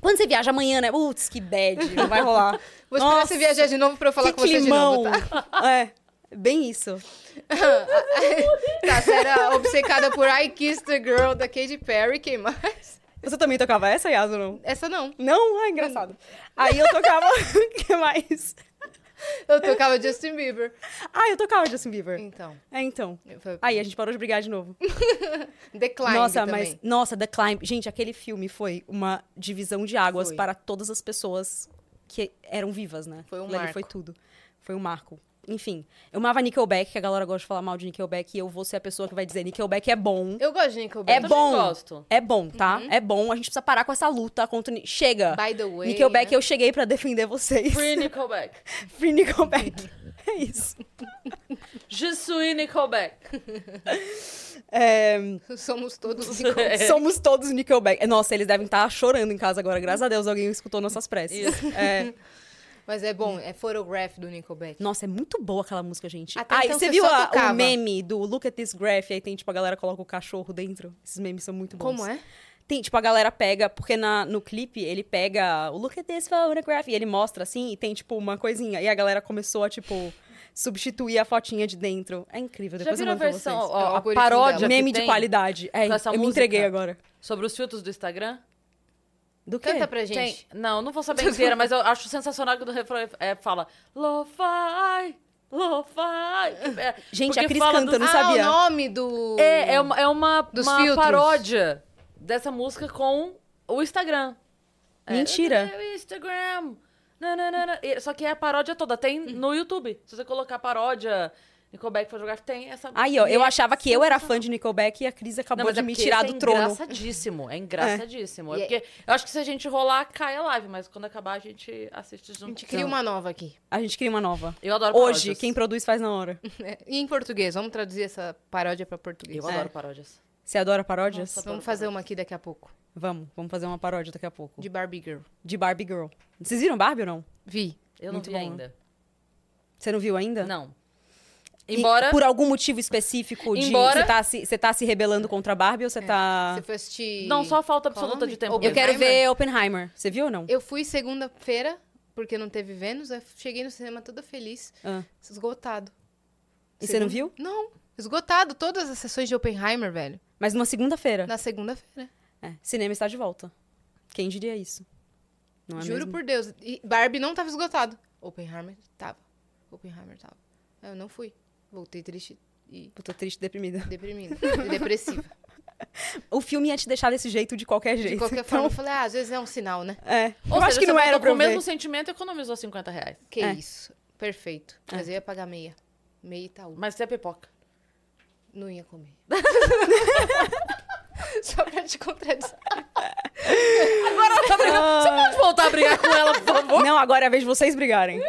Speaker 3: Quando você viaja amanhã, né? Putz, que bad, não vai rolar.
Speaker 2: Vou esperar
Speaker 3: Nossa,
Speaker 2: você viajar de novo pra eu falar
Speaker 3: que
Speaker 2: com você
Speaker 3: climão.
Speaker 2: de novo, tá?
Speaker 3: É, bem isso.
Speaker 2: Tá, você era obcecada por I Kissed the Girl da Katy Perry, quem mais?
Speaker 3: Você também tocava essa, Yas, ou não?
Speaker 2: Essa não. Uhum.
Speaker 3: Não? Ah, engraçado. Aí eu tocava... O que mais?
Speaker 2: Eu tocava Justin Bieber.
Speaker 3: Ah, eu tocava Justin Bieber.
Speaker 2: Então,
Speaker 3: É, então.
Speaker 2: foi
Speaker 3: Aí a gente parou de brigar de novo.
Speaker 2: The Climb
Speaker 3: nossa,
Speaker 2: também.
Speaker 3: mas... Nossa, The Climb... Gente, aquele filme foi uma divisão de águas
Speaker 2: Foi.
Speaker 3: para todas as pessoas que eram vivas, né?
Speaker 2: Foi um
Speaker 3: Aquilo ali
Speaker 2: marco.
Speaker 3: Foi tudo. Foi um marco. Enfim, eu amava Nickelback, que a galera gosta de falar mal de Nickelback, e eu vou ser a pessoa que vai dizer Nickelback é bom.
Speaker 2: Eu gosto de Nickelback.
Speaker 3: É
Speaker 1: também
Speaker 3: bom.
Speaker 1: Então, gosto.
Speaker 3: É bom, tá? É bom. A gente precisa parar com essa luta contra. o Ni- Chega!
Speaker 2: Uhum. By the way,
Speaker 3: É Nickelback,
Speaker 2: né?
Speaker 3: eu cheguei pra defender vocês.
Speaker 1: free Nickelback.
Speaker 3: Free Nickelback. é isso.
Speaker 1: Je suis Nickelback.
Speaker 3: É,
Speaker 2: Somos todos
Speaker 1: É.
Speaker 3: Somos todos Nickelback. É, Nossa, eles devem estar chorando em casa agora. Graças a Deus alguém escutou nossas preces. É.
Speaker 2: Mas é bom, é Photograph do Nickelback.
Speaker 3: Nossa, é muito boa aquela música, gente.
Speaker 2: Até
Speaker 3: Ai,
Speaker 2: então
Speaker 3: você
Speaker 2: você
Speaker 3: viu
Speaker 2: só
Speaker 3: a-
Speaker 2: tocava.
Speaker 3: o meme do Look at this graph? Aí tem, tipo, a galera coloca o cachorro dentro. Esses memes são muito bons.
Speaker 2: Como é?
Speaker 3: Tem, tipo, a galera pega, porque na, no clipe ele pega o look at this photograph e ele mostra assim, e tem, tipo, uma coisinha. E a galera começou a, tipo, substituir a fotinha de dentro. É incrível,
Speaker 1: Já
Speaker 3: depois eu
Speaker 1: viram a
Speaker 3: mando pra
Speaker 1: versão,
Speaker 3: vocês.
Speaker 1: ó,
Speaker 2: É o
Speaker 1: a
Speaker 2: algoritmo
Speaker 1: paródia
Speaker 2: dela.
Speaker 1: que
Speaker 3: Meme de
Speaker 1: tem
Speaker 3: qualidade. É,
Speaker 1: com essa
Speaker 3: eu me
Speaker 1: música?
Speaker 3: entreguei agora.
Speaker 1: sobre os filtros do Instagram?
Speaker 3: Do quê?
Speaker 2: Canta pra gente.
Speaker 1: Tem- não, não vou saber inteira, mas eu acho sensacional que o refrão é, fala Lo-fi, lo-fi. É,
Speaker 3: Gente,
Speaker 1: porque
Speaker 3: a Cris
Speaker 1: fala
Speaker 3: canta,
Speaker 1: dos-
Speaker 3: eu não
Speaker 2: ah,
Speaker 3: sabia.
Speaker 2: o nome do...
Speaker 1: É, é uma, é uma,
Speaker 2: Dos
Speaker 1: uma
Speaker 2: filtros.
Speaker 1: paródia dessa música com o Instagram. É,
Speaker 3: Mentira.
Speaker 1: "Meu Instagram. nananana". E- Só que é a paródia toda. Tem no YouTube. Se você colocar paródia Nickelback Photograph, tem essa.
Speaker 3: Aí, ó, eu
Speaker 1: E é
Speaker 3: achava que eu era fã de Nickelback e a Cris acabou de
Speaker 1: é
Speaker 3: me
Speaker 1: porque
Speaker 3: tirar
Speaker 1: esse
Speaker 3: do
Speaker 1: é
Speaker 3: trono.
Speaker 1: engraçadíssimo. É engraçadíssimo. É
Speaker 2: E é-
Speaker 1: porque eu acho que se a gente rolar, cai a live. Mas quando acabar, a gente assiste junto.
Speaker 2: A gente cria uma nova aqui.
Speaker 3: A gente cria uma nova.
Speaker 1: Eu adoro
Speaker 3: Hoje,
Speaker 1: paródias.
Speaker 3: quem produz faz na hora.
Speaker 2: né? E em português, vamos traduzir essa paródia pra português.
Speaker 1: Eu adoro paródias.
Speaker 3: Você adora paródias?
Speaker 1: Nossa,
Speaker 2: Vamos fazer uma aqui daqui a pouco.
Speaker 3: Vamos, vamos fazer uma paródia daqui a pouco.
Speaker 2: De Barbie Girl.
Speaker 3: De Barbie Girl. Vocês viram Barbie ou não?
Speaker 2: Vi.
Speaker 1: Eu não
Speaker 3: Muito
Speaker 1: vi
Speaker 3: bom,
Speaker 1: ainda.
Speaker 3: Você não viu ainda?
Speaker 1: Não.
Speaker 3: E
Speaker 1: Embora.
Speaker 3: por algum motivo específico de
Speaker 1: Embora-
Speaker 3: você tá se, você tá se rebelando contra a Barbie ou você tá.
Speaker 2: Você foi assistir...
Speaker 1: Não, só a falta
Speaker 2: Qual o
Speaker 1: absoluta
Speaker 2: nome?
Speaker 1: de tempo.
Speaker 3: Eu
Speaker 1: mesmo.
Speaker 3: quero ver Oppenheimer. Você viu ou não?
Speaker 2: Eu fui segunda-feira, porque não teve Vênus. Eu cheguei no cinema toda feliz.
Speaker 3: Ah.
Speaker 2: Esgotado.
Speaker 3: E você não viu?
Speaker 2: Não. Esgotado. Todas as sessões de Oppenheimer, velho.
Speaker 3: Mas numa segunda-feira.
Speaker 2: Na segunda-feira.
Speaker 3: É, Cinema está de volta. Quem diria isso? Não é
Speaker 2: Juro
Speaker 3: mesmo?
Speaker 2: por Deus. E Barbie não tava esgotado. Oppenheimer tava. Oppenheimer tava. Eu não fui. Voltei triste e
Speaker 3: Eu tô triste, deprimida.
Speaker 2: deprimida. e depressiva.
Speaker 3: O filme ia te deixar desse jeito de qualquer jeito. Então,
Speaker 2: De qualquer forma, eu falei, ah, às vezes é um sinal, né?
Speaker 3: É.
Speaker 1: Ou
Speaker 3: eu
Speaker 1: seja,
Speaker 3: acho que
Speaker 1: você
Speaker 3: não
Speaker 1: voltou
Speaker 3: era
Speaker 1: com
Speaker 3: pra
Speaker 1: o
Speaker 3: eu
Speaker 1: mesmo
Speaker 3: ver.
Speaker 1: sentimento e economizou 50 reais.
Speaker 2: Que
Speaker 3: É.
Speaker 2: isso. Perfeito. Mas eu ia pagar meia. Meia Itaú.
Speaker 1: Mas você é pipoca.
Speaker 2: Não ia comer. Só pra te contradizer.
Speaker 1: Agora ela tá brigando. Você pode voltar a brigar com ela, por favor?
Speaker 3: Não, agora é a vez de vocês brigarem.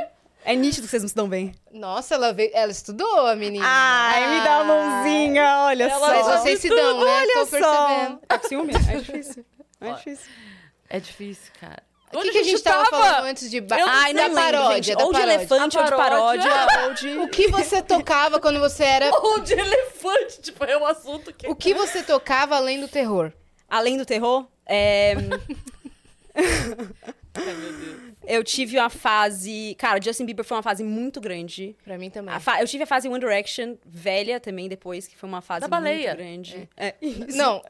Speaker 3: É nítido que vocês não se dão bem.
Speaker 2: Nossa, ela, veio... ela estudou, a menina. Ah.
Speaker 3: Ai, me dá a mãozinha, olha
Speaker 1: Ela
Speaker 2: Mas
Speaker 3: só.
Speaker 1: vai-
Speaker 2: vocês se
Speaker 1: Tudo,
Speaker 2: dão, né?
Speaker 3: Olha
Speaker 2: Tô
Speaker 3: só.
Speaker 2: percebendo.
Speaker 3: Tá com ciúme? É difícil. É
Speaker 1: Ó.
Speaker 3: difícil.
Speaker 1: É difícil, cara.
Speaker 2: O que, que a gente tava falando antes de... Ba...
Speaker 3: Eu não
Speaker 2: Ai,
Speaker 3: sei,
Speaker 2: da
Speaker 3: lembro,
Speaker 2: paródia,
Speaker 3: gente. é
Speaker 2: da
Speaker 3: Ou de
Speaker 2: paródia.
Speaker 3: elefante, ou de
Speaker 1: A paródia.
Speaker 3: paródia, ou de...
Speaker 2: O que você tocava quando você era...
Speaker 1: Ou de elefante, tipo, é um assunto que...
Speaker 2: O que você tocava além do terror?
Speaker 3: Além do terror, é,
Speaker 1: Ai, meu Deus.
Speaker 3: eu tive uma fase... Cara, Justin Bieber foi uma fase muito grande.
Speaker 2: Pra mim também.
Speaker 3: A fa- Eu tive a fase One Direction velha também depois, que foi uma fase É.
Speaker 1: Da baleia.
Speaker 3: muito grande. É, isso.
Speaker 2: Não.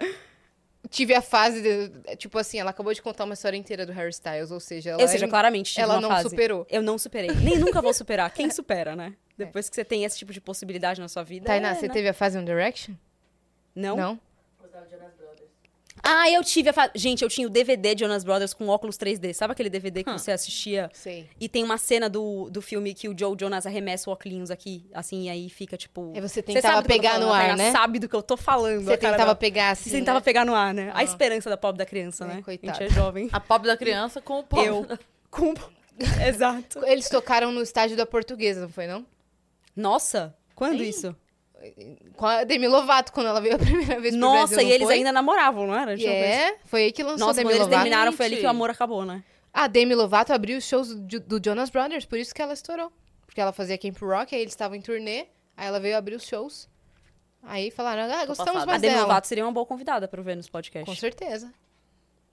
Speaker 2: tive a fase de, tipo assim, ela acabou de contar uma história inteira do Harry Styles, ou seja, ela é
Speaker 3: Ou seja,
Speaker 2: em-
Speaker 3: claramente, tive
Speaker 2: ela
Speaker 3: uma
Speaker 2: não
Speaker 3: fase-
Speaker 2: superou.
Speaker 3: Eu não superei. Nem nunca vou superar. Quem supera, né? Depois que você tem esse tipo de possibilidade na sua vida.
Speaker 2: Tainá,
Speaker 3: é,
Speaker 2: você
Speaker 3: né?
Speaker 2: teve a fase One Direction?
Speaker 3: Não?
Speaker 2: Não?
Speaker 4: Gostava de Jonas Brothers.
Speaker 3: Ah, eu tive a fa... Gente, eu tinha o DVD de Jonas Brothers com óculos 3D. Sabe aquele DVD que você assistia?
Speaker 2: Sei.
Speaker 3: E tem uma cena do, do filme que o Joe Jonas arremessa o óculos aqui, assim, e aí fica tipo.
Speaker 2: Aí É, você
Speaker 3: Cê
Speaker 2: tentava
Speaker 3: sabe do que eu tô
Speaker 2: pegar
Speaker 3: falando,
Speaker 2: no
Speaker 3: a
Speaker 2: ar,
Speaker 3: Tainá
Speaker 2: né?
Speaker 3: sabe do que eu tô falando.
Speaker 2: Você
Speaker 3: a cara
Speaker 2: tentava
Speaker 3: da-
Speaker 2: pegar
Speaker 3: Você
Speaker 2: assim,
Speaker 3: tentava
Speaker 2: né?
Speaker 3: pegar no ar, né?
Speaker 2: Ah.
Speaker 3: A esperança da pobre da criança,
Speaker 2: É,
Speaker 3: né? A
Speaker 2: coitada.
Speaker 3: gente é jovem.
Speaker 1: A pobre da criança com o pobre.
Speaker 3: Eu. Com... Exato.
Speaker 2: né? Eles tocaram no estádio da Portuguesa, não foi não?
Speaker 3: Nossa, quando isso?
Speaker 2: Com a Demi Lovato quando ela veio a primeira vez pro
Speaker 3: Nossa,
Speaker 2: Brasil, não
Speaker 3: e eles
Speaker 2: foi?
Speaker 3: ainda namoravam, não era?
Speaker 2: E
Speaker 3: Tinha uma coisa-
Speaker 2: é, foi aí que lançou
Speaker 3: Nossa,
Speaker 2: a
Speaker 3: quando
Speaker 2: Demi
Speaker 3: eles
Speaker 2: Lovato.
Speaker 3: terminaram, foi ali que
Speaker 1: Gente.
Speaker 3: o amor acabou, né?
Speaker 2: A Demi Lovato abriu os shows de- do Jonas Brothers, por isso que ela estourou. Porque ela fazia Camp Rock, aí eles estavam em turnê, aí ela veio abrir os shows. Aí falaram, ah, gostamos
Speaker 1: passada.
Speaker 3: a
Speaker 2: mais
Speaker 3: Demi
Speaker 2: dela.
Speaker 3: Lovato seria uma boa convidada pra eu ver nos
Speaker 2: Com
Speaker 3: podcasts.
Speaker 2: certeza.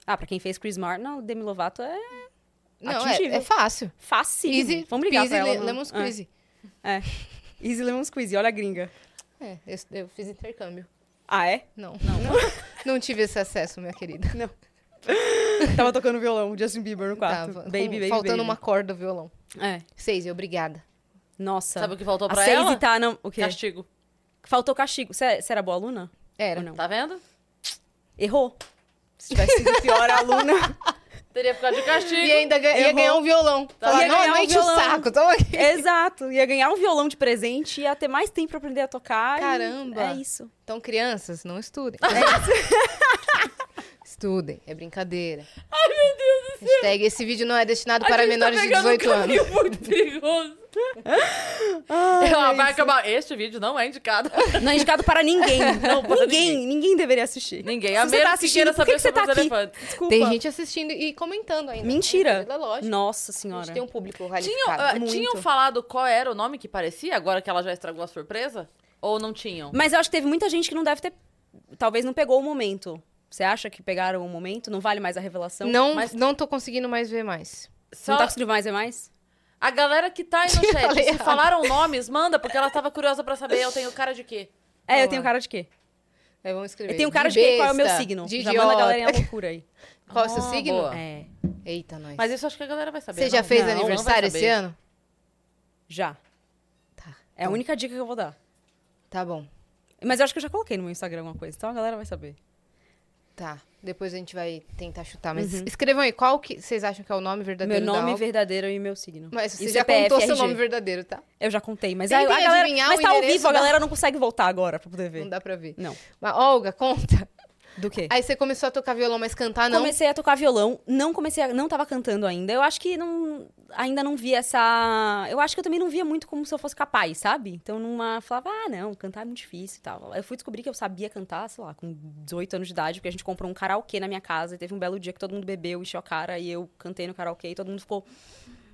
Speaker 3: Ah, pra quem fez Chris Martin, não, Demi Lovato é
Speaker 2: Não, é,
Speaker 3: Atingível.
Speaker 2: é fácil.
Speaker 3: fácil.
Speaker 2: Easy,
Speaker 3: Vamos ligar
Speaker 2: peasy,
Speaker 3: pra ela.
Speaker 2: le- lemon
Speaker 3: Ah,
Speaker 2: squeezy.
Speaker 3: Easy Lemon Squeezy, olha a gringa.
Speaker 2: É, eu, eu fiz intercâmbio.
Speaker 3: Ah, é?
Speaker 2: Não, não. não tive esse acesso, minha querida.
Speaker 3: Tava tocando violão, Justin Bieber no quarto.
Speaker 2: Tava
Speaker 3: baby,
Speaker 2: com-
Speaker 3: baby,
Speaker 2: faltando
Speaker 3: baby.
Speaker 2: uma corda do violão.
Speaker 3: É.
Speaker 2: Seis, obrigada.
Speaker 3: Nossa.
Speaker 1: Sabe o que faltou
Speaker 3: a
Speaker 1: pra
Speaker 3: Seize
Speaker 1: ela?
Speaker 3: tá... Não, o quê?
Speaker 1: Castigo.
Speaker 3: Faltou castigo. Você você era boa aluna?
Speaker 2: Era.
Speaker 3: Ou não?
Speaker 1: Tá vendo?
Speaker 3: Errou. Se tivesse sido pior aluna...
Speaker 1: Teria ficado de castigo.
Speaker 2: E ainda ganha- ia
Speaker 3: Errou.
Speaker 2: ganhar um violão. Falar,
Speaker 3: Ia
Speaker 2: não,
Speaker 3: ganhar
Speaker 2: não
Speaker 3: um
Speaker 2: enche o
Speaker 3: violão.
Speaker 2: saco, toma aqui.
Speaker 3: Exato. Ia ganhar um violão de presente, ia ter mais tempo pra aprender a tocar. e
Speaker 2: Caramba.
Speaker 3: É isso.
Speaker 2: Então, crianças, não estudem. É estudem, é brincadeira. Ai, meu Deus do céu. Hashtag, esse vídeo não é destinado para
Speaker 1: tá
Speaker 2: menores de 18 anos.
Speaker 1: anos. um muito perigoso. Ela vai acabar. Este vídeo não é indicado.
Speaker 3: Não é indicado para ninguém.
Speaker 1: Não, para
Speaker 3: ninguém, ninguém. deveria assistir.
Speaker 1: Ninguém.
Speaker 3: Se
Speaker 1: A
Speaker 3: você
Speaker 1: menos
Speaker 3: tá
Speaker 1: que
Speaker 3: assistindo,
Speaker 1: queira
Speaker 3: por
Speaker 1: saber
Speaker 3: que, que você tá
Speaker 1: sobre os
Speaker 3: aqui?
Speaker 1: elefantes.
Speaker 3: Desculpa.
Speaker 2: Tem gente assistindo e comentando ainda.
Speaker 3: Mentira.
Speaker 2: É lógico. A
Speaker 3: Nossa
Speaker 2: gente
Speaker 3: senhora.
Speaker 2: tem um público
Speaker 1: Tinham,
Speaker 2: radical.
Speaker 1: ah,
Speaker 3: muito.
Speaker 1: tinham falado qual era o nome que parecia, agora que ela já estragou a surpresa? Ou não tinham?
Speaker 3: Mas eu acho que teve muita gente que não deve ter... Talvez não pegou o momento. Você acha que pegaram o momento? Não vale mais a revelação?
Speaker 2: Não,
Speaker 1: mas-
Speaker 2: não tô conseguindo mais ver mais.
Speaker 1: Só
Speaker 3: Não tá conseguindo mais, é mais?
Speaker 1: a galera que tá aí no
Speaker 2: Tinha
Speaker 1: chat,
Speaker 2: falei
Speaker 1: se
Speaker 2: errado.
Speaker 1: falaram nomes, manda, porque ela tava curiosa pra saber, eu tenho cara de quê?
Speaker 3: É, eu
Speaker 2: Vamos
Speaker 3: tenho
Speaker 2: lá.
Speaker 3: cara de quê?
Speaker 2: Aí vamos escrever.
Speaker 3: Eu tenho cara de, quê? Qual é o meu
Speaker 2: besta,
Speaker 3: signo?
Speaker 2: De
Speaker 3: Já manda a
Speaker 2: idiota.
Speaker 3: galerinha à loucura aí.
Speaker 2: Qual é o seu
Speaker 1: Ah,
Speaker 2: signo?
Speaker 1: boa.
Speaker 3: É,
Speaker 2: Eita, nós.
Speaker 1: Mas isso acho que a galera vai saber.
Speaker 2: Você já
Speaker 1: não?
Speaker 2: fez
Speaker 1: Não, não vai
Speaker 2: aniversário esse
Speaker 1: saber.
Speaker 2: ano?
Speaker 3: já.
Speaker 2: Tá.
Speaker 3: É a única dica que eu vou dar.
Speaker 2: Tá bom.
Speaker 3: Mas eu acho que eu já coloquei no meu Instagram alguma coisa, então a galera vai saber.
Speaker 2: Tá. Depois a gente vai tentar chutar. Mas escrevam aí qual que vocês acham que é o nome verdadeiro
Speaker 3: Meu nome
Speaker 2: da Alba.
Speaker 3: verdadeiro e meu signo. é
Speaker 2: Mas você
Speaker 3: E
Speaker 2: já
Speaker 3: CPF,
Speaker 2: contou seu
Speaker 3: RG.
Speaker 2: nome verdadeiro, tá?
Speaker 3: Eu já contei, mas aí a
Speaker 2: Tentem
Speaker 3: galera...
Speaker 2: adivinhar
Speaker 3: Mas
Speaker 2: o
Speaker 3: tá ao
Speaker 2: endereço
Speaker 3: vivo, a
Speaker 2: da-
Speaker 3: galera não consegue voltar agora pra poder ver.
Speaker 2: Não dá pra ver.
Speaker 3: Não.
Speaker 2: Mas, Olga, conta.
Speaker 3: Do quê?
Speaker 2: Aí você começou a tocar violão, mas cantar não.
Speaker 3: Comecei a tocar violão, não comecei, a, não tava cantando ainda. Eu acho que não, ainda não via essa, eu acho que eu também não via muito como se eu fosse capaz, sabe? Então numa falava, ah, não, cantar é muito difícil e tal. Eu fui descobrir que eu sabia cantar, sei lá, com 18 anos de idade, porque a gente comprou um karaokê na minha casa e teve um belo dia que todo mundo bebeu, encheu a cara e eu cantei no karaokê e todo mundo ficou,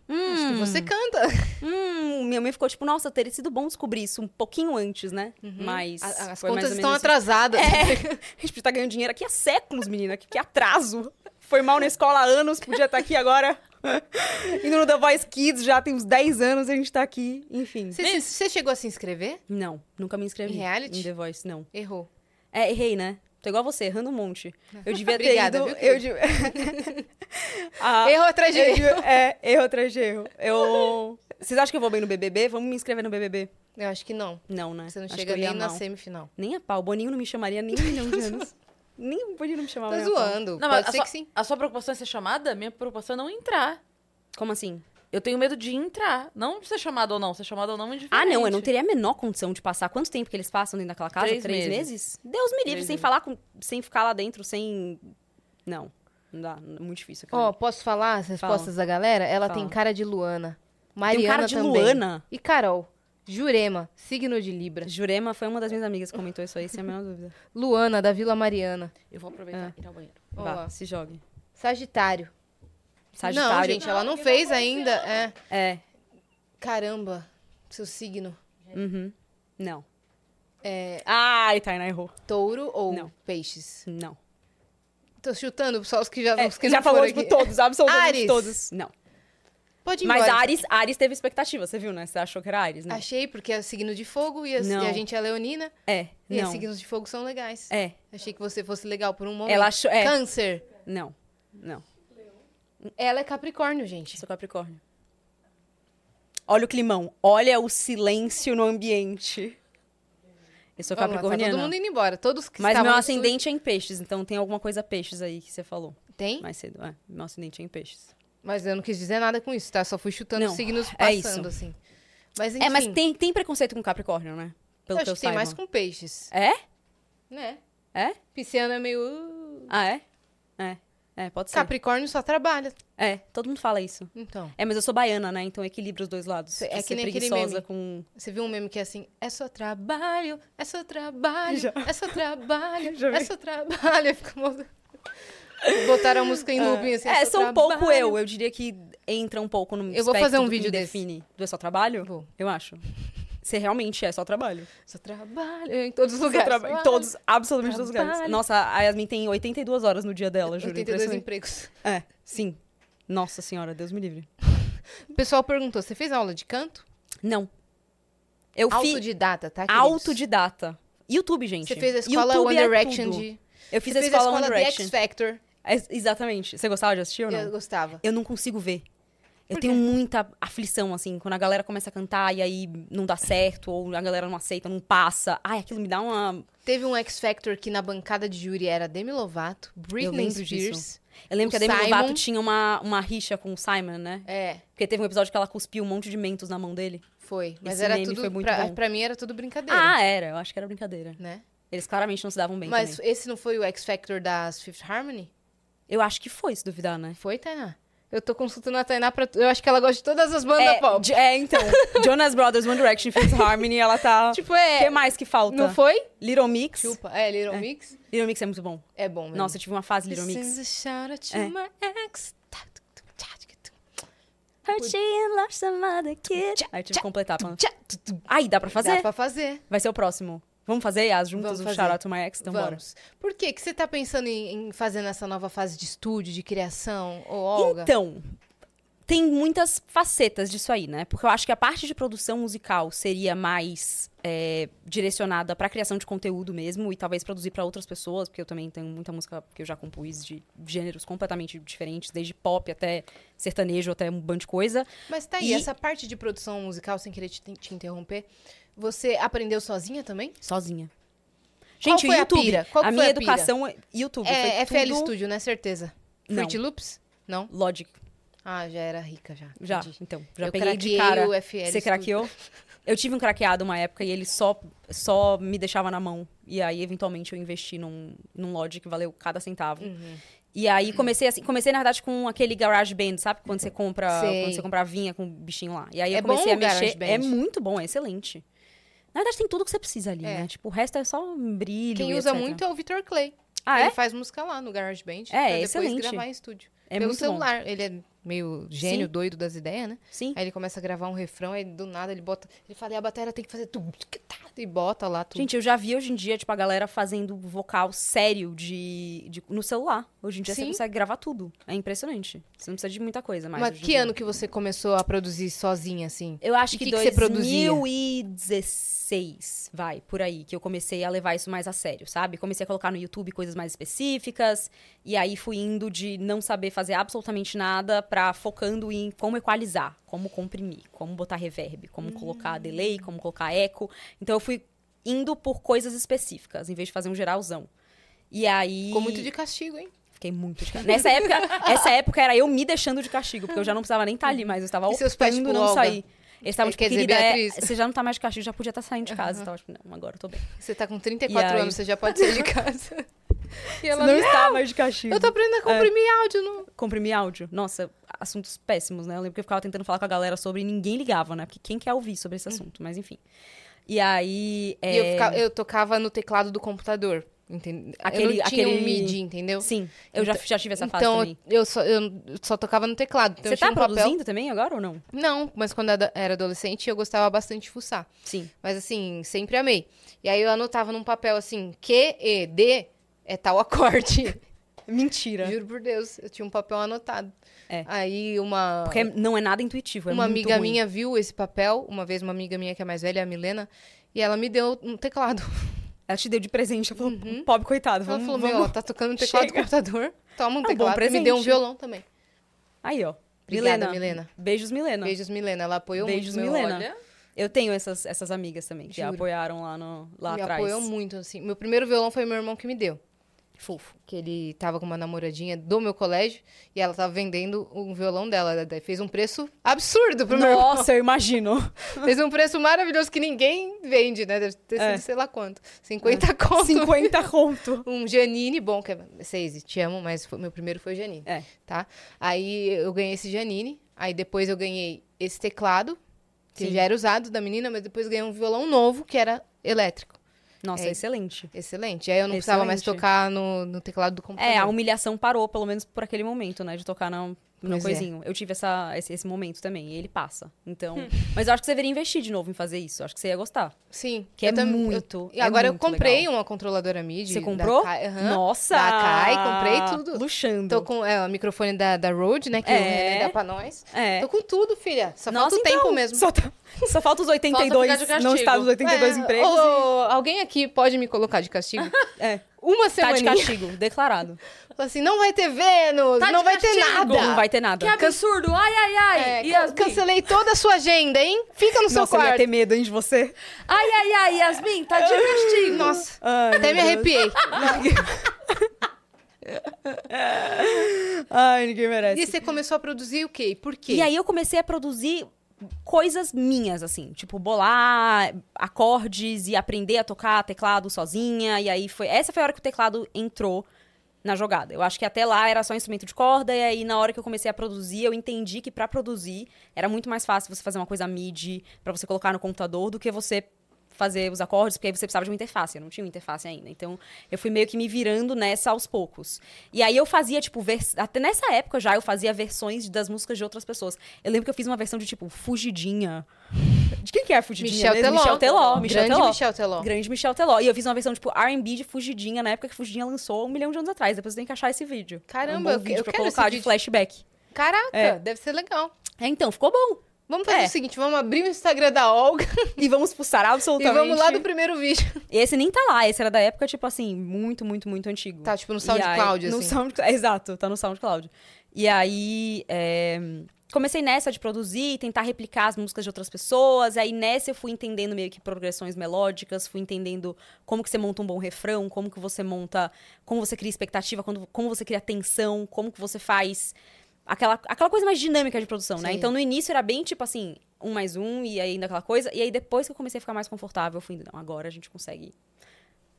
Speaker 2: Acho que você canta.
Speaker 3: hum, minha mãe ficou tipo, nossa, teria sido bom descobrir isso um pouquinho antes, né? Mas
Speaker 2: Uhum. A- As
Speaker 3: foi mais
Speaker 2: contas estão
Speaker 3: ou menos assim. isso.
Speaker 2: atrasadas.
Speaker 3: A gente tá ganhando dinheiro aqui há séculos, menina. Que, que atraso. Foi mal na escola há anos, podia estar aqui agora. Indo no The Voice Kids já tem uns 10 anos, a gente tá aqui. Enfim.
Speaker 2: Você, se- você chegou a se inscrever?
Speaker 3: Não, nunca me inscrevi
Speaker 2: Em reality?
Speaker 3: em The Voice, não.
Speaker 2: Errou.
Speaker 3: É, errei, né? Tô igual você, errando um monte. Eu devia ter
Speaker 2: Obrigada,
Speaker 3: ido...
Speaker 2: viu,
Speaker 3: eu de... Ah,
Speaker 2: Errou atrás de
Speaker 3: eu
Speaker 2: erro.
Speaker 3: de- É, erro atrás de erro. Eu... Vocês acham que eu vou bem no BBB? Vamos me inscrever no BBB.
Speaker 2: Eu acho que não.
Speaker 3: Não, né?
Speaker 2: Você não
Speaker 3: Acho que
Speaker 2: chega
Speaker 3: eu ia
Speaker 2: nem na
Speaker 3: mal.
Speaker 2: semifinal.
Speaker 3: Nem a pau. O Boninho não me chamaria nem um milhão de anos. Nem o Boninho não me chamava
Speaker 2: Tá
Speaker 3: nem é a pau.
Speaker 2: zoando.
Speaker 1: Não, mas
Speaker 2: Pode
Speaker 1: a
Speaker 2: ser
Speaker 1: sua-
Speaker 2: que sim.
Speaker 1: A sua preocupação é ser chamada? Minha preocupação é não entrar.
Speaker 3: Como assim?
Speaker 1: Eu tenho medo de entrar. Não de ser chamada ou não. Ser chamada ou não é
Speaker 3: Ah,
Speaker 1: indiferente.
Speaker 3: não, eu não teria a menor condição de passar. Quanto tempo que eles passam dentro daquela casa?
Speaker 1: Três
Speaker 3: meses.
Speaker 1: meses.
Speaker 3: Deus me livre,
Speaker 1: Três
Speaker 3: sem
Speaker 1: meses.
Speaker 3: falar, com- sem ficar lá dentro, sem. Não, não dá, é muito difícil. aquilo
Speaker 2: Ó,
Speaker 3: ali.
Speaker 2: posso falar as respostas da galera? Ela
Speaker 3: Fala.
Speaker 2: tem cara de Luana. Mariana
Speaker 3: Tem um cara de
Speaker 2: também.
Speaker 3: Luana.
Speaker 2: E Carol. Jurema, signo de Libra.
Speaker 3: Jurema foi uma das minhas amigas que comentou isso aí, sem a menor dúvida.
Speaker 2: Luana, da Vila Mariana.
Speaker 1: Eu vou aproveitar e ir ao banheiro.
Speaker 2: Vamos
Speaker 3: Vá,
Speaker 2: lá.
Speaker 3: se jogue.
Speaker 2: Sagitário.
Speaker 3: Sagitário.
Speaker 2: Não, gente, ela não fez ainda. É.
Speaker 3: É,
Speaker 2: Caramba, seu signo.
Speaker 3: uhum. não.
Speaker 2: É
Speaker 3: Ai, Tainá errou.
Speaker 2: touro ou
Speaker 3: Não.
Speaker 2: peixes?
Speaker 3: Não.
Speaker 2: Tô chutando só os que já,
Speaker 3: É,
Speaker 2: os que
Speaker 3: já
Speaker 2: não
Speaker 3: falou,
Speaker 2: foram
Speaker 3: tipo,
Speaker 2: aqui.
Speaker 3: todos, absolutamente
Speaker 2: Ares.
Speaker 3: todos. Não.
Speaker 2: Pode ir
Speaker 3: Mas
Speaker 2: embora.
Speaker 3: Ares, Ares teve expectativa, você viu, né? Você achou que era Ares, né?
Speaker 2: Achei, porque é signo de fogo e, as-
Speaker 3: Não.
Speaker 2: e a gente é leonina.
Speaker 3: É,
Speaker 2: E os
Speaker 3: não.
Speaker 2: signos de fogo são legais.
Speaker 3: É,
Speaker 2: Achei que você fosse legal por um momento.
Speaker 3: Ela achou- é.
Speaker 2: Câncer.
Speaker 3: não. Não.
Speaker 2: Ela é Capricórnio, gente.
Speaker 3: Sou Capricórnio. Olha o climão. Olha o silêncio no ambiente. Eu sou
Speaker 2: Vamos lá, tá
Speaker 3: capricorniana.
Speaker 2: todo mundo indo embora. Todos que
Speaker 3: Mas
Speaker 2: estavam
Speaker 3: meu
Speaker 2: no estúdio-
Speaker 3: ascendente é em peixes, então tem alguma coisa peixes aí que você falou
Speaker 2: Tem?
Speaker 3: mais cedo. É, meu ascendente é em peixes.
Speaker 2: Mas eu não quis dizer nada com isso, tá? Só fui chutando
Speaker 3: Não,
Speaker 2: os signos
Speaker 3: é isso.
Speaker 2: passando, assim. Mas enfim.
Speaker 3: É, mas tem, tem preconceito com Capricórnio, né?
Speaker 2: eu
Speaker 3: Pelo que
Speaker 2: acho
Speaker 3: eu
Speaker 2: que tem
Speaker 3: saiba.
Speaker 2: mais com peixes.
Speaker 3: É?
Speaker 2: Né?
Speaker 3: É?
Speaker 2: Pisciano é meio. uh,
Speaker 3: Ah, é? É. É, pode ser.
Speaker 2: Capricórnio só trabalha.
Speaker 3: É, todo mundo fala isso.
Speaker 2: Então.
Speaker 3: É, mas eu sou baiana, né? Então equilibra os dois lados.
Speaker 2: Cê- é
Speaker 3: De
Speaker 2: que
Speaker 3: ser
Speaker 2: nem aquele
Speaker 3: preguiçosa
Speaker 2: meme.
Speaker 3: com.
Speaker 2: Você viu um meme que é assim, é só trabalho, é só trabalho,
Speaker 3: Já.
Speaker 2: é só trabalho,
Speaker 3: Já vi.
Speaker 2: é só trabalho. Aí Fica mó- Botaram a música em looping, assim,
Speaker 3: é,
Speaker 2: só
Speaker 3: sou um
Speaker 2: trabalho.
Speaker 3: pouco eu. Eu diria que entra um pouco no
Speaker 2: Eu vou
Speaker 3: espectro
Speaker 2: fazer um
Speaker 3: do que me
Speaker 2: vídeo desse.
Speaker 3: define. Do é só trabalho?
Speaker 2: Vou.
Speaker 3: Eu acho. Você realmente é só trabalho.
Speaker 2: Só trabalho, em todos os
Speaker 3: Só
Speaker 2: lugares.
Speaker 3: traba- em todos, absolutamente todos os lugares.
Speaker 2: Trabalho.
Speaker 3: Nossa, a Yasmin tem 82 horas no dia dela, juro.
Speaker 2: 82
Speaker 3: impressionante.
Speaker 2: empregos.
Speaker 3: É, sim. Nossa senhora, Deus me livre.
Speaker 2: O pessoal perguntou, você fez aula de canto?
Speaker 3: Não. Eu fiz
Speaker 2: Autodidata, tá, queridos?
Speaker 3: autodidata. YouTube, gente.
Speaker 2: Você fez a escola
Speaker 3: YouTube
Speaker 2: One
Speaker 3: é
Speaker 2: Direction
Speaker 3: tudo.
Speaker 2: de...
Speaker 3: Eu fiz
Speaker 2: você
Speaker 3: a
Speaker 2: fez
Speaker 3: escola,
Speaker 2: a
Speaker 3: One
Speaker 2: escola de X
Speaker 3: Direction.
Speaker 2: Factor,
Speaker 3: É, exatamente. Você gostava de assistir ou não?
Speaker 2: eu gostava.
Speaker 3: Eu não consigo ver. Eu
Speaker 2: Por
Speaker 3: tenho
Speaker 2: quê?
Speaker 3: muita aflição, assim, quando a galera começa a cantar e aí não dá certo, ou a galera não aceita, não passa. Ai, aquilo me dá uma.
Speaker 2: Teve um X Factor que na bancada de júri era Demi Lovato, Britney
Speaker 3: lembro
Speaker 2: Spears.
Speaker 3: disso. Eu
Speaker 2: O
Speaker 3: lembro que a Demi
Speaker 2: Simon-
Speaker 3: Lovato tinha uma, uma rixa com o Simon, né?
Speaker 2: É,
Speaker 3: Porque teve um episódio que ela cuspiu um monte de mentos na mão dele.
Speaker 2: foi. Mas
Speaker 3: Esse
Speaker 2: era
Speaker 3: meme
Speaker 2: tudo,
Speaker 3: foi muito
Speaker 2: pra,
Speaker 3: bom.
Speaker 2: pra mim era tudo brincadeira.
Speaker 3: Ah, era. Eu acho que era brincadeira.
Speaker 2: né?
Speaker 3: Eles claramente não se davam bem.
Speaker 2: Mas
Speaker 3: também.
Speaker 2: esse não foi o X Factor das Fifth Harmony?
Speaker 3: Eu acho que foi, se duvidar, né?
Speaker 2: Foi, Tainá? Eu tô consultando a Tainá pra. Eu acho que ela gosta de todas as bandas
Speaker 3: é,
Speaker 2: pop.
Speaker 3: de- é, então. Jonas Brothers, One Direction, Fifth Harmony, ela tá.
Speaker 2: Tipo,
Speaker 3: O que
Speaker 2: é.
Speaker 3: mais que falta?
Speaker 2: Não foi?
Speaker 3: Little Mix.
Speaker 2: Chupa. É, Little Mix.
Speaker 3: Little Mix é muito bom.
Speaker 2: É bom mesmo.
Speaker 3: Nossa, eu tive uma fase Little
Speaker 2: This
Speaker 3: Mix.
Speaker 2: is a shout out to
Speaker 3: É.
Speaker 2: my ex. Tá, tu, tu, tchá, tu, tu,
Speaker 3: Heard she in love some other kid. Aí eu tive que completar. Pra...
Speaker 2: tchá, tu, tu.
Speaker 3: Aí, dá pra fazer?
Speaker 2: Dá pra fazer.
Speaker 3: Vai ser o próximo. Vamos fazer, Yas, juntas
Speaker 2: Vamos
Speaker 3: o
Speaker 2: fazer.
Speaker 3: Shout Out to My Ex? Então bora.
Speaker 2: Vamos. Por que que você tá pensando em, em fazer nessa nova fase de estúdio, de criação, ô Olga?
Speaker 3: Então, tem muitas facetas disso aí, né? Porque eu acho que a parte de produção musical seria mais é, direcionada pra criação de conteúdo mesmo e talvez produzir pra outras pessoas, porque eu também tenho muita música que eu já compus de gêneros completamente diferentes, desde pop até sertanejo, até um bando de coisa.
Speaker 2: Mas tá aí,
Speaker 3: E-
Speaker 2: essa parte de produção musical, sem querer te, te interromper, você aprendeu sozinha também?
Speaker 3: Sozinha.
Speaker 2: Qual
Speaker 3: Gente, o
Speaker 2: foi a
Speaker 3: YouTube.
Speaker 2: pira? Qual que
Speaker 3: a
Speaker 2: foi
Speaker 3: minha
Speaker 2: a pira?
Speaker 3: educação é YouTube.
Speaker 2: É,
Speaker 3: foi
Speaker 2: FL
Speaker 3: tudo...
Speaker 2: Studio, né? Certeza.
Speaker 3: Não.
Speaker 2: Fruit Loops? Não?
Speaker 3: Logic.
Speaker 2: Ah, já era rica já.
Speaker 3: Já,
Speaker 2: entendi.
Speaker 3: então. Já
Speaker 2: Eu
Speaker 3: peguei de
Speaker 2: craqueei
Speaker 3: cara.
Speaker 2: o FL
Speaker 3: Você
Speaker 2: Studio.
Speaker 3: craqueou? Eu tive um craqueado uma época e ele só, só me deixava na mão. E aí, eventualmente, eu investi num, num Logic que valeu cada centavo.
Speaker 2: Uhum.
Speaker 3: E aí comecei assim, comecei na verdade com aquele garage band, sabe? Quando você compra,
Speaker 2: Sei.
Speaker 3: quando você compra a vinha com o bichinho lá. E aí
Speaker 2: É
Speaker 3: eu comecei
Speaker 2: bom
Speaker 3: a
Speaker 2: o
Speaker 3: mexer.
Speaker 2: GarageBand?
Speaker 3: É muito bom, é excelente. Na verdade, tem tudo que você precisa ali,
Speaker 2: É.
Speaker 3: né? Tipo, o resto é só um brilho.
Speaker 2: Quem
Speaker 3: e
Speaker 2: usa
Speaker 3: etc.
Speaker 2: muito é o Victor Clay.
Speaker 3: Ah,
Speaker 2: ele
Speaker 3: é?
Speaker 2: faz música lá no GarageBand. pra
Speaker 3: é
Speaker 2: depois
Speaker 3: excelente.
Speaker 2: gravar em estúdio.
Speaker 3: É
Speaker 2: Pelo
Speaker 3: muito bom.
Speaker 2: celular. Ele é meio gênio,
Speaker 3: Sim.
Speaker 2: doido das ideias, né?
Speaker 3: Sim.
Speaker 2: Aí ele começa a gravar um refrão, aí do nada ele bota. Ele fala, e a bateria tem que fazer tudo. E bota lá tudo.
Speaker 3: Gente, eu já vi hoje em dia, tipo, a galera fazendo vocal sério de, de- no celular. Hoje em dia
Speaker 2: Sim.
Speaker 3: você consegue gravar tudo. É impressionante. Você não precisa de muita coisa mais.
Speaker 2: Mas
Speaker 3: hoje em
Speaker 2: que
Speaker 3: dia.
Speaker 2: ano que você começou a produzir sozinha, assim?
Speaker 3: Eu acho
Speaker 2: E
Speaker 3: que,
Speaker 2: que que você produzia?
Speaker 3: 2016, vai, por aí, que eu comecei a levar isso mais a sério, sabe? Comecei a colocar no YouTube coisas mais específicas, e aí fui indo de não saber fazer absolutamente nada pra focando em como equalizar, como comprimir, como botar reverb, como
Speaker 2: Hum.
Speaker 3: colocar delay, como colocar eco. Então eu fui indo por coisas específicas, em vez de fazer um geralzão. E aí.
Speaker 2: Ficou muito de castigo, hein?
Speaker 3: Fiquei muito de castigo. Nessa época, essa época era eu me deixando de castigo, porque eu já não precisava nem estar ali, mas eu estava
Speaker 2: E seus pais,
Speaker 3: optando
Speaker 2: tipo,
Speaker 3: não
Speaker 2: Olga?
Speaker 3: sair. Eles estavam,
Speaker 2: É,
Speaker 3: tipo,
Speaker 2: quer dizer,
Speaker 3: querida, é,
Speaker 2: Beatriz?
Speaker 3: você já não tá mais de castigo, já podia estar saindo de casa. Eu tava, tipo, não, agora eu tô bem.
Speaker 2: Você tá com
Speaker 3: E
Speaker 2: 34
Speaker 3: aí?
Speaker 2: anos, você já pode sair de casa. E ela,
Speaker 3: Você
Speaker 2: não,
Speaker 3: está mais de castigo.
Speaker 2: eu tô aprendendo a comprimir áudio. Não...
Speaker 3: Comprimir áudio. Nossa, assuntos péssimos, né? Eu lembro que eu ficava tentando falar com a galera sobre e ninguém ligava, né? Porque quem quer ouvir sobre esse assunto? Mas enfim. E aí.
Speaker 2: E eu,
Speaker 3: é,
Speaker 2: fica- eu tocava no teclado do computador, entendeu? eu
Speaker 3: Aquele-
Speaker 2: não tinha um
Speaker 3: aquele-
Speaker 2: MIDI, entendeu?
Speaker 3: Sim, eu já, já tive essa fase
Speaker 2: então,
Speaker 3: também.
Speaker 2: eu só, eu só tocava no teclado. Então
Speaker 3: você
Speaker 2: eu tinha
Speaker 3: tá
Speaker 2: um papel...
Speaker 3: produzindo também agora ou não?
Speaker 2: Não, mas quando eu era adolescente, eu gostava bastante de fuçar.
Speaker 3: Sim.
Speaker 2: Mas assim, sempre amei. E aí eu anotava num papel assim, Q, E, D é tal acorde.
Speaker 3: Mentira.
Speaker 2: Juro por Deus, eu tinha um papel anotado.
Speaker 3: É.
Speaker 2: Aí uma
Speaker 3: Porque não é nada intuitivo. É
Speaker 2: uma
Speaker 3: muito
Speaker 2: amiga
Speaker 3: ruim.
Speaker 2: minha viu esse papel, uma vez uma amiga minha que é mais velha, a Milena, e ela me deu um teclado.
Speaker 3: Ela te deu de presente. Ela falou, pobre coitado.
Speaker 2: Uhum. Ela
Speaker 3: Vamos,
Speaker 2: falou:
Speaker 3: vamos...
Speaker 2: Meu, ó, tá tocando um teclado
Speaker 3: Chega. Tá
Speaker 2: do computador, toma um
Speaker 3: bom
Speaker 2: teclado. e me deu um
Speaker 3: presente.
Speaker 2: violão também.
Speaker 3: Aí, ó.
Speaker 2: Obrigada,
Speaker 3: Milena.
Speaker 2: Milena.
Speaker 3: Beijos, Milena.
Speaker 2: Beijos, Milena. Ela apoiou
Speaker 3: Beijos,
Speaker 2: muito. meu
Speaker 3: Milena.
Speaker 2: olho.
Speaker 3: Eu tenho essas, essas amigas também, que
Speaker 2: Juro.
Speaker 3: apoiaram lá, no, lá
Speaker 2: me
Speaker 3: atrás.
Speaker 2: apoiou muito, assim. Meu primeiro violão foi meu irmão que me deu. Fofo. Que ele tava com uma namoradinha do meu colégio e ela tava vendendo um violão dela. Daí fez um preço absurdo pro meu irmão.
Speaker 3: Nossa, eu imagino.
Speaker 2: Fez um preço maravilhoso que ninguém vende, né? Deve ter sido
Speaker 3: É.
Speaker 2: sei lá quanto. 50 conto.
Speaker 3: 50 conto.
Speaker 2: Um Janine, bom, que é seis, te amo, mas foi- meu primeiro foi o Janine,
Speaker 3: É.
Speaker 2: tá? Aí eu ganhei esse Janine, aí depois eu ganhei esse teclado, que
Speaker 3: Sim.
Speaker 2: já era usado da menina, mas depois eu ganhei um violão novo, que era elétrico.
Speaker 3: Nossa,
Speaker 2: É.
Speaker 3: excelente.
Speaker 2: Excelente. Aí eu não precisava mais
Speaker 3: Excelente.
Speaker 2: tocar no, no teclado do computador.
Speaker 3: É, a humilhação parou, pelo menos por aquele momento, né? De tocar na, no
Speaker 2: Pois é.
Speaker 3: coisinho. Eu tive essa, esse, esse momento também, e ele passa. Então.
Speaker 2: Hum.
Speaker 3: Mas eu acho que você deveria investir de novo em fazer isso. Eu acho que você ia gostar.
Speaker 2: Sim.
Speaker 3: Que
Speaker 2: eu
Speaker 3: é
Speaker 2: tam- eu-
Speaker 3: muito,
Speaker 2: E
Speaker 3: é
Speaker 2: agora
Speaker 3: muito
Speaker 2: eu comprei
Speaker 3: legal.
Speaker 2: uma controladora MIDI.
Speaker 3: Você
Speaker 2: da
Speaker 3: comprou?
Speaker 2: Kai- aham,
Speaker 3: Nossa!
Speaker 2: Da Kai, comprei tudo.
Speaker 3: Luxando.
Speaker 2: Tô com é, o microfone da, da Rode, né? Que o
Speaker 3: É.
Speaker 2: Renan dá pra nós.
Speaker 3: É.
Speaker 2: Tô com tudo, filha. Só
Speaker 3: Nossa,
Speaker 2: falta o
Speaker 3: então,
Speaker 2: tempo mesmo.
Speaker 3: Só, tá- só falta os
Speaker 1: Falta
Speaker 3: 82,
Speaker 1: ficar de
Speaker 3: não está
Speaker 1: castigo.
Speaker 3: nos 82
Speaker 2: É,
Speaker 3: empregos.
Speaker 2: ô, Alguém aqui pode me colocar de castigo?
Speaker 3: É.
Speaker 2: Uma
Speaker 3: Tá
Speaker 2: semana.
Speaker 3: de castigo, declarado.
Speaker 2: assim, não vai ter Vênus,
Speaker 1: Tá de
Speaker 2: não vai ter
Speaker 1: castigo.
Speaker 2: nada.
Speaker 3: Não vai ter nada.
Speaker 1: Que absurdo! Ai, ai,
Speaker 2: É,
Speaker 1: ai!
Speaker 2: can-
Speaker 1: Yasmin.
Speaker 2: cancelei toda a sua agenda, hein? Fica no seu
Speaker 3: Nossa, eu ia
Speaker 2: quarto.
Speaker 3: ter medo, hein, de você.
Speaker 1: Ai, ai, ai, Yasmin, tá de castigo!
Speaker 2: Nossa,
Speaker 3: Ai,
Speaker 2: até me
Speaker 3: meu Deus.
Speaker 2: arrepiei.
Speaker 3: Ai, ninguém merece.
Speaker 2: E você começou a produzir o quê? E Por quê?
Speaker 3: E aí eu comecei a produzir coisas minhas, assim, tipo bolar acordes e aprender a tocar teclado sozinha. E aí foi. Essa foi a hora que o teclado entrou na jogada. Eu acho que até lá era só instrumento de corda, e aí na hora que eu comecei a produzir, eu entendi que pra produzir era muito mais fácil você fazer uma coisa MIDI pra você colocar no computador do que você fazer os acordes, porque aí você precisava de uma interface, eu não tinha uma interface ainda. Então, eu fui meio que me virando nessa aos poucos. E aí eu fazia tipo vers... até nessa época já eu fazia versões das músicas de outras pessoas. Eu lembro que eu fiz uma versão de tipo Fugidinha. De quem que é a
Speaker 2: Michel
Speaker 3: Fugidinha? mesmo?
Speaker 2: Teló.
Speaker 3: Michel Teló, Michel
Speaker 2: Grande
Speaker 3: Teló.
Speaker 2: Michel Teló.
Speaker 3: Grande Michel Teló. E eu fiz uma versão, tipo, R&B de Fugidinha, na época que Fugidinha lançou um milhão de anos atrás. Depois eu tenho que achar esse vídeo.
Speaker 2: Caramba,
Speaker 3: é um bom
Speaker 2: eu que-
Speaker 3: vídeo
Speaker 2: eu
Speaker 3: pra
Speaker 2: quero
Speaker 3: colocar
Speaker 2: esse
Speaker 3: de
Speaker 2: vídeo.
Speaker 3: flashback.
Speaker 2: Caraca,
Speaker 3: É.
Speaker 2: deve ser legal.
Speaker 3: É, então, ficou bom.
Speaker 2: Vamos fazer
Speaker 3: É.
Speaker 2: o seguinte, vamos abrir o Instagram da Olga
Speaker 3: E vamos pulsar
Speaker 2: e
Speaker 3: absolutamente.
Speaker 2: vamos lá do primeiro vídeo.
Speaker 3: Esse nem tá lá. Esse era da época, tipo assim, muito, muito, muito antigo.
Speaker 2: Tá, tipo no
Speaker 3: E
Speaker 2: SoundCloud,
Speaker 3: aí-
Speaker 2: assim.
Speaker 3: No SoundCloud, exato, tá no SoundCloud. E aí, é, comecei nessa de produzir, tentar replicar as músicas de outras pessoas. Aí nessa eu fui entendendo meio que progressões melódicas, fui entendendo como que você monta um bom refrão, como que você monta, como você cria expectativa, quando- como você cria tensão, como que você faz aquela, aquela coisa mais dinâmica de produção, né?
Speaker 2: Sim.
Speaker 3: Então no início era bem tipo assim, um mais um e aí ainda aquela coisa. E aí depois que eu comecei a ficar mais confortável, eu fui indo, não, agora a gente consegue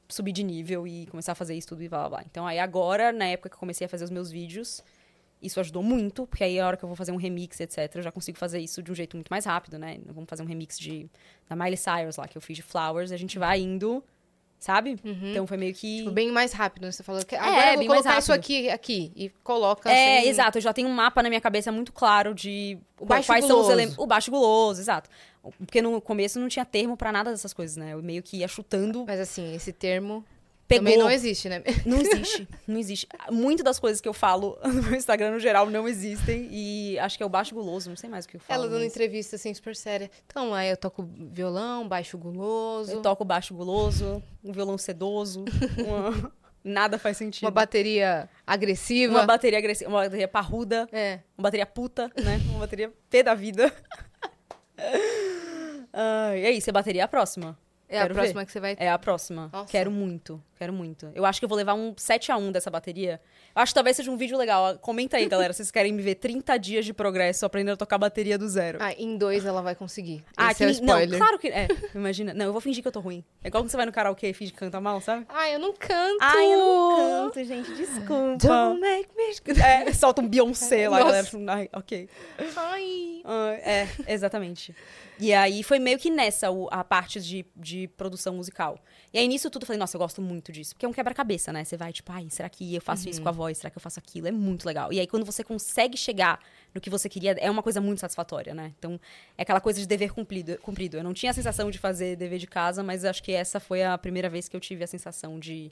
Speaker 3: subir de nível e começar a fazer isso tudo e blá blá blá. Então aí agora, na época que eu comecei a fazer os meus vídeos, isso ajudou muito, porque aí a hora que eu vou fazer um remix, etc, eu já consigo fazer isso de um jeito muito mais rápido, né? Vamos fazer um remix de da Miley Cyrus lá, que eu fiz de Flowers, a gente vai indo, sabe? Então foi meio que
Speaker 2: Tipo, bem mais rápido, né? Você falou que agora eu vou
Speaker 3: É, bem mais
Speaker 2: colocar isso
Speaker 3: rápido.
Speaker 2: aqui, aqui e coloca assim.
Speaker 3: É,
Speaker 2: sem-
Speaker 3: exato. Eu já tenho um mapa na minha cabeça muito claro de
Speaker 2: O
Speaker 3: qua-
Speaker 2: baixo
Speaker 3: quais são os
Speaker 2: guloso.
Speaker 3: elementos. O baixo guloso, exato. Porque no começo não tinha termo pra nada dessas coisas, né? Eu meio que ia chutando.
Speaker 2: Mas assim, esse termo
Speaker 3: Pegou.
Speaker 2: também não existe, né?
Speaker 3: Não existe, não existe. Muitas das coisas que eu falo no meu Instagram, no geral, não existem. E acho que é o baixo guloso, não sei mais o que eu falo.
Speaker 2: Ela dando
Speaker 3: mas
Speaker 2: entrevista assim super séria. Então, aí eu toco violão, baixo guloso,
Speaker 3: Eu toco baixo guloso, um violão sedoso, uma- nada faz sentido.
Speaker 2: uma bateria agressiva.
Speaker 3: Uma bateria agressiva, uma bateria parruda,
Speaker 2: É.
Speaker 3: uma bateria puta, né? Uma bateria pé da vida. Ai, e aí, você bateria a próxima?
Speaker 2: É
Speaker 3: Quero
Speaker 2: a
Speaker 3: ver.
Speaker 2: próxima que você vai.
Speaker 3: É a próxima.
Speaker 2: Nossa.
Speaker 3: Quero muito, quero muito. Eu acho que eu vou levar um 7x1 dessa bateria. Eu acho que talvez seja um vídeo legal. Comenta aí, galera, se vocês querem me ver 30 dias de progresso aprendendo a tocar bateria do zero.
Speaker 2: Ah, em dois ela vai conseguir. Esse
Speaker 3: Ah, que
Speaker 2: é o
Speaker 3: nem- Não,
Speaker 2: spoiler.
Speaker 3: claro que... É, imagina. Não, eu vou fingir que eu tô ruim. É igual quando você vai no karaokê e finge que canta mal, sabe?
Speaker 2: Ai, eu não canto.
Speaker 3: Ai, eu não canto, gente, desculpa.
Speaker 2: Don't make me.
Speaker 3: É, solta um Beyoncé lá,
Speaker 2: Nossa.
Speaker 3: galera. Ai, ok.
Speaker 2: Ai.
Speaker 3: Ah, É, exatamente. E aí foi meio que nessa o- a parte de, de produção musical. E aí nisso tudo eu falei, nossa, eu gosto muito disso. Porque é um quebra-cabeça, né? Você vai tipo, ai, será que eu faço isso com a voz? Será que eu faço aquilo? É muito legal. E aí quando você consegue chegar no que você queria, é uma coisa muito satisfatória, né? Então é aquela coisa de dever cumprido. cumprido. Eu não tinha a sensação de fazer dever de casa, mas acho que essa foi a primeira vez que eu tive a sensação de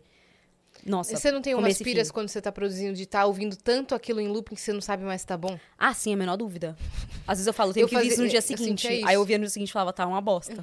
Speaker 3: Nossa,
Speaker 2: você não tem
Speaker 3: comer
Speaker 2: umas
Speaker 3: esse
Speaker 2: piras
Speaker 3: fio.
Speaker 2: quando você tá produzindo, de estar ouvindo tanto aquilo em looping que você não sabe mais se tá bom?
Speaker 3: Ah, sim, a menor dúvida. Às vezes eu falo, tenho
Speaker 2: Eu
Speaker 3: que ver
Speaker 2: fazia-
Speaker 3: isso no dia
Speaker 2: eu sentia
Speaker 3: seguinte.
Speaker 2: isso. Uhum.
Speaker 3: Aí eu via no dia seguinte e falava, tá uma bosta.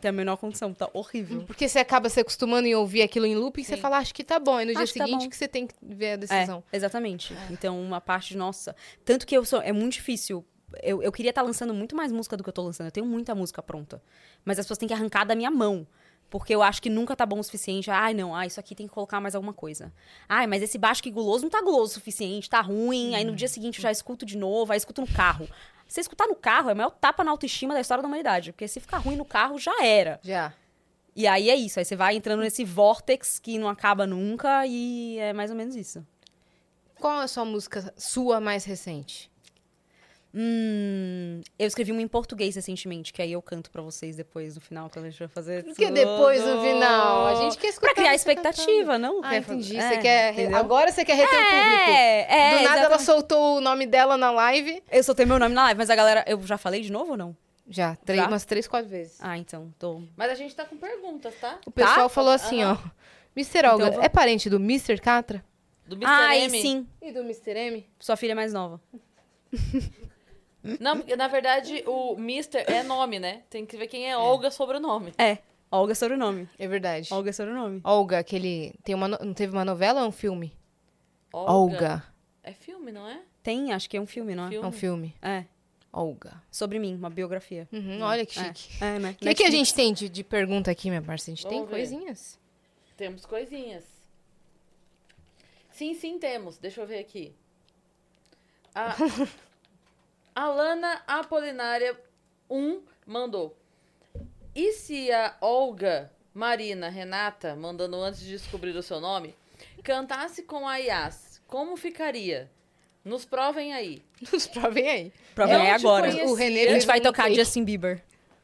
Speaker 3: Tem a menor condição, tá horrível.
Speaker 2: Porque você acaba se acostumando em ouvir aquilo em looping e você
Speaker 1: Sim.
Speaker 2: fala, acho que tá bom. E no dia
Speaker 3: Acho que tá
Speaker 2: seguinte
Speaker 3: bom.
Speaker 2: que você tem que ver a
Speaker 3: É,
Speaker 2: decisão.
Speaker 3: exatamente. Então, uma parte, de nossa. Tanto que eu sou. É muito difícil. Eu, eu queria estar lançando muito mais música do que eu tô lançando. Eu tenho muita música pronta. Mas as pessoas têm que arrancar da minha mão. Porque eu acho que nunca tá bom o suficiente. Ai, não, ah, isso aqui tem que colocar mais alguma coisa. Ai, mas esse baixo que guloso não tá guloso o suficiente, tá ruim. Aí no dia seguinte eu já escuto de novo, aí escuto no carro. Você escutar no carro é o maior tapa na autoestima da história da humanidade. Porque se ficar ruim no carro, já era.
Speaker 2: Já.
Speaker 3: E aí é isso. Aí você vai entrando nesse vórtex que não acaba nunca e é mais ou menos isso.
Speaker 2: Qual é a sua música sua mais recente?
Speaker 3: Hum, eu escrevi um em português recentemente, que aí eu canto pra vocês depois no final, quando a gente vai fazer.
Speaker 2: Porque depois, no final, a gente quer escutar
Speaker 3: Pra criar
Speaker 2: você
Speaker 3: expectativa, não?
Speaker 2: Ah,
Speaker 3: Quer-
Speaker 2: entendi.
Speaker 3: é,
Speaker 2: você quer. re-
Speaker 3: entendeu?
Speaker 2: Agora você quer reter o público.
Speaker 3: É, é.
Speaker 2: Do nada ela
Speaker 3: exatamente.
Speaker 2: soltou o nome dela na live.
Speaker 3: Eu soltei meu nome na live, mas a galera. Eu já falei de novo ou não?
Speaker 2: Já, três,
Speaker 3: Já?
Speaker 2: umas três, quatro vezes.
Speaker 3: Ah, então. Tô.
Speaker 1: Mas a gente tá com perguntas, tá?
Speaker 2: O pessoal falou assim, ó. Mr. Olga,
Speaker 3: Então eu vou-
Speaker 2: é parente do Mr. Catra?
Speaker 1: Do Mr.
Speaker 3: Ai,
Speaker 1: M.
Speaker 3: sim.
Speaker 2: E do Mr. M?
Speaker 3: Sua filha é mais nova.
Speaker 1: Não, porque, na verdade, o Mr. é nome, né? Tem que ver quem é, Olga sobrenome.
Speaker 3: É. Olga é sobrenome.
Speaker 2: É verdade.
Speaker 3: Olga é sobrenome.
Speaker 2: Olga, aquele. Tem uma no- Não teve uma novela ou um filme?
Speaker 1: É filme, não é?
Speaker 3: Tem, acho que é um filme, não é?
Speaker 2: É um filme.
Speaker 3: É.
Speaker 2: Olga.
Speaker 3: Sobre mim, uma biografia.
Speaker 2: Uhum, olha que chique.
Speaker 3: É, é né?
Speaker 2: O que, que a gente tem de, de pergunta aqui, minha parça? A gente tem
Speaker 1: Vamos ver.
Speaker 2: coisinhas?
Speaker 1: Temos coisinhas. Sim, sim, temos. Deixa eu ver aqui. A Alana Apolinária 1 mandou. E se a Olga Marina Renata, mandando antes de descobrir o seu nome, cantasse com a Yas, como ficaria? Nos provem aí.
Speaker 2: Nos provem aí.
Speaker 3: O problema
Speaker 1: Eu
Speaker 3: é
Speaker 1: não
Speaker 2: tipo,
Speaker 1: te
Speaker 3: agora.
Speaker 1: conhecia.
Speaker 2: O Renê
Speaker 3: A
Speaker 2: fez
Speaker 3: gente vai
Speaker 2: um
Speaker 3: tocar
Speaker 2: fake.
Speaker 3: Justin Bieber.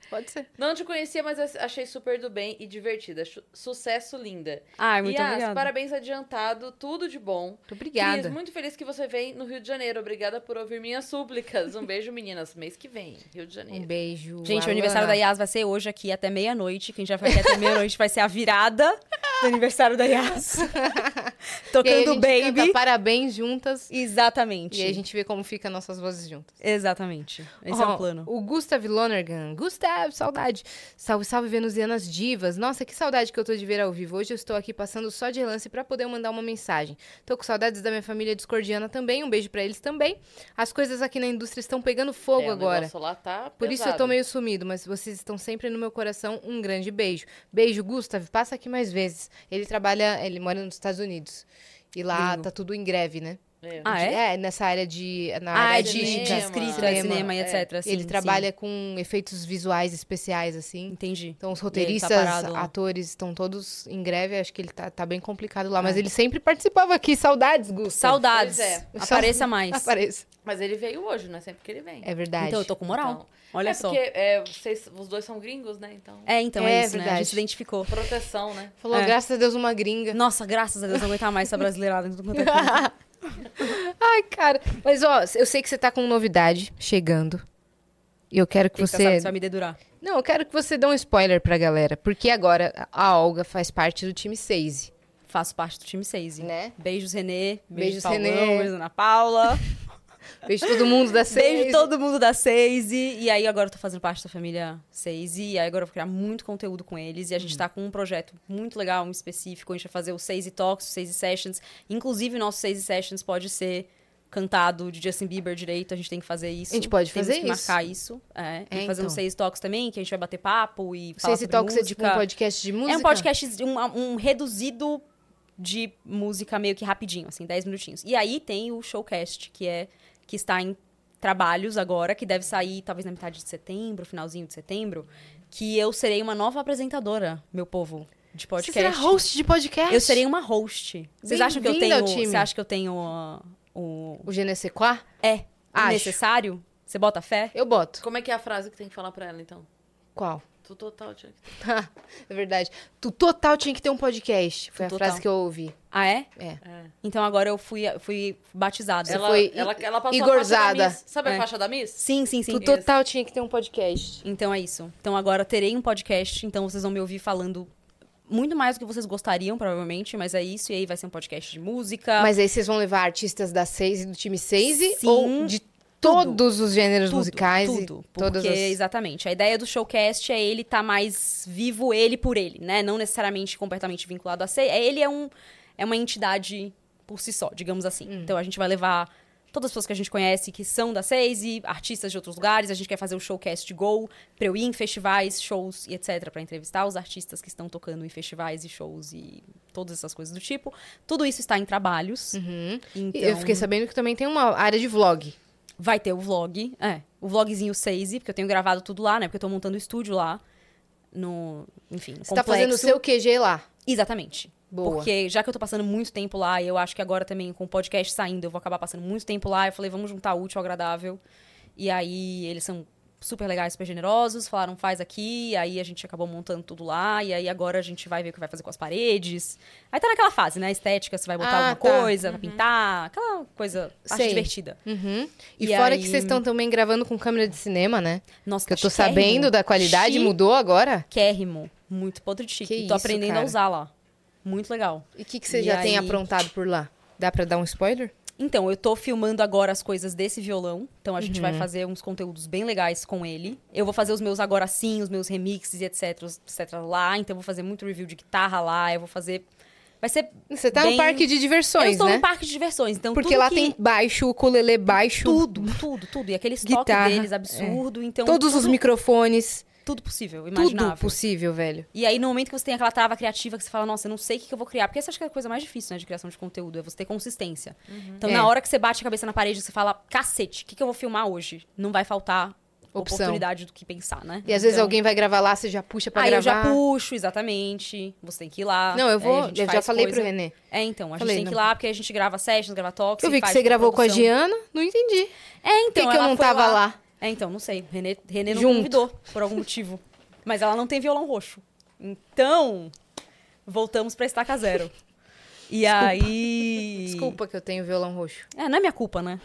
Speaker 2: Pode ser.
Speaker 1: Não te conhecia, mas ach- achei super do bem e divertida. Chu- Sucesso, linda.
Speaker 3: Ai, muito
Speaker 1: Yas,
Speaker 3: obrigada.
Speaker 1: parabéns adiantado, tudo de bom.
Speaker 2: Muito obrigada.
Speaker 1: Cris, muito feliz que você vem no Rio de Janeiro. Obrigada por ouvir minhas súplicas. Um beijo, meninas. Mês que vem, Rio de
Speaker 2: Um
Speaker 1: Janeiro.
Speaker 2: beijo.
Speaker 3: É. Gente,
Speaker 2: Alana.
Speaker 3: o aniversário da Yas vai ser hoje aqui até meia-noite. Quem já vai aqui até meia-noite vai ser a virada do aniversário da Yas.
Speaker 2: E aí a
Speaker 3: Tocando
Speaker 2: gente
Speaker 3: Baby.
Speaker 2: canta parabéns juntas.
Speaker 3: Exatamente.
Speaker 2: E aí a gente vê como fica nossas vozes juntas.
Speaker 3: Exatamente. Esse é
Speaker 2: Ó,
Speaker 3: o plano.
Speaker 2: O Gustav Lonergan. Gustav, saudade. Salve, salve, venusianas divas. Nossa, que saudade que eu tô de ver ao vivo. Hoje eu estou aqui passando só de relance pra poder mandar uma mensagem. Tô com saudades da minha família discordiana também. Um beijo pra eles também. As coisas aqui na indústria estão pegando fogo
Speaker 1: É, o
Speaker 2: agora.
Speaker 1: negócio lá tá
Speaker 2: Por isso eu
Speaker 1: pesado.
Speaker 2: tô meio sumido, mas vocês estão sempre no meu coração. Um grande beijo. Beijo, Gustav. Passa aqui mais vezes. Ele trabalha, ele mora nos Estados Unidos. E lá
Speaker 3: Lindo.
Speaker 2: tá tudo em greve, né?
Speaker 1: É.
Speaker 3: Ah, é?
Speaker 2: nessa área de. Na
Speaker 3: Ah,
Speaker 2: área
Speaker 3: de, de
Speaker 1: cinema,
Speaker 3: escrita,
Speaker 2: é cinema. é.
Speaker 3: cinema, e etc.
Speaker 2: ele
Speaker 3: Sim,
Speaker 2: trabalha com efeitos visuais especiais,
Speaker 3: sim.
Speaker 2: assim.
Speaker 3: Entendi.
Speaker 2: Então, os
Speaker 3: E ele tá
Speaker 2: roteiristas,
Speaker 3: parado lá.
Speaker 2: atores, estão todos em greve. Acho que ele tá, tá bem complicado lá.
Speaker 3: É.
Speaker 2: Mas ele sempre participava aqui. Saudades, Gusto.
Speaker 3: Saudades.
Speaker 1: Pois é.
Speaker 2: Então,
Speaker 3: Apareça mais.
Speaker 2: Apareça.
Speaker 1: Mas ele veio hoje, né? Sempre que ele vem.
Speaker 2: É verdade.
Speaker 3: Então, eu tô com moral.
Speaker 1: Então,
Speaker 3: Olha
Speaker 1: é
Speaker 3: só.
Speaker 1: porque é, vocês, os dois são gringos, né? Então,
Speaker 3: É, então, é,
Speaker 2: É
Speaker 3: isso, né? A
Speaker 2: verdade.
Speaker 3: gente se identificou.
Speaker 1: proteção, né?
Speaker 2: Falou,
Speaker 3: É.
Speaker 2: graças a Deus, uma gringa.
Speaker 3: Nossa, graças a Deus, não aguentar mais essa brasileirada. em tudo quanto é canto.
Speaker 2: Ai, cara. Mas, ó, eu sei que você tá com novidade chegando. E eu quero que
Speaker 3: Fica, sabe,
Speaker 2: você.
Speaker 3: Isso vai me dedurar.
Speaker 2: Não, eu quero que você dê um spoiler pra galera. Porque agora a Olga faz parte do time 6.
Speaker 3: Faço parte do time 6.
Speaker 2: Né?
Speaker 3: Beijos, Renê. Beijos,
Speaker 2: Beijos,
Speaker 3: Paulão,
Speaker 2: Renê.
Speaker 3: Beijo, Ana Paula.
Speaker 2: Beijo todo mundo da 6.
Speaker 3: Beijo todo mundo da Seise. E aí agora eu tô fazendo parte da família Seise. E aí agora eu vou criar muito conteúdo com eles. E a
Speaker 2: Hum.
Speaker 3: gente tá com um projeto muito legal, um específico. A gente vai fazer o Seise Talks, o Seise Sessions. Inclusive, o nosso Seise Sessions pode ser cantado de Justin Bieber direito. A gente tem que fazer isso.
Speaker 2: A gente pode
Speaker 3: Temos
Speaker 2: fazer
Speaker 3: que
Speaker 2: isso.
Speaker 3: marcar isso. É. e
Speaker 2: É,
Speaker 3: fazer um
Speaker 2: então.
Speaker 3: Seise Talks também, que a gente vai bater papo e falar
Speaker 2: Vocês se
Speaker 3: sobre
Speaker 2: tocam, é tipo
Speaker 3: música.
Speaker 2: um podcast de música?
Speaker 3: É um podcast, um, um reduzido de música meio que rapidinho, assim, 10 minutinhos. E aí tem o Showcast, que é que está em trabalhos agora, que deve sair talvez na metade de setembro, finalzinho de setembro, que eu serei uma nova apresentadora, meu povo, de
Speaker 2: Você
Speaker 3: podcast.
Speaker 2: será host de podcast?
Speaker 3: Eu serei uma host. Vocês acham que eu
Speaker 2: Bem-vinda
Speaker 3: tenho,
Speaker 2: ao time.
Speaker 3: você acha que eu tenho ah, o
Speaker 2: O Genesequá?
Speaker 3: é o
Speaker 2: Acho.
Speaker 3: necessário? Você bota fé?
Speaker 2: Eu boto.
Speaker 1: Como é que é a frase que tem que falar pra ela, então?
Speaker 2: Qual?
Speaker 1: Tu total, tinha que
Speaker 2: é verdade. Tu total tinha que ter um podcast. Foi
Speaker 3: Tu
Speaker 2: a
Speaker 3: Total.
Speaker 2: frase que eu ouvi.
Speaker 3: Ah, é?
Speaker 2: É.
Speaker 1: É.
Speaker 3: Então agora eu fui, fui batizada.
Speaker 1: Ela,
Speaker 2: foi
Speaker 1: ela, ela passou a faixa
Speaker 2: Igorzada.
Speaker 1: da Miss. Sabe
Speaker 3: É.
Speaker 1: a faixa da Miss?
Speaker 3: Sim, sim, sim.
Speaker 2: Tu total tinha que ter um podcast.
Speaker 3: Então é isso. Então agora terei um podcast, então vocês vão me ouvir falando muito mais do que vocês gostariam, provavelmente, mas é isso. E aí vai ser um podcast de música.
Speaker 2: Mas aí vocês vão levar artistas da 6 e do time 6
Speaker 3: Sim,
Speaker 2: ou de todos os gêneros
Speaker 3: Tudo,
Speaker 2: musicais
Speaker 3: tudo,
Speaker 2: e todas
Speaker 3: porque,
Speaker 2: as...
Speaker 3: exatamente. A ideia do showcast é ele estar mais vivo ele por ele, né? Não necessariamente completamente vinculado a ser. é- Ele é um é uma entidade por si só, digamos assim.
Speaker 2: Hum.
Speaker 3: Então a gente vai levar todas as pessoas que a gente conhece que são da Seis e artistas de outros lugares. A gente quer fazer o showcast de Go pra eu ir em festivais, shows e etc. pra entrevistar os artistas que estão tocando em festivais e shows e todas essas coisas do tipo. Tudo isso está em trabalhos. Então...
Speaker 2: Uhum. Eu fiquei sabendo que também tem uma área de vlog.
Speaker 3: Vai ter o vlog, é. O vlogzinho 6, porque eu tenho gravado tudo lá, né? Porque eu tô montando o estúdio lá. No, enfim,
Speaker 2: Você tá fazendo o seu QG lá.
Speaker 3: Exatamente.
Speaker 2: Boa.
Speaker 3: Porque já que eu tô passando muito tempo lá, e eu acho que agora também com o podcast saindo, eu vou acabar passando muito tempo lá. Eu falei, vamos juntar útil ao agradável. E aí eles são super legais, super generosos, falaram faz aqui, e aí a gente acabou montando tudo lá, e aí agora a gente vai ver o que vai fazer com as paredes. Aí tá naquela fase, né? Estética, se vai botar
Speaker 2: Ah,
Speaker 3: alguma
Speaker 2: tá.
Speaker 3: coisa, vai pintar, aquela coisa, parte
Speaker 2: Sei.
Speaker 3: divertida.
Speaker 2: Uhum. E,
Speaker 3: E
Speaker 2: fora
Speaker 3: aí-
Speaker 2: que vocês estão também gravando com câmera de cinema, né?
Speaker 3: Nossa,
Speaker 2: Que eu
Speaker 3: tá
Speaker 2: tô
Speaker 3: chiquérrimo.
Speaker 2: sabendo da qualidade, mudou agora?
Speaker 3: chiquérrimo, muito podre de
Speaker 2: Que
Speaker 3: chique. E tô
Speaker 2: isso,
Speaker 3: aprendendo
Speaker 2: cara.
Speaker 3: a usar lá. Muito legal.
Speaker 2: E o que, que você
Speaker 3: E
Speaker 2: já tem
Speaker 3: aí-
Speaker 2: aprontado por lá? Dá pra dar um spoiler?
Speaker 3: Então, eu tô filmando agora as coisas desse violão. Então, a gente
Speaker 2: Uhum.
Speaker 3: vai fazer uns conteúdos bem legais com ele. Eu vou fazer os meus agora sim, os meus remixes e etc, etc lá. Então, eu vou fazer muito review de guitarra lá. Eu vou fazer... Vai ser...
Speaker 2: Você tá
Speaker 3: bem-
Speaker 2: num parque de
Speaker 3: Eu
Speaker 2: diversões,
Speaker 3: estou
Speaker 2: né?
Speaker 3: num parque de diversões. Então,
Speaker 2: Porque
Speaker 3: tudo
Speaker 2: lá
Speaker 3: que-
Speaker 2: tem baixo, ukulele baixo,
Speaker 3: Tudo, tudo, tudo. E aquele estoque
Speaker 2: Guitarra, é.
Speaker 3: deles absurdo. Então,
Speaker 2: todos os
Speaker 3: tudo,
Speaker 2: microfones,
Speaker 3: tudo possível,
Speaker 2: tudo
Speaker 3: imaginável.
Speaker 2: possível, velho.
Speaker 3: E aí, no momento que você tem aquela trava criativa que você fala, nossa, eu não sei o que, que eu vou criar. Porque essa acho que é a coisa mais difícil, né, de criação de conteúdo, é você ter consistência. Então,
Speaker 2: É.
Speaker 3: na hora que você bate a cabeça na parede, você fala, cacete, o que, que eu vou filmar hoje? Não vai faltar
Speaker 2: Opção.
Speaker 3: oportunidade do que pensar, né?
Speaker 2: E às vezes
Speaker 3: Então,
Speaker 2: alguém vai gravar lá, você já puxa pra
Speaker 3: Aí eu
Speaker 2: gravar.
Speaker 3: já puxo, exatamente. Você tem que ir lá.
Speaker 2: Não, eu
Speaker 3: Aí
Speaker 2: vou,
Speaker 3: a gente
Speaker 2: eu já
Speaker 3: faz
Speaker 2: falei pro
Speaker 3: coisa.
Speaker 2: Renê.
Speaker 3: É, então, a gente
Speaker 2: Falei,
Speaker 3: tem que ir
Speaker 2: não.
Speaker 3: lá, porque a gente grava sessions, grava toques.
Speaker 2: Eu vi que
Speaker 3: faz
Speaker 2: você gravou com a
Speaker 3: produção.
Speaker 2: Giana, não entendi.
Speaker 3: É, então.
Speaker 2: Por que que eu
Speaker 3: ela
Speaker 2: não
Speaker 3: foi
Speaker 2: tava lá?
Speaker 3: É, então, não sei. Renê, Renê não
Speaker 2: Junto.
Speaker 3: convidou, por algum motivo. Mas ela não tem violão roxo. Então, voltamos pra estaca zero. E aí.
Speaker 2: Desculpa que eu tenho violão roxo.
Speaker 3: É, não é minha culpa, né?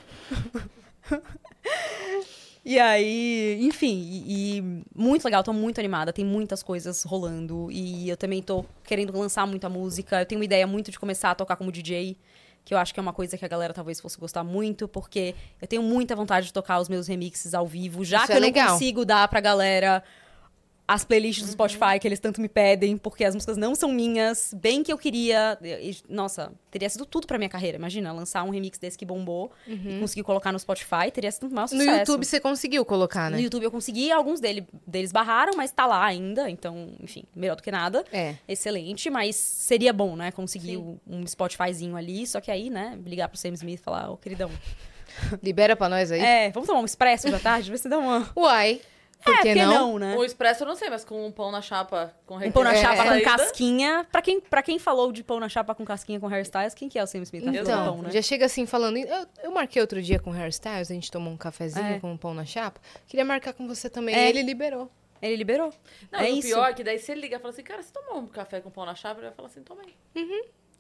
Speaker 3: e aí, enfim, e, e muito legal, tô muito animada, tem muitas coisas rolando. E eu também tô querendo lançar muita música. Eu tenho uma ideia muito de começar a tocar como DJ, que eu acho que é uma coisa que a galera talvez fosse gostar muito, porque eu tenho muita vontade de tocar os meus remixes ao vivo, já
Speaker 2: Isso
Speaker 3: que
Speaker 2: é
Speaker 3: eu não
Speaker 2: legal.
Speaker 3: consigo dar pra galera. As playlists
Speaker 2: Uhum.
Speaker 3: do Spotify que eles tanto me pedem, porque as músicas não são minhas, bem que eu queria. e- e- Nossa, teria sido tudo pra minha carreira. Imagina, lançar um remix desse que bombou e conseguir colocar no Spotify, teria sido um maior
Speaker 2: Uhum. No
Speaker 3: sucesso.
Speaker 2: YouTube você conseguiu colocar,
Speaker 3: No
Speaker 2: né?
Speaker 3: YouTube eu consegui, alguns dele, deles barraram, mas tá lá ainda, então, enfim, melhor do que nada.
Speaker 2: É.
Speaker 3: Excelente, mas seria bom, né? Conseguir um Spotifyzinho ali, só que aí, né, ligar pro Sam Smith e falar, ô queridão,
Speaker 2: Libera pra nós aí.
Speaker 3: é, vamos tomar um expresso da tarde, ver se dá uma.
Speaker 2: Uai. Por
Speaker 3: é,
Speaker 2: que
Speaker 3: porque
Speaker 2: não?
Speaker 3: né?
Speaker 1: O expresso eu não sei, mas com um pão na chapa com
Speaker 3: Um pão na
Speaker 1: requeijão
Speaker 3: chapa
Speaker 1: saída.
Speaker 3: com casquinha. Pra quem, pra quem falou de pão na chapa com casquinha com hairstyles, quem que é o Sam Smith? Acho que é o
Speaker 2: Então,
Speaker 3: pão, né?
Speaker 2: já chega assim falando. Eu, eu marquei outro dia com o Hairstyles, a gente tomou um cafezinho
Speaker 3: É.
Speaker 2: com um pão na chapa. Queria marcar com você também.
Speaker 3: É.
Speaker 2: e ele liberou.
Speaker 3: Ele liberou.
Speaker 1: Não,
Speaker 3: é
Speaker 1: e o
Speaker 3: isso.
Speaker 1: pior é que daí você liga e fala assim, cara, você tomou um café com pão na chapa? Ele vai falar assim, tomei.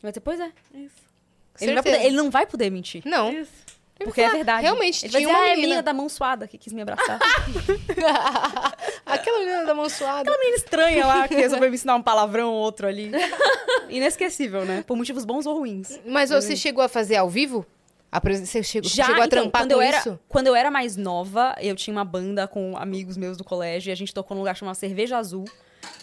Speaker 3: Mas depois é.
Speaker 1: Isso,
Speaker 3: Ele não, vai
Speaker 2: Certeza.
Speaker 3: poder, ele não vai poder mentir.
Speaker 2: Não.
Speaker 1: isso.
Speaker 2: Eu
Speaker 3: Porque
Speaker 2: vou
Speaker 3: é
Speaker 2: falar,
Speaker 3: verdade.
Speaker 2: Realmente,
Speaker 3: ele vai
Speaker 2: tinha
Speaker 3: dizer,
Speaker 2: uma
Speaker 3: ah, é a
Speaker 2: menina.
Speaker 3: menina da mão suada que quis me abraçar.
Speaker 2: Aquela menina da mão suada.
Speaker 3: Aquela menina estranha lá que resolveu me ensinar um palavrão ou outro ali. Inesquecível, né? Por motivos bons ou ruins.
Speaker 2: Mas você chegou a fazer ao vivo? A presen- Você chegou,
Speaker 3: Hum. Já,
Speaker 2: chegou a
Speaker 3: então,
Speaker 2: trampar
Speaker 3: quando
Speaker 2: com
Speaker 3: eu era,
Speaker 2: isso?
Speaker 3: Quando eu era mais nova, eu tinha uma banda com amigos meus do colégio e a gente tocou num lugar chamado Cerveja Azul.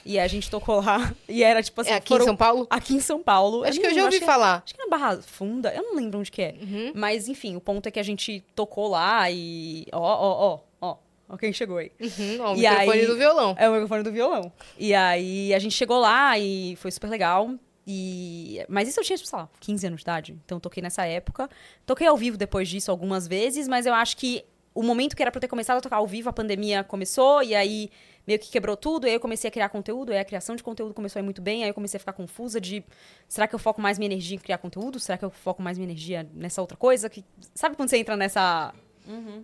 Speaker 3: E a gente tocou lá. E era tipo assim.
Speaker 2: É aqui
Speaker 3: foram-
Speaker 2: em São Paulo?
Speaker 3: Aqui em São Paulo.
Speaker 2: Acho
Speaker 3: Eu
Speaker 2: que eu
Speaker 3: não-
Speaker 2: já ouvi
Speaker 3: acho
Speaker 2: falar. Uhum.
Speaker 3: Acho que é. na Barra Funda, eu não lembro onde que é. Mas, enfim, o ponto é que a gente tocou lá e. Ó, ó, ó, ó. Ó quem chegou aí.
Speaker 2: Uhum, ó, o
Speaker 3: E
Speaker 2: microfone
Speaker 3: aí-
Speaker 2: do violão.
Speaker 3: É o microfone do violão. E aí a gente chegou lá e foi super legal. E... Mas isso eu tinha, tipo, sei lá, 15 anos de idade. Então eu toquei nessa época. Toquei ao vivo depois disso algumas vezes, mas eu acho que o momento que era pra eu ter começado a tocar ao vivo, a pandemia começou e aí meio que quebrou tudo. E aí eu comecei a criar conteúdo, e aí a criação de conteúdo começou a ir muito bem. Aí eu comecei a ficar confusa de será que eu foco mais minha energia em criar conteúdo? Será que eu foco mais minha energia nessa outra coisa? Que... Sabe quando você entra nessa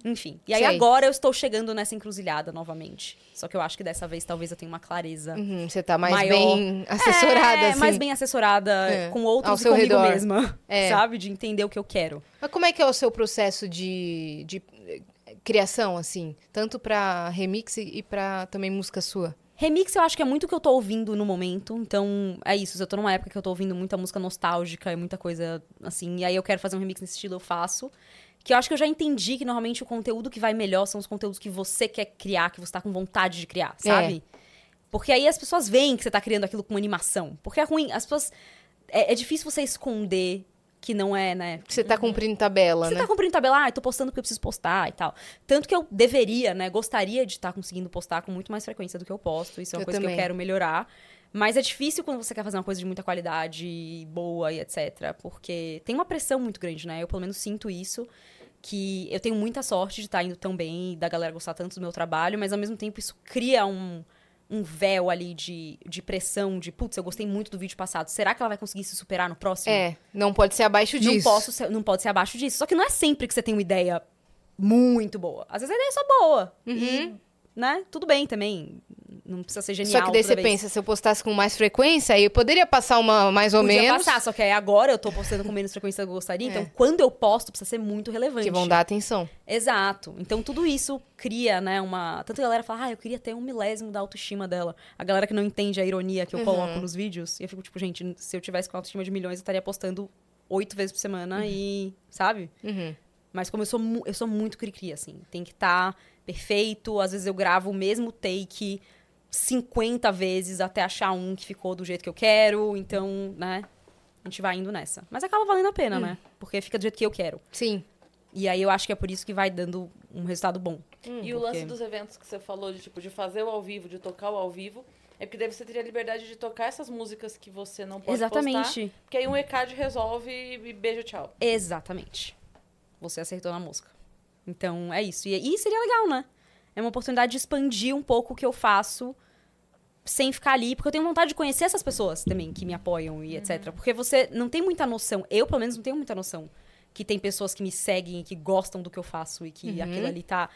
Speaker 3: enfim. E aí
Speaker 2: Uhum. Sei.
Speaker 3: agora eu estou chegando nessa encruzilhada novamente. Só que eu acho que dessa vez talvez eu tenha uma clareza.
Speaker 2: Uhum, você tá mais
Speaker 3: Maior.
Speaker 2: bem assessorada,
Speaker 3: É,
Speaker 2: assim.
Speaker 3: mais bem assessorada
Speaker 2: É.
Speaker 3: com
Speaker 2: Ao
Speaker 3: outros e
Speaker 2: seu
Speaker 3: comigo
Speaker 2: redor.
Speaker 3: mesma.
Speaker 2: É.
Speaker 3: Sabe? De entender o que eu quero.
Speaker 2: Mas como é que é o seu processo de, de, eh, criação, assim? Tanto pra remix e e pra também música sua?
Speaker 3: Remix eu acho que é muito o que eu tô ouvindo no momento. Então, é isso. Eu tô numa época que eu tô ouvindo muita música nostálgica e muita coisa assim. E aí eu quero fazer um remix nesse estilo, eu faço. Que eu acho que eu já entendi que normalmente o conteúdo que vai melhor são os conteúdos que você quer criar, que você tá com vontade de criar, sabe? Porque aí as pessoas veem que você tá criando aquilo com animação. Porque é ruim, as pessoas. É, é difícil você esconder que não é, né?
Speaker 2: Você tá cumprindo tabela,
Speaker 3: Você
Speaker 2: né?
Speaker 3: tá cumprindo tabela, ah, eu tô postando porque eu preciso postar e tal. Tanto que eu deveria, né? Gostaria de estar conseguindo postar com muito mais frequência do que eu posto. Isso é uma
Speaker 2: Eu
Speaker 3: coisa que eu
Speaker 2: também.
Speaker 3: quero melhorar. Mas é difícil quando você quer fazer uma coisa de muita qualidade, boa e etc. Porque tem uma pressão muito grande, né? Eu pelo menos sinto isso. Que eu tenho muita sorte de estar indo tão bem e da galera gostar tanto do meu trabalho, mas ao mesmo tempo isso cria um, um véu ali de, de pressão, de putz, eu gostei muito do vídeo passado. Será que ela vai conseguir se superar no próximo?
Speaker 2: É, não pode ser abaixo disso.
Speaker 3: Não, posso ser- não pode ser abaixo disso. Só que não é sempre que você tem uma ideia muito boa. Às vezes a ideia é só boa. E, né? Tudo bem também. Não precisa ser genial.
Speaker 2: Uhum. Só que daí
Speaker 3: toda
Speaker 2: você
Speaker 3: vez.
Speaker 2: pensa, se eu postasse com mais frequência, aí eu poderia passar uma mais ou
Speaker 3: Podia
Speaker 2: menos.
Speaker 3: passar, só que aí agora eu tô postando com menos frequência do que eu gostaria.
Speaker 2: É.
Speaker 3: Então, quando eu posto, precisa ser muito relevante.
Speaker 2: Que vão dar atenção.
Speaker 3: Exato. Então, tudo isso cria, né, uma... Tanto a galera fala, ah, eu queria ter um milésimo da autoestima dela. A galera que não entende a ironia que eu coloco nos vídeos. E eu fico, tipo, gente, se eu tivesse com autoestima de milhões, eu estaria postando oito vezes por semana e... Sabe?
Speaker 2: Uhum.
Speaker 3: Mas como eu sou, mu- eu sou muito cri-cri, assim. Tem que estar perfeito. Às vezes eu gravo o mesmo take 50 vezes até achar um que ficou do jeito que eu quero. Então, né? A gente vai indo nessa. Mas acaba valendo a pena, né? Porque fica do jeito que eu quero.
Speaker 2: Sim.
Speaker 3: E aí eu acho que é por isso que vai dando um resultado bom.
Speaker 1: E o lance
Speaker 3: porque-
Speaker 1: dos eventos que você falou, de tipo, de fazer o ao vivo, de tocar o ao vivo, é porque daí você teria a liberdade de tocar essas músicas que você não pode postar.
Speaker 3: Exatamente.
Speaker 1: Porque aí um ECAD resolve e beijo, tchau.
Speaker 3: Exatamente. Você acertou na mosca. Então é isso. E, e seria legal, né? É uma oportunidade de expandir um pouco o que eu faço sem ficar ali, porque eu tenho vontade de conhecer essas pessoas também que me apoiam e etc. Porque você não tem muita noção, eu pelo menos não tenho muita noção que tem pessoas que me seguem e que gostam do que eu faço e que aquilo ali tá,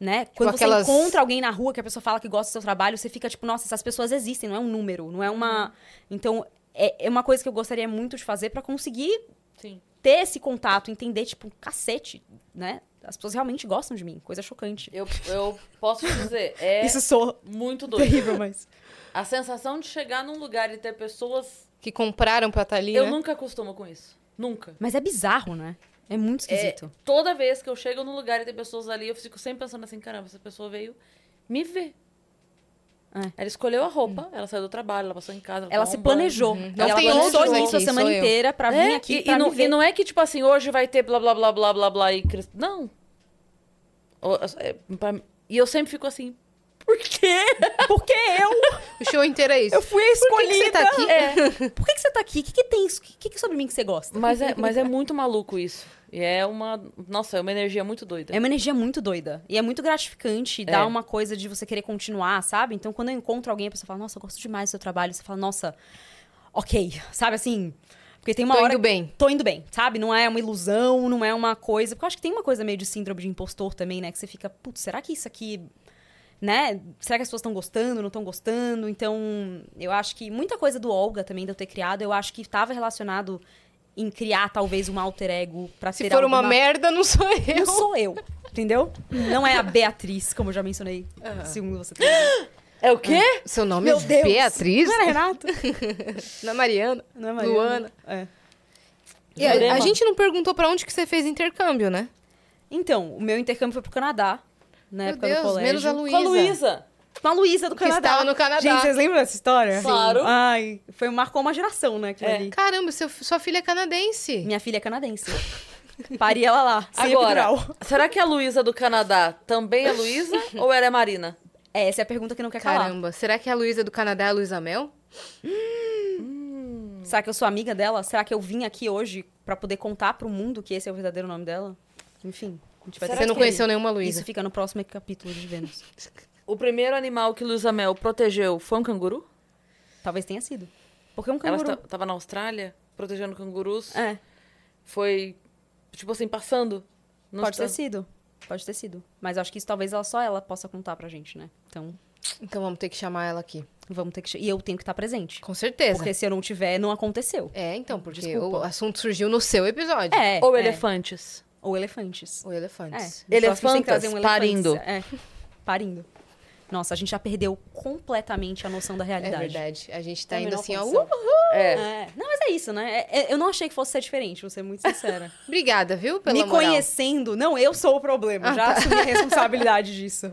Speaker 3: né? Quando você
Speaker 2: aquelas-
Speaker 3: encontra alguém na rua que a pessoa fala que gosta do seu trabalho, você fica tipo, nossa, essas pessoas existem, não é um número, não é uma. Então, é, é uma coisa que eu gostaria muito de fazer pra conseguir
Speaker 1: Sim.
Speaker 3: ter esse contato, entender, tipo, cacete, né? As pessoas realmente gostam de mim, coisa chocante.
Speaker 1: Eu, eu posso te dizer, é
Speaker 3: sou
Speaker 1: muito doido.
Speaker 3: mas.
Speaker 1: A sensação de chegar num lugar e ter pessoas.
Speaker 2: Que compraram pra estar ali,
Speaker 1: Eu
Speaker 2: né?
Speaker 1: nunca acostumo com isso. Nunca.
Speaker 3: Mas é bizarro, né? É muito esquisito.
Speaker 1: Toda vez que eu chego num lugar e tem pessoas ali, eu fico sempre pensando assim: caramba, essa pessoa veio me ver.
Speaker 3: É.
Speaker 1: Ela escolheu a roupa, ela saiu do trabalho, ela passou em casa.
Speaker 3: Ela
Speaker 1: tomou
Speaker 3: se
Speaker 1: um banho.
Speaker 3: planejou.
Speaker 2: Não
Speaker 3: ela
Speaker 2: tem
Speaker 3: pensou
Speaker 2: outros
Speaker 3: nisso a
Speaker 2: aqui,
Speaker 3: semana
Speaker 2: sou eu.
Speaker 3: inteira pra vir
Speaker 1: É,
Speaker 3: aqui
Speaker 1: e,
Speaker 3: pra
Speaker 1: e
Speaker 3: me
Speaker 1: não,
Speaker 3: ver.
Speaker 1: e não é que, tipo assim, hoje vai ter blá blá blá blá blá blá e. cres- Não. O- é, pra- E eu sempre fico assim, por quê?
Speaker 3: Porque eu,
Speaker 2: O show inteiro é isso.
Speaker 3: eu fui a
Speaker 2: Por que que você
Speaker 3: escolhida.
Speaker 2: tá aqui?
Speaker 3: Por que, que você tá aqui? O que, que tem isso? O que, que sobre mim que você gosta?
Speaker 1: Mas é, mas é muito maluco isso. E é uma. Nossa, é uma energia muito doida.
Speaker 3: É uma energia muito doida. E é muito gratificante. e Dá uma coisa de você querer continuar, sabe? Então, quando eu encontro alguém, a pessoa fala, nossa, eu gosto demais do seu trabalho. Você fala, nossa, ok. Sabe assim? Porque tem uma
Speaker 2: Tô
Speaker 3: hora.
Speaker 2: indo bem.
Speaker 3: Tô indo bem, sabe? Não é uma ilusão, não é uma coisa. Porque eu acho que tem uma coisa meio de síndrome de impostor também, né? Que você fica, putz, será que isso aqui. Né? Será que as pessoas estão gostando, não estão gostando? Então, eu acho que muita coisa do Olga também, de eu ter criado, eu acho que estava relacionado em criar talvez um alter ego pra
Speaker 2: Se
Speaker 3: ter
Speaker 2: for uma
Speaker 3: alguma
Speaker 2: merda, não sou
Speaker 3: não
Speaker 2: eu.
Speaker 3: sou eu, entendeu? Não é a Beatriz, como eu já mencionei. um Segundo você também.
Speaker 1: É o quê?
Speaker 2: Seu nome
Speaker 3: Meu
Speaker 2: é
Speaker 3: Deus.
Speaker 2: Beatriz?
Speaker 3: Não era Renato?
Speaker 2: Não é Mariana?
Speaker 3: Não é
Speaker 2: Mariana? Luana.
Speaker 3: É.
Speaker 2: E a,
Speaker 1: Jurema.
Speaker 2: a gente não perguntou pra onde que você fez intercâmbio, né?
Speaker 3: Então, o meu intercâmbio foi pro Canadá, na
Speaker 2: Meu
Speaker 3: época
Speaker 2: Deus,
Speaker 3: do colégio.
Speaker 2: menos a Lu-
Speaker 1: Com a Luísa.
Speaker 2: Luísa.
Speaker 3: Com a Luísa do
Speaker 2: Que
Speaker 3: Canadá.
Speaker 2: estava no Canadá.
Speaker 3: Gente, vocês lembram dessa história?
Speaker 1: Sim. Claro.
Speaker 3: Ai, foi, marcou uma geração, né, aquilo
Speaker 1: É.
Speaker 3: ali.
Speaker 2: Caramba, seu- sua filha é canadense.
Speaker 3: Minha filha é canadense. Pari ela lá, sem
Speaker 1: Agora,
Speaker 3: epidural.
Speaker 1: será que a Luísa do Canadá também é Luísa ou ela é Marina?
Speaker 3: É, essa é a pergunta que não quer calar.
Speaker 2: Caramba, será que a Luísa do Canadá é a Luísa Mel?
Speaker 3: Será que eu sou amiga dela? Será que eu vim aqui hoje pra poder contar pro mundo que esse é o verdadeiro nome dela? Enfim, a gente
Speaker 1: Será
Speaker 3: vai ter
Speaker 2: Tipo, você não
Speaker 1: que-
Speaker 2: conheceu nenhuma Luísa.
Speaker 3: Isso fica no próximo capítulo de Vênus.
Speaker 1: O primeiro animal que Luísa Mel protegeu foi um canguru?
Speaker 3: Talvez tenha sido. Porque um
Speaker 1: Ela
Speaker 3: canguru...
Speaker 1: esta- tava na Austrália protegendo cangurus.
Speaker 3: É,
Speaker 1: Foi, tipo assim, passando. Não
Speaker 3: pode
Speaker 1: está-
Speaker 3: ter sido. Pode ter sido. Mas acho que isso talvez ela só ela possa contar pra gente, né? Então,
Speaker 2: Então vamos ter que chamar ela aqui.
Speaker 3: vamos ter que... che- E eu tenho que estar presente.
Speaker 2: Com certeza.
Speaker 3: Porque se eu não tiver, não aconteceu.
Speaker 2: É, então, porque
Speaker 3: Desculpa.
Speaker 2: o assunto surgiu no seu episódio.
Speaker 3: É.
Speaker 1: Ou
Speaker 3: é.
Speaker 1: elefantes.
Speaker 3: Ou elefantes.
Speaker 2: O
Speaker 3: É.
Speaker 2: elefante.
Speaker 3: No próximo a gente tem que
Speaker 1: Elefantas
Speaker 3: trazer elefante.
Speaker 1: parindo.
Speaker 3: É. um Parindo. Nossa, a gente já perdeu completamente a noção da
Speaker 2: É
Speaker 3: realidade.
Speaker 2: verdade. A gente tá
Speaker 3: Tem a
Speaker 2: indo
Speaker 3: menor
Speaker 2: assim, ó.
Speaker 3: condição.
Speaker 2: "Uhul!"
Speaker 1: É.
Speaker 3: É. Não, mas é isso, né? É- é- eu não achei que fosse ser diferente, vou ser muito sincera.
Speaker 2: uh! Obrigada, viu? Pela
Speaker 3: Me
Speaker 2: moral.
Speaker 3: conhecendo, não, eu sou o problema.
Speaker 2: Ah,
Speaker 3: já assumi a responsabilidade disso.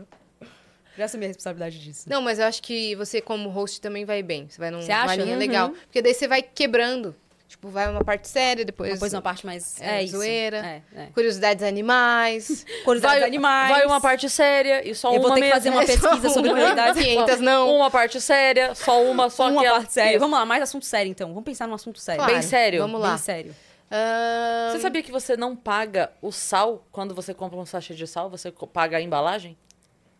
Speaker 3: Já assumi a responsabilidade disso.
Speaker 2: Não, mas eu acho que você, como host, também vai bem. Você vai num,
Speaker 3: Você
Speaker 2: numa
Speaker 3: acha?
Speaker 2: linha
Speaker 3: Uhum.
Speaker 2: legal. Porque daí você vai quebrando. Tipo, vai uma parte séria, depois.
Speaker 3: Depois uma parte mais.
Speaker 2: É,
Speaker 3: É, isso.
Speaker 2: zoeira.
Speaker 3: É, é.
Speaker 2: Curiosidades animais.
Speaker 3: Curiosidades
Speaker 1: Vai-
Speaker 3: animais.
Speaker 1: Vai uma parte séria e só
Speaker 3: Eu
Speaker 1: uma
Speaker 3: vou ter que
Speaker 1: mesmo.
Speaker 3: fazer uma pesquisa sobre
Speaker 2: uma.
Speaker 3: curiosidades.
Speaker 2: 500 não.
Speaker 1: Uma parte séria, só uma, só
Speaker 3: uma
Speaker 1: aquela.
Speaker 3: parte séria.
Speaker 1: Isso.
Speaker 3: Vamos lá, mais assunto sério então. Vamos pensar num assunto sério.
Speaker 1: Claro.
Speaker 3: Bem,
Speaker 1: Bem sério.
Speaker 2: Vamos lá.
Speaker 3: bem sério.
Speaker 2: Ahn,
Speaker 1: Você sabia que você não paga o sal quando você compra um sachê de sal? Você co- paga a embalagem?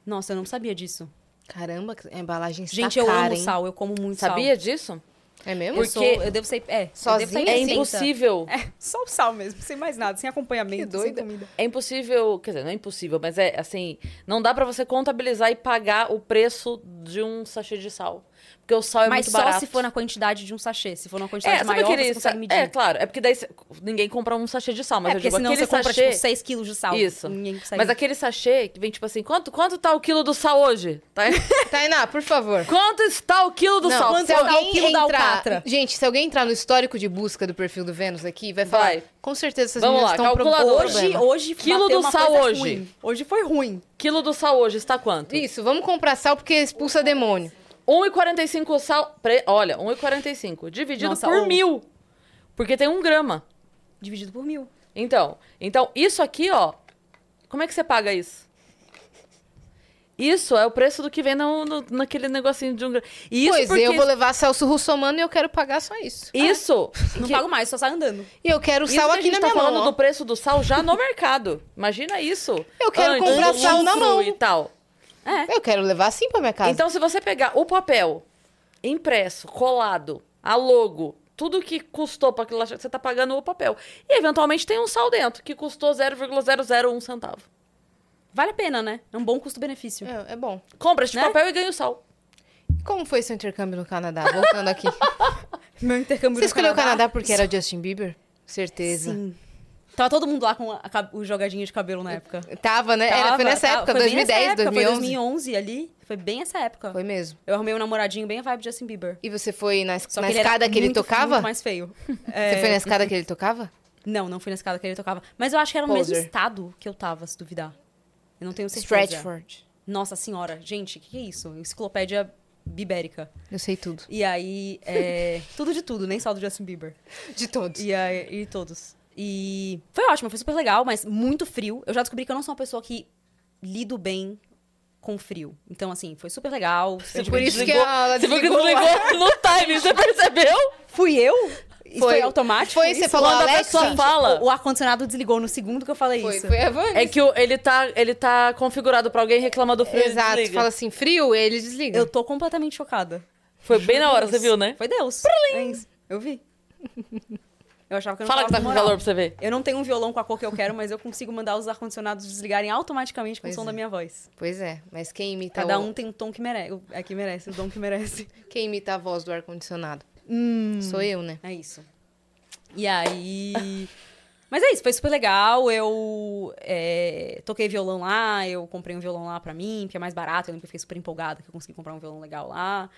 Speaker 3: Nossa, eu não sabia disso.
Speaker 2: Caramba, a embalagem está
Speaker 3: Gente, eu
Speaker 2: cara,
Speaker 3: amo
Speaker 2: hein?
Speaker 3: sal, eu como muito
Speaker 1: Sabia disso?
Speaker 2: É mesmo?
Speaker 3: sal. Eu sou-
Speaker 1: Porque
Speaker 3: eu devo ser. É, eu devo
Speaker 2: sozinha?
Speaker 3: ser
Speaker 2: É
Speaker 1: É
Speaker 3: inocente.
Speaker 1: impossível.
Speaker 3: É, só o sal mesmo, sem mais nada, sem acompanhamento,
Speaker 2: Que doida.
Speaker 3: sem comida.
Speaker 1: É impossível, quer dizer, não é impossível, mas é assim, não dá pra você contabilizar e pagar o preço de um sachê de sal, porque o sal é
Speaker 3: Mas
Speaker 1: muito
Speaker 3: só
Speaker 1: barato.
Speaker 3: se for na quantidade de um sachê. Se for na quantidade
Speaker 1: é, sabe
Speaker 3: maior,
Speaker 1: aquele
Speaker 3: você consegue
Speaker 1: sa-
Speaker 3: medir.
Speaker 1: É, claro, é porque daí cê- ninguém compra um sachê de sal, mas
Speaker 3: É,
Speaker 1: eu
Speaker 3: porque
Speaker 1: digo
Speaker 3: senão
Speaker 1: aquele
Speaker 3: você compra,
Speaker 1: sachê.
Speaker 3: tipo, 6 quilos de sal.
Speaker 1: Isso.
Speaker 3: Ninguém
Speaker 2: Tá
Speaker 3: consegue.
Speaker 1: mas aquele sachê que vem tipo assim, quanto quanto tá o quilo do sal hoje? Tá?
Speaker 2: Tainá, por favor.
Speaker 1: quanto está o quilo do
Speaker 2: Não,
Speaker 1: sal?
Speaker 3: quanto
Speaker 2: se
Speaker 3: é o
Speaker 2: alguém
Speaker 3: quilo da
Speaker 2: entrar...
Speaker 3: alcatra?
Speaker 2: Gente, se alguém entrar no histórico de busca do perfil do Vênus aqui, vai falar.
Speaker 1: Vai.
Speaker 2: Com certeza essas
Speaker 1: Vamos
Speaker 2: meninas
Speaker 1: lá,
Speaker 2: estão
Speaker 1: calculadora.
Speaker 2: procurando
Speaker 3: Hoje,
Speaker 2: problema."
Speaker 3: hoje,
Speaker 1: Quilo
Speaker 3: bateu
Speaker 1: do
Speaker 3: uma
Speaker 1: sal
Speaker 3: coisa
Speaker 1: hoje.
Speaker 3: ruim. Hoje foi ruim.
Speaker 1: Quilo do sal hoje está quanto?
Speaker 2: é? Isso, vamos comprar sal porque expulsa demônio.
Speaker 1: 1,45 o sal. pre- Olha, 1,45. Dividido
Speaker 3: Nossa,
Speaker 1: por
Speaker 3: o-
Speaker 1: mil. Porque tem um grama.
Speaker 3: Dividido por mil.
Speaker 1: Então, então, isso aqui, ó. Como é que você paga isso? Isso é o preço do que vem no, no- naquele negocinho de um grama. E Isso
Speaker 2: pois
Speaker 1: porque...
Speaker 2: eu vou levar Celso Russomano e eu quero pagar só isso.
Speaker 1: Isso.
Speaker 3: Não
Speaker 1: que-
Speaker 3: pago mais, só sai andando.
Speaker 2: E eu quero
Speaker 1: isso
Speaker 2: sal
Speaker 1: que
Speaker 2: aqui
Speaker 1: a gente
Speaker 2: na
Speaker 1: tá
Speaker 2: minha
Speaker 1: falando
Speaker 2: mão. ó.
Speaker 1: do preço do sal já no mercado. Imagina isso.
Speaker 2: Eu quero
Speaker 1: Antes,
Speaker 2: comprar
Speaker 1: do
Speaker 2: sal na
Speaker 1: lucro
Speaker 2: mão.
Speaker 1: E tal.
Speaker 2: Eu quero levar sim pra minha casa.
Speaker 1: Então, se você pegar o papel impresso, colado, a logo, tudo que custou para aquilo lá, você tá pagando o papel. E eventualmente tem um sal dentro, que custou 0,001 centavo.
Speaker 3: Vale a pena, né? É um bom custo-benefício.
Speaker 2: É, é bom.
Speaker 1: Compra este
Speaker 3: Né?
Speaker 1: papel e ganha o sal.
Speaker 2: E Como foi seu intercâmbio no Canadá? Voltando aqui.
Speaker 3: Meu intercâmbio
Speaker 2: Você
Speaker 3: no
Speaker 2: escolheu o Canadá porque era o Justin Bieber? Certeza.
Speaker 3: Sim. Tava todo mundo lá com a, cab- o jogadinho de cabelo na época.
Speaker 2: Tava, né? era, foi
Speaker 3: Tava,
Speaker 2: nessa
Speaker 3: tava.
Speaker 2: época,
Speaker 3: Foi bem
Speaker 2: 2010,
Speaker 3: nessa época,
Speaker 2: 2011. Foi,
Speaker 3: Foi 2011 ali. Foi bem essa época.
Speaker 2: mesmo.
Speaker 3: Eu arrumei um namoradinho bem a vibe de Justin Bieber.
Speaker 2: E você foi na,
Speaker 3: Só
Speaker 2: na
Speaker 3: que ele era
Speaker 2: escada que ele
Speaker 3: muito- é.
Speaker 2: tocava?
Speaker 3: Muito mais feio.
Speaker 2: Você foi na escada que ele tocava?
Speaker 3: Não, não fui na escada que ele tocava. Mas eu acho que era no
Speaker 2: Poser.
Speaker 3: mesmo estado que eu tava, se duvidar. Eu não tenho certeza.
Speaker 2: Stratford.
Speaker 3: Nossa senhora, gente, o que, que é isso? Enciclopédia bibérica.
Speaker 2: Eu sei tudo.
Speaker 3: E aí, é, tudo de tudo, nem só do Justin Bieber.
Speaker 2: De todos.
Speaker 3: E, aí, e todos. E foi ótimo, foi super legal, mas muito frio. Eu já descobri que eu não sou uma pessoa que lido bem com frio. Então, assim, foi super legal. super
Speaker 2: Por isso que
Speaker 3: divertido.
Speaker 2: ela
Speaker 1: Você viu que
Speaker 2: desligou o ar.
Speaker 1: desligou no time, você percebeu?
Speaker 3: Fui eu? Isso foi, automático?
Speaker 2: Foi,
Speaker 3: isso?
Speaker 2: você falou,
Speaker 1: Quando a
Speaker 2: Alex,
Speaker 1: pessoa
Speaker 2: gente,
Speaker 1: fala,
Speaker 3: O, o ar-condicionado desligou no segundo que eu falei
Speaker 2: Foi,
Speaker 3: isso.
Speaker 2: foi a Vani.
Speaker 1: é que o- ele tá, ele tá configurado pra alguém reclamar do frio.
Speaker 2: Exato.
Speaker 1: desliga.
Speaker 2: Fala assim, frio, ele desliga.
Speaker 3: Eu tô completamente chocada.
Speaker 1: Foi bem na hora, você
Speaker 3: Deus.
Speaker 1: viu, né?
Speaker 3: Foi Deus. É isso. Eu vi. Eu achava que eu não
Speaker 1: Fala que tá
Speaker 3: tava
Speaker 1: com
Speaker 3: com
Speaker 1: calor
Speaker 3: moral.
Speaker 1: pra você ver.
Speaker 3: Eu não tenho um violão com a cor que eu quero, mas eu consigo mandar os ar-condicionados desligarem automaticamente com
Speaker 2: Pois
Speaker 3: o som
Speaker 2: é.
Speaker 3: da minha voz.
Speaker 2: Pois é, mas quem imita,
Speaker 3: Cada
Speaker 2: o-
Speaker 3: um tem um tom que merece. o- É que merece, o dom que merece.
Speaker 2: quem imita a voz do ar-condicionado?
Speaker 3: Hum.
Speaker 2: Sou eu, né?
Speaker 3: É isso. E aí. Mas é isso, foi super legal. Eu é, toquei violão lá, eu comprei um violão lá pra mim, porque é mais barato. Eu lembro que eu fiquei super empolgada que eu consegui comprar um violão legal lá.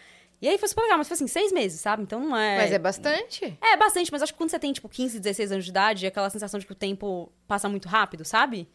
Speaker 3: E aí foi super legal, mas foi assim, seis meses, sabe? Então não é.
Speaker 2: Mas é bastante.
Speaker 3: É, bastante, mas acho que quando você tem, tipo, 15, 16 anos de idade, é aquela sensação de que o tempo passa muito rápido, sabe?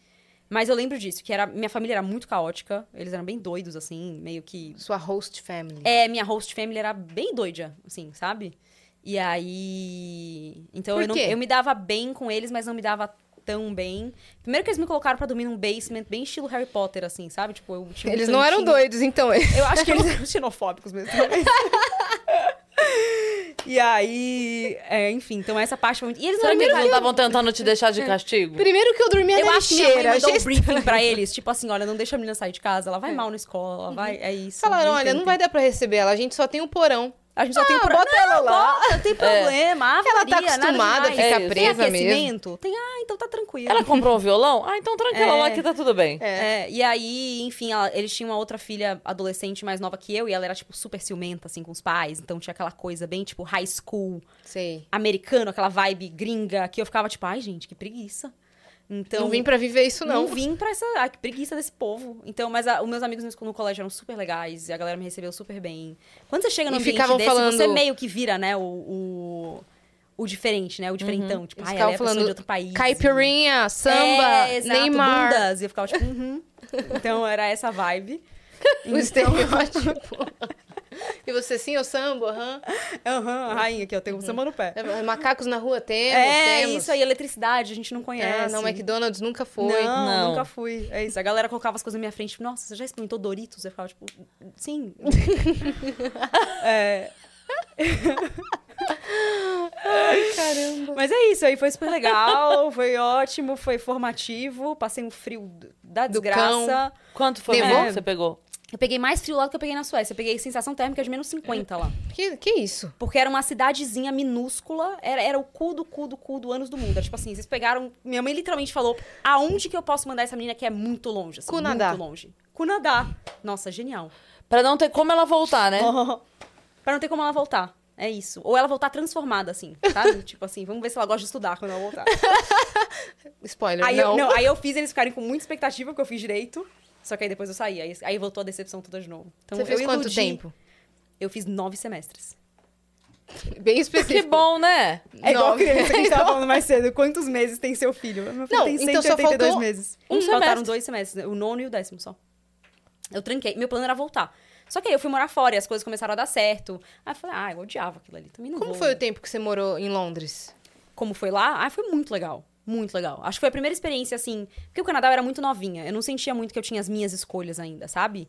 Speaker 3: Mas eu lembro disso, que era, minha família era muito caótica, eles eram bem doidos, assim, meio que.
Speaker 2: Sua host family.
Speaker 3: É, minha host family era bem doida, assim, sabe? E aí. Então
Speaker 2: Por
Speaker 3: eu, não-
Speaker 2: quê?
Speaker 3: eu me dava bem com eles, mas não me dava tão bem. Primeiro que eles me colocaram pra dormir num basement, bem estilo Harry Potter, assim, sabe? Tipo, eu tinha um
Speaker 2: Eles não eram
Speaker 3: cantinho-
Speaker 2: doidos, então.
Speaker 3: eu acho que eles eram xenofóbicos mesmo. talvez. e aí, é, enfim, então essa parte foi muito. E eles
Speaker 1: Será
Speaker 3: não
Speaker 1: que eles não
Speaker 3: eles
Speaker 1: estavam tentando te deixar de castigo?
Speaker 2: é. Primeiro que eu dormia
Speaker 3: eu
Speaker 2: na
Speaker 3: acho que minha mãe
Speaker 2: lixeira.
Speaker 3: mandou
Speaker 2: achei
Speaker 3: um briefing pra eles, tipo assim, olha, não deixa a menina sair de casa, ela vai mal na escola, ela vai, é isso.
Speaker 2: É. Falaram, olha,
Speaker 3: entendo.
Speaker 2: não vai Ah, dar pra receber ela, a gente só tem um porão. Tipo,
Speaker 3: A gente só tem um o problema,
Speaker 2: bota ela lá.
Speaker 3: não tem problema, ah,
Speaker 2: É. Ela tá
Speaker 3: Maria, nada
Speaker 2: acostumada a
Speaker 3: demais.
Speaker 1: É
Speaker 2: ficar
Speaker 1: isso.
Speaker 2: presa
Speaker 3: tem
Speaker 2: mesmo.
Speaker 3: aquecimento? Tem, ah, então tá tranquilo.
Speaker 1: Ela comprou um violão? Ah, então tranquila
Speaker 3: É.
Speaker 1: lá que tá tudo bem.
Speaker 3: É, e aí, enfim, ela- eles tinham uma outra filha adolescente mais nova que eu, e ela era, tipo, super ciumenta, assim, com os pais. Então tinha aquela coisa bem, tipo, high school,
Speaker 2: Sei.
Speaker 3: americano, aquela vibe gringa, que eu ficava tipo, ai, gente, que preguiça. Então,
Speaker 2: não vim pra viver isso,
Speaker 3: não
Speaker 2: não.
Speaker 3: vim pra essa a preguiça desse povo. Então, mas a- os meus amigos no, no colégio eram super legais e a galera me recebeu super bem. Quando você chega no
Speaker 2: E
Speaker 3: ambiente
Speaker 2: ficavam
Speaker 3: desse,
Speaker 2: falando-
Speaker 3: você meio que vira, né, o, o, o diferente, né? O diferentão. Tipo,
Speaker 2: Uhum. Eles
Speaker 3: ai, ela
Speaker 2: ficavam
Speaker 3: é falando
Speaker 2: falando
Speaker 3: de outro país.
Speaker 2: Caipirinha, samba,
Speaker 3: é, exato,
Speaker 2: Neymar.
Speaker 3: bundas. E eu ficava tipo, uhum. Então, era essa vibe. Então,
Speaker 2: O estereótipo. e você sim, eu samba, aham. É,
Speaker 3: Aham, rainha aqui, eu tenho um samba no pé.
Speaker 2: Macacos na rua Uhum. temos,
Speaker 3: É,
Speaker 2: temos.
Speaker 3: isso aí, eletricidade, a gente não
Speaker 2: É,
Speaker 3: conhece.
Speaker 2: não, McDonald's nunca foi.
Speaker 3: Não,
Speaker 1: Não.
Speaker 3: nunca fui. É isso. A galera colocava as coisas na minha frente, tipo, nossa, você já experimentou Doritos? Eu ficava, tipo, sim. É.
Speaker 2: Caramba.
Speaker 3: Mas é isso, aí foi super legal, foi ótimo, foi formativo, passei um frio da
Speaker 2: Do
Speaker 3: desgraça.
Speaker 1: Quanto foi É. o
Speaker 2: Nevou?
Speaker 1: frio que você pegou?
Speaker 3: Eu peguei mais frio lá do que eu peguei na Suécia. Eu peguei sensação térmica de menos 50 lá.
Speaker 2: Que, que isso?
Speaker 3: Porque era uma cidadezinha minúscula, era, era o cu do cu do cu do anos do mundo. Era tipo assim, vocês pegaram. Minha mãe literalmente falou: aonde que eu posso mandar essa menina que é muito longe? Assim,
Speaker 2: Cunadá.
Speaker 3: Muito longe. Cunadá. Nossa, genial.
Speaker 1: Pra não ter como ela voltar, né?
Speaker 3: pra não ter como ela voltar. É isso. Ou ela voltar transformada, assim, sabe? tipo assim, vamos ver se ela gosta de estudar quando ela voltar.
Speaker 2: Spoiler,
Speaker 3: aí,
Speaker 2: não.
Speaker 3: Eu, não, aí eu fiz eles ficarem com muita expectativa, porque eu fiz direito. Só que aí depois eu saí. Aí, aí voltou a decepção toda de novo. Então,
Speaker 2: Você fez
Speaker 3: eu
Speaker 2: quanto
Speaker 3: iludi.
Speaker 2: tempo?
Speaker 3: Eu fiz nove semestres.
Speaker 2: Bem
Speaker 1: Que
Speaker 2: específico.
Speaker 1: bom, né?
Speaker 3: É igual
Speaker 2: Nove.
Speaker 3: criança que a gente tava falando mais cedo. Quantos meses tem seu filho? Meu filho
Speaker 2: Não,
Speaker 3: tem
Speaker 2: então
Speaker 3: 182
Speaker 2: só faltou
Speaker 3: meses.
Speaker 1: um
Speaker 3: Uns faltaram
Speaker 1: semestre.
Speaker 3: dois semestres, o nono e o décimo só. Eu tranquei. Meu plano era voltar. Só que aí eu fui morar fora e as coisas começaram a dar certo. Aí eu falei, ah, eu odiava aquilo ali. Também não
Speaker 2: Como
Speaker 3: vou.
Speaker 2: foi o tempo que você morou em Londres?
Speaker 3: Como foi lá? Ah, foi muito legal. Muito legal. Acho que foi a primeira experiência, assim. Porque o Canadá eu era muito novinha. Eu não sentia muito que eu tinha as minhas escolhas ainda, sabe?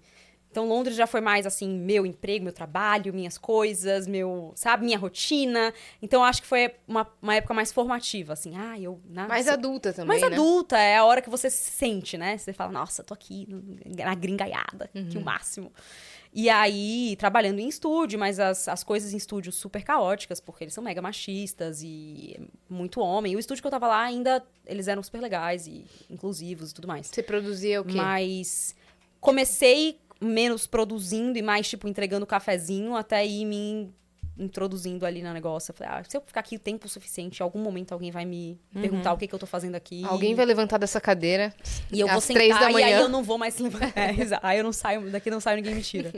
Speaker 3: Então Londres já foi mais assim, meu emprego, meu trabalho, minhas coisas, meu, sabe, minha rotina. Então acho que foi uma, uma época mais formativa, assim. Ah, eu nasci
Speaker 2: Mais adulta também,
Speaker 3: mais
Speaker 2: né?
Speaker 3: adulta, é a hora que você se sente, né? Você fala, nossa, tô aqui na gringaiada, que
Speaker 2: Uhum.
Speaker 3: o máximo. E aí, trabalhando em estúdio, mas as, as coisas em estúdio super caóticas, porque eles são mega machistas e muito homem. E o estúdio que eu tava lá ainda, eles eram super legais e inclusivos e tudo mais.
Speaker 2: Você produzia o quê?
Speaker 3: Mas comecei menos produzindo e mais, tipo, entregando cafezinho até ir me introduzindo ali no negócio. Eu falei, ah, se eu ficar aqui o tempo suficiente, em algum momento alguém vai me perguntar o que, que eu tô fazendo aqui.
Speaker 2: Uhum. Alguém vai levantar dessa cadeira.
Speaker 3: E eu vou
Speaker 2: É às
Speaker 3: sentar
Speaker 2: três da
Speaker 3: e
Speaker 2: manhã.
Speaker 3: aí eu não vou mais levantar. É, exato. aí eu não saio, daqui não saio, ninguém me tira.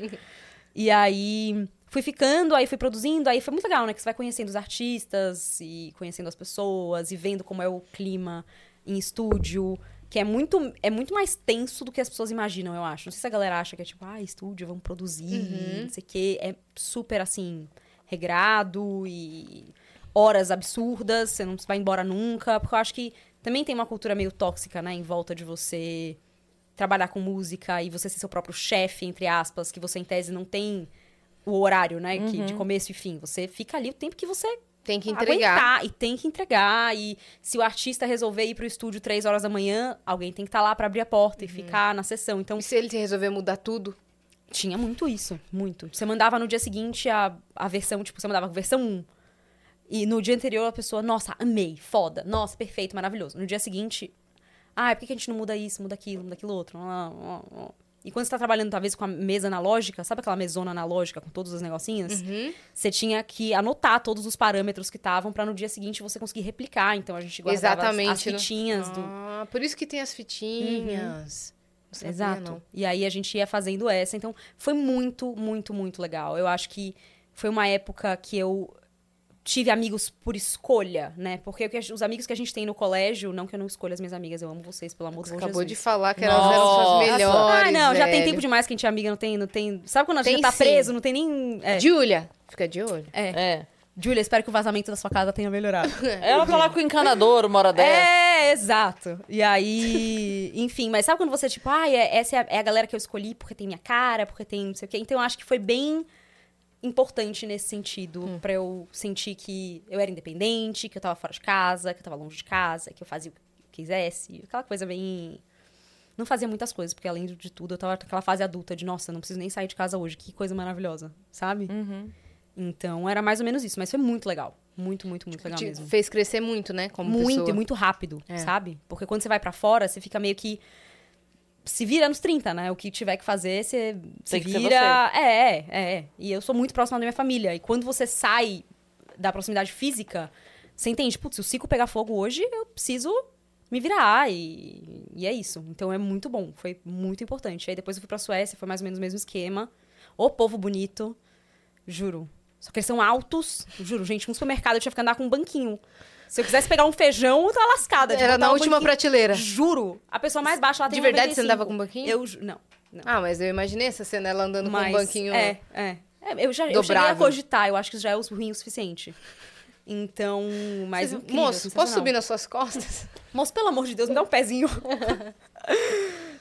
Speaker 3: E aí fui ficando, aí fui produzindo, aí foi muito legal, né? Que você vai conhecendo os artistas e conhecendo as pessoas e vendo como é o clima em estúdio. Que é muito, é muito mais tenso do que as pessoas imaginam, eu acho. Não sei se a galera acha que é tipo, ah, estúdio, vamos produzir,
Speaker 2: Uhum.
Speaker 3: não sei o quê. É super, assim, regrado e horas absurdas, você não vai embora nunca. Porque eu acho que também tem uma cultura meio tóxica, né, em volta de você trabalhar com música e você ser seu próprio chefe, entre aspas, que você em tese não tem o horário, né, que, de começo e fim. Você fica ali o tempo que você
Speaker 2: Tem Uhum. que entregar.
Speaker 3: aguentar e tem que entregar. E se o artista resolver ir pro estúdio três horas da manhã, alguém tem que estar lá pra abrir a porta e
Speaker 2: Uhum.
Speaker 3: ficar na sessão. Então
Speaker 2: E se ele resolver mudar tudo?
Speaker 3: tinha muito isso, muito. Você mandava no dia seguinte a, a versão, tipo, você mandava a versão 1. E no dia anterior a pessoa, nossa, amei, foda, nossa, perfeito, maravilhoso. No dia seguinte, ah, por que que a gente não muda isso, muda aquilo, muda aquilo outro? Lá, lá, lá. E quando você tá trabalhando, talvez, com a mesa analógica, sabe aquela mesona analógica com todos os negocinhos?
Speaker 2: Uhum.
Speaker 3: Você tinha que anotar todos os parâmetros que estavam pra no dia seguinte você conseguir replicar. Então a gente guardava
Speaker 2: Exatamente,
Speaker 3: as, as
Speaker 2: né?
Speaker 3: fitinhas do,
Speaker 2: Ah, por isso que tem as fitinhas. Não sabia,
Speaker 3: Uhum. Exato.
Speaker 2: não.
Speaker 3: E aí a gente ia fazendo essa. Então, foi muito, muito, muito legal. Eu acho que foi uma época que eu tive amigos por escolha, né? Porque o que a- os amigos que a gente tem no colégio, não que eu não escolha as minhas amigas, eu amo vocês, pelo amor
Speaker 2: Você
Speaker 3: de Deus.
Speaker 2: acabou de falar que elas
Speaker 1: Nossa.
Speaker 2: eram suas melhores.
Speaker 3: Ah, não, já tem
Speaker 2: velho.
Speaker 3: tempo demais que a gente é amiga, não tem, não tem. Sabe quando a gente
Speaker 2: Tem
Speaker 3: tá
Speaker 2: sim.
Speaker 3: preso, não tem nem. É.
Speaker 2: Júlia, fica de olho.
Speaker 3: é.
Speaker 1: É.
Speaker 3: Júlia, espero que o vazamento da sua casa tenha melhorado.
Speaker 1: Ela coloca o encanador uma hora dessa.
Speaker 3: É, exato. E aí, enfim, mas sabe quando você, tipo, ah, é- essa é a, é a galera que eu escolhi porque tem minha cara, porque tem não sei o quê. Então eu acho que foi bem importante nesse sentido, pra eu sentir que eu era independente, que eu tava fora de casa, que eu tava longe de casa, que eu fazia o que eu quisesse. Aquela coisa bem. Não fazia muitas coisas, porque além de tudo, eu tava naquela fase adulta de, nossa, não preciso nem sair de casa hoje, que coisa maravilhosa, sabe? Então era mais ou menos isso, mas foi muito legal. Muito, muito, muito legal
Speaker 2: Te
Speaker 3: mesmo
Speaker 2: fez crescer muito, né? Como
Speaker 3: muito
Speaker 2: pessoa.
Speaker 3: e muito rápido,
Speaker 2: É.
Speaker 3: sabe? Porque quando você vai pra fora, você fica meio que se vira nos 30, né? O que tiver que fazer, você se
Speaker 1: Tem que ser
Speaker 3: vira. É, é, é, é. E eu sou muito próxima da minha família. E quando você sai da proximidade física, você entende, putz, se o Cico pegar fogo hoje, eu preciso me virar e, e é isso. Então é muito bom, foi muito importante. Aí depois eu fui pra Suécia, foi mais ou menos o mesmo esquema. O povo bonito, juro. Só que eles são altos, juro, gente, um supermercado eu tinha que andar com um banquinho. Se eu quisesse pegar um feijão, eu tava lascada. de
Speaker 2: Era
Speaker 3: botar
Speaker 2: na
Speaker 3: um
Speaker 2: última
Speaker 3: banquinho.
Speaker 2: prateleira.
Speaker 3: Juro, a pessoa mais baixa lá tem
Speaker 2: De verdade, você
Speaker 3: 95.
Speaker 2: andava com um banquinho?
Speaker 3: Eu, ju- não. não.
Speaker 2: Ah, mas eu imaginei essa cena, ela andando
Speaker 3: Mas,
Speaker 2: com um banquinho.
Speaker 3: É, é. É, eu já eu cheguei a
Speaker 2: Dobrável.
Speaker 3: cogitar, eu acho que já é o ruim o suficiente. Então, mas.
Speaker 2: Vocês-
Speaker 3: incrível,
Speaker 2: Moço, posso
Speaker 3: sensacional.
Speaker 2: subir nas suas costas?
Speaker 3: Moço, pelo amor de Deus, me dá um pezinho.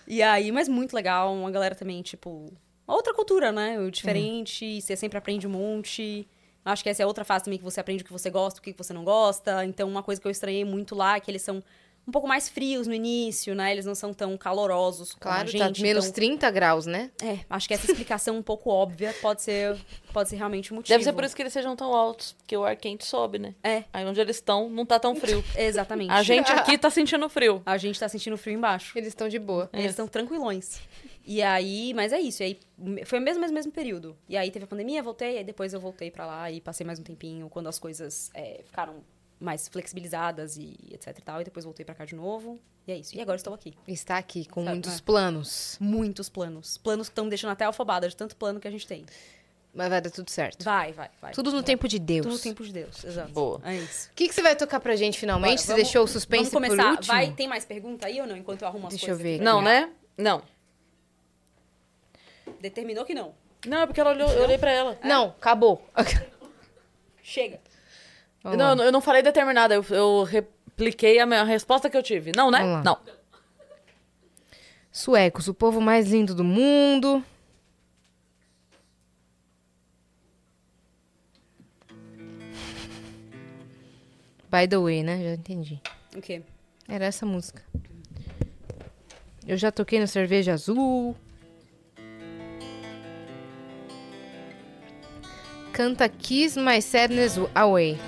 Speaker 3: e aí, mas muito legal. Uma galera também, tipo. Uma outra cultura, né? O Diferente,
Speaker 1: Uhum.
Speaker 3: você sempre aprende um monte. Acho que essa é outra fase também que você aprende o que você gosta, o que você não gosta. Então, uma coisa que eu estranhei muito lá é que eles são um pouco mais frios no início, né? Eles não são tão calorosos como a
Speaker 2: Claro,
Speaker 3: gente.
Speaker 2: tá menos
Speaker 3: então-
Speaker 2: 30 graus, né?
Speaker 3: É, acho que essa explicação um pouco óbvia pode ser, pode ser realmente um motivo.
Speaker 1: Deve ser por isso que eles sejam tão altos, porque o ar quente sobe, né?
Speaker 3: É.
Speaker 1: Aí onde eles estão, não tá tão frio.
Speaker 3: Exatamente.
Speaker 1: A gente aqui tá sentindo frio.
Speaker 3: A gente tá sentindo frio embaixo.
Speaker 2: Eles estão de boa.
Speaker 3: Eles estão tranquilões. E aí, mas é isso. E aí, me- foi o mesmo, mesmo, mesmo período. E aí teve a pandemia, voltei, aí depois eu voltei pra lá e passei mais um tempinho, quando as coisas é, ficaram mais flexibilizadas e etc e tal. E depois voltei pra cá de novo. E é isso. E agora estou aqui.
Speaker 2: Está aqui com
Speaker 3: Sabe,
Speaker 2: muitos
Speaker 3: né?
Speaker 2: planos.
Speaker 3: Muitos planos. Planos que estão me deixando até afobada de tanto plano que a gente tem.
Speaker 2: Mas vai dar tudo certo.
Speaker 3: Vai, vai, vai.
Speaker 2: Tudo no tempo de Deus.
Speaker 3: Tudo no tempo de Deus, exato.
Speaker 1: Boa.
Speaker 3: É isso.
Speaker 2: O que, que você vai tocar pra gente finalmente?
Speaker 3: Bora,
Speaker 2: você
Speaker 3: vamos-
Speaker 2: deixou o suspense
Speaker 3: Vamos começar.
Speaker 2: por último?
Speaker 3: Vai, tem mais pergunta aí ou não? Enquanto eu arrumo as
Speaker 2: Deixa eu
Speaker 3: coisas.
Speaker 2: ver.
Speaker 3: aqui.
Speaker 1: Não, né? Não.
Speaker 3: Determinou que não.
Speaker 1: Não, é porque ela olhou, eu olhei pra ela.
Speaker 2: Não, acabou.
Speaker 3: Chega.
Speaker 2: Vamos
Speaker 1: não,
Speaker 2: lá.
Speaker 1: eu não- eu não falei determinada, eu, eu repliquei a, minha- a resposta que eu tive. Não, né?
Speaker 2: Vamos lá.
Speaker 1: Não.
Speaker 2: Suecos, o povo mais lindo do mundo. By the way, né? Já entendi.
Speaker 3: O quê?
Speaker 2: Era essa música. Eu já toquei no Cerveja Azul. Canta Kiss My Sadness Away.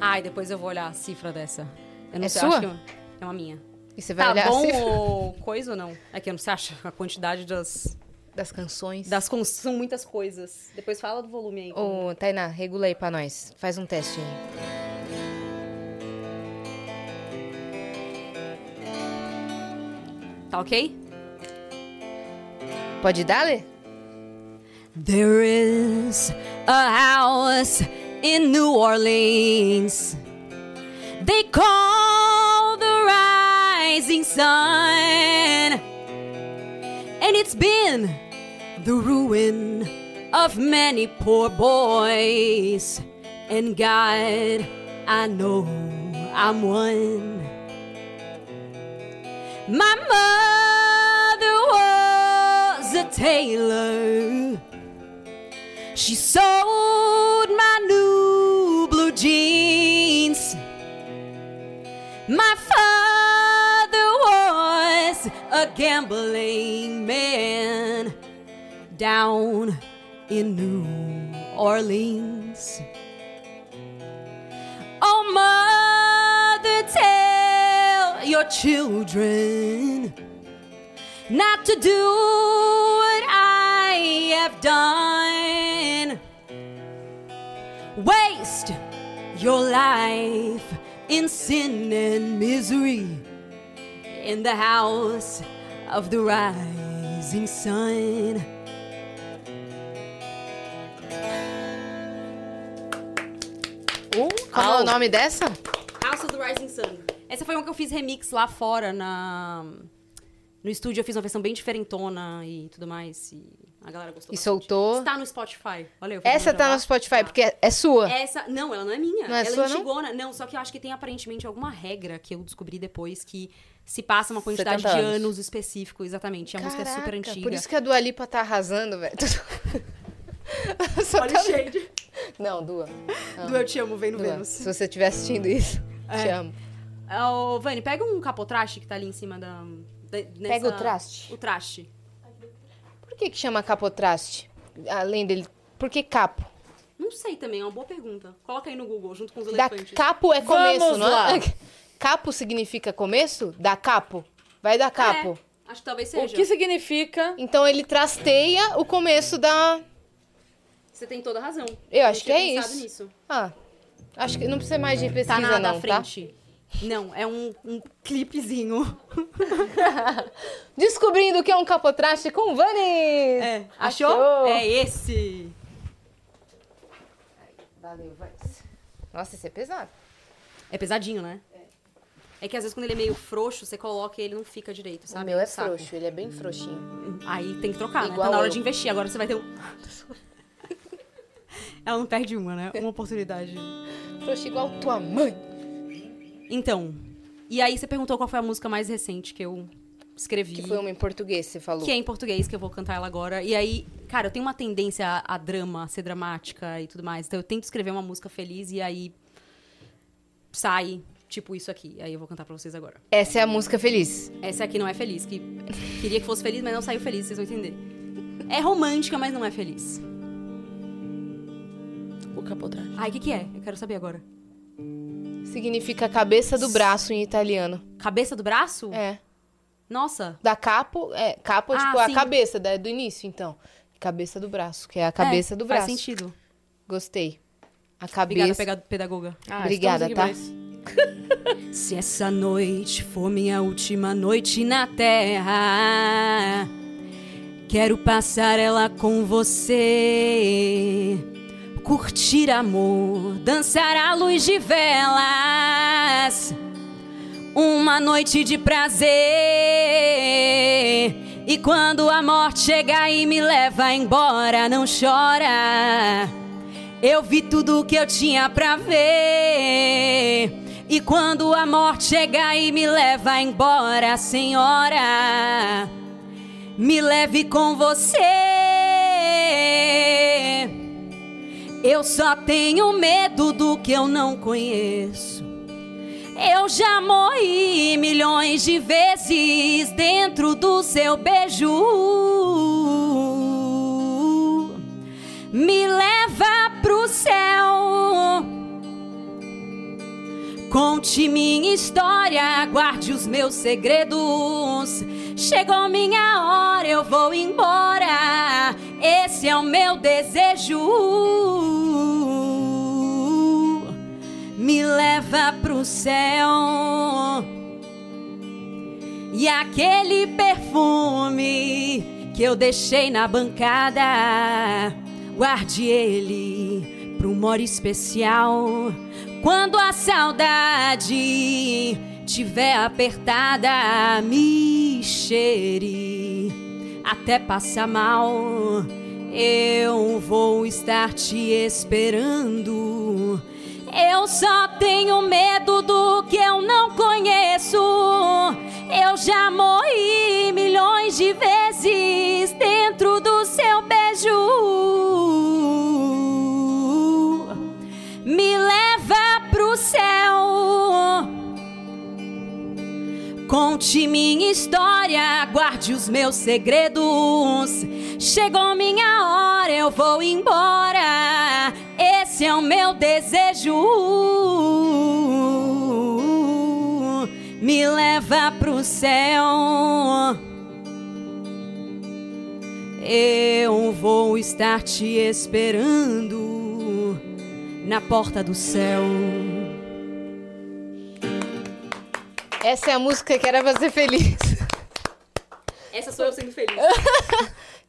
Speaker 3: Ai, depois eu vou olhar a cifra dessa. Eu não
Speaker 2: É
Speaker 3: sei,
Speaker 2: sua?
Speaker 3: acho que eu- é uma minha.
Speaker 2: E você vai
Speaker 3: tá
Speaker 2: olhar assim. a
Speaker 3: bom
Speaker 2: cifra
Speaker 3: ou coisa ou não? É que eu não sei acha a quantidade das.
Speaker 2: das canções.
Speaker 3: das cons- são muitas coisas. Depois fala do volume aí.
Speaker 2: Ô, Tainá, regula aí pra nós. Faz um teste aí.
Speaker 3: Tá ok?
Speaker 2: Pode dar, Lê?
Speaker 3: There is a house in New Orleans. They call the rising sun. And it's been the ruin of many poor boys. And God, I know I'm one. My mother was a tailor. She sold my new blue jeans. My father was a gambling man down in New Orleans. Oh, mother, tell your children not to do what I have done. Waste your life in sin and misery in the house of the rising sun.
Speaker 2: Como é o nome dessa?
Speaker 3: House of the Rising Sun. Essa foi uma que eu fiz remix lá fora na no estúdio, eu fiz uma versão bem diferentona e tudo mais e a galera gostou.
Speaker 2: E
Speaker 3: bastante.
Speaker 2: soltou.
Speaker 3: Está no Spotify. Olha eu. fiz
Speaker 2: Essa
Speaker 3: um
Speaker 2: tá
Speaker 3: jabá.
Speaker 2: no Spotify,
Speaker 3: Tá.
Speaker 2: porque é, é sua.
Speaker 3: Essa, não, ela não é minha.
Speaker 2: Não é
Speaker 3: ela
Speaker 2: sua,
Speaker 3: é
Speaker 2: não?
Speaker 3: antigona. Não? só que eu acho que tem aparentemente alguma regra que eu descobri depois que se passa uma quantidade de
Speaker 1: 70
Speaker 3: anos.
Speaker 1: anos.
Speaker 3: específico, exatamente. A música é super
Speaker 2: Caraca,
Speaker 3: antiga.
Speaker 2: Por isso que a Dua Lipa tá arrasando, velho. Só
Speaker 3: Olha
Speaker 2: tá-
Speaker 3: o shade
Speaker 2: Não, Dua.
Speaker 3: Ah. do Eu Te Amo, vem no
Speaker 2: Dua,
Speaker 3: Vênus.
Speaker 2: se você estiver assistindo isso,
Speaker 3: É.
Speaker 2: te amo.
Speaker 3: Ô, Vani, pega um capotraste que tá ali em cima da... da-
Speaker 2: Pega
Speaker 3: nessa-
Speaker 2: o traste.
Speaker 3: O traste.
Speaker 2: Por que que chama capotraste? Além dele... Por que capo?
Speaker 3: Não sei também, é uma boa pergunta. Coloca aí no Google, junto com os
Speaker 2: Da
Speaker 3: elefantes.
Speaker 2: capo é começo,
Speaker 1: Vamos
Speaker 2: não é?
Speaker 1: lá.
Speaker 2: Capo significa começo? Da capo? Vai dar capo.
Speaker 3: É, acho que talvez
Speaker 1: O
Speaker 3: seja.
Speaker 1: que significa.
Speaker 2: Então ele trasteia o começo da...
Speaker 3: Você tem toda a razão.
Speaker 2: Eu acho
Speaker 3: tinha
Speaker 2: que é
Speaker 3: pensado
Speaker 2: isso.
Speaker 3: Nisso.
Speaker 2: Ah, acho que não precisa mais de pesquisa
Speaker 3: Tá na,
Speaker 2: não,
Speaker 3: da
Speaker 2: tá?
Speaker 3: frente. Não, é um, um clipezinho.
Speaker 2: Descobrindo o que é um capotraste com Vani!
Speaker 3: É. Achou?
Speaker 2: Achou.
Speaker 3: É esse.
Speaker 2: Valeu, vai. Nossa, esse é pesado.
Speaker 3: É pesadinho, né? É que às vezes quando ele é meio frouxo, você coloca e ele não fica direito, sabe?
Speaker 2: o meu é
Speaker 3: Saco.
Speaker 2: frouxo, ele é bem frouxinho.
Speaker 3: Aí tem que trocar, né?
Speaker 2: Igual
Speaker 3: Tá na hora
Speaker 2: eu.
Speaker 3: de investir. Agora você vai ter um. Ela não perde uma, né? Uma oportunidade.
Speaker 2: Frouxo igual tua mãe.
Speaker 3: Então, e aí você perguntou qual foi a música mais recente que eu escrevi.
Speaker 2: Que foi uma em português, você falou.
Speaker 3: que é em português, que eu vou cantar ela agora. E aí, cara, eu tenho uma tendência a, a drama, a ser dramática e tudo mais. Então eu tento escrever uma música feliz e aí sai, tipo, isso aqui. Aí eu vou cantar pra vocês agora.
Speaker 2: Essa é a música feliz.
Speaker 3: Essa aqui não é feliz, que queria que fosse feliz, mas não saiu feliz, vocês vão entender. É romântica, mas não é feliz.
Speaker 1: O capotraste.
Speaker 3: Ai, o que, que é? Eu quero saber agora.
Speaker 2: Significa cabeça do braço em italiano.
Speaker 3: Cabeça do braço?
Speaker 2: É.
Speaker 3: Nossa.
Speaker 2: Da capo, é, capo é
Speaker 3: Ah,
Speaker 2: tipo
Speaker 3: sim.
Speaker 2: a cabeça da- do início, então. Cabeça do braço, que é a cabeça
Speaker 3: É,
Speaker 2: do braço.
Speaker 3: Faz sentido.
Speaker 2: Gostei. A
Speaker 3: Obrigada,
Speaker 2: cabeça.
Speaker 3: pega- pedagoga.
Speaker 1: Ah,
Speaker 2: Obrigada, tá?
Speaker 3: Se essa noite for minha última noite na terra, quero passar ela com você. Curtir amor, dançar à luz de velas. Uma noite de prazer. E quando a morte chegar e me leva embora, não chora. Eu vi tudo o que eu tinha pra ver. E quando a morte chegar e me leva embora, senhora, me leve com você. Eu só tenho medo do que eu não conheço. Eu já morri milhões de vezes dentro do seu beijo. Me leva pro céu. Conte minha história, guarde os meus segredos. Chegou minha hora, eu vou embora. Esse é o meu desejo. Me leva pro céu. E aquele perfume que eu deixei na bancada, guarde ele pra uma hora especial. Quando a saudade tiver apertada, me cheire até passar mal. Eu vou estar te esperando. Eu só tenho medo do que eu não conheço. Eu já morri milhões de vezes dentro do seu beijo. Me leva pro céu. Conte minha história, guarde os meus segredos. Chegou minha hora, eu vou embora. Esse é o meu desejo. Me leva pro céu. Eu vou estar te esperando na porta do céu.
Speaker 2: Essa é a música que era pra ser feliz.
Speaker 3: Essa sou eu sendo feliz.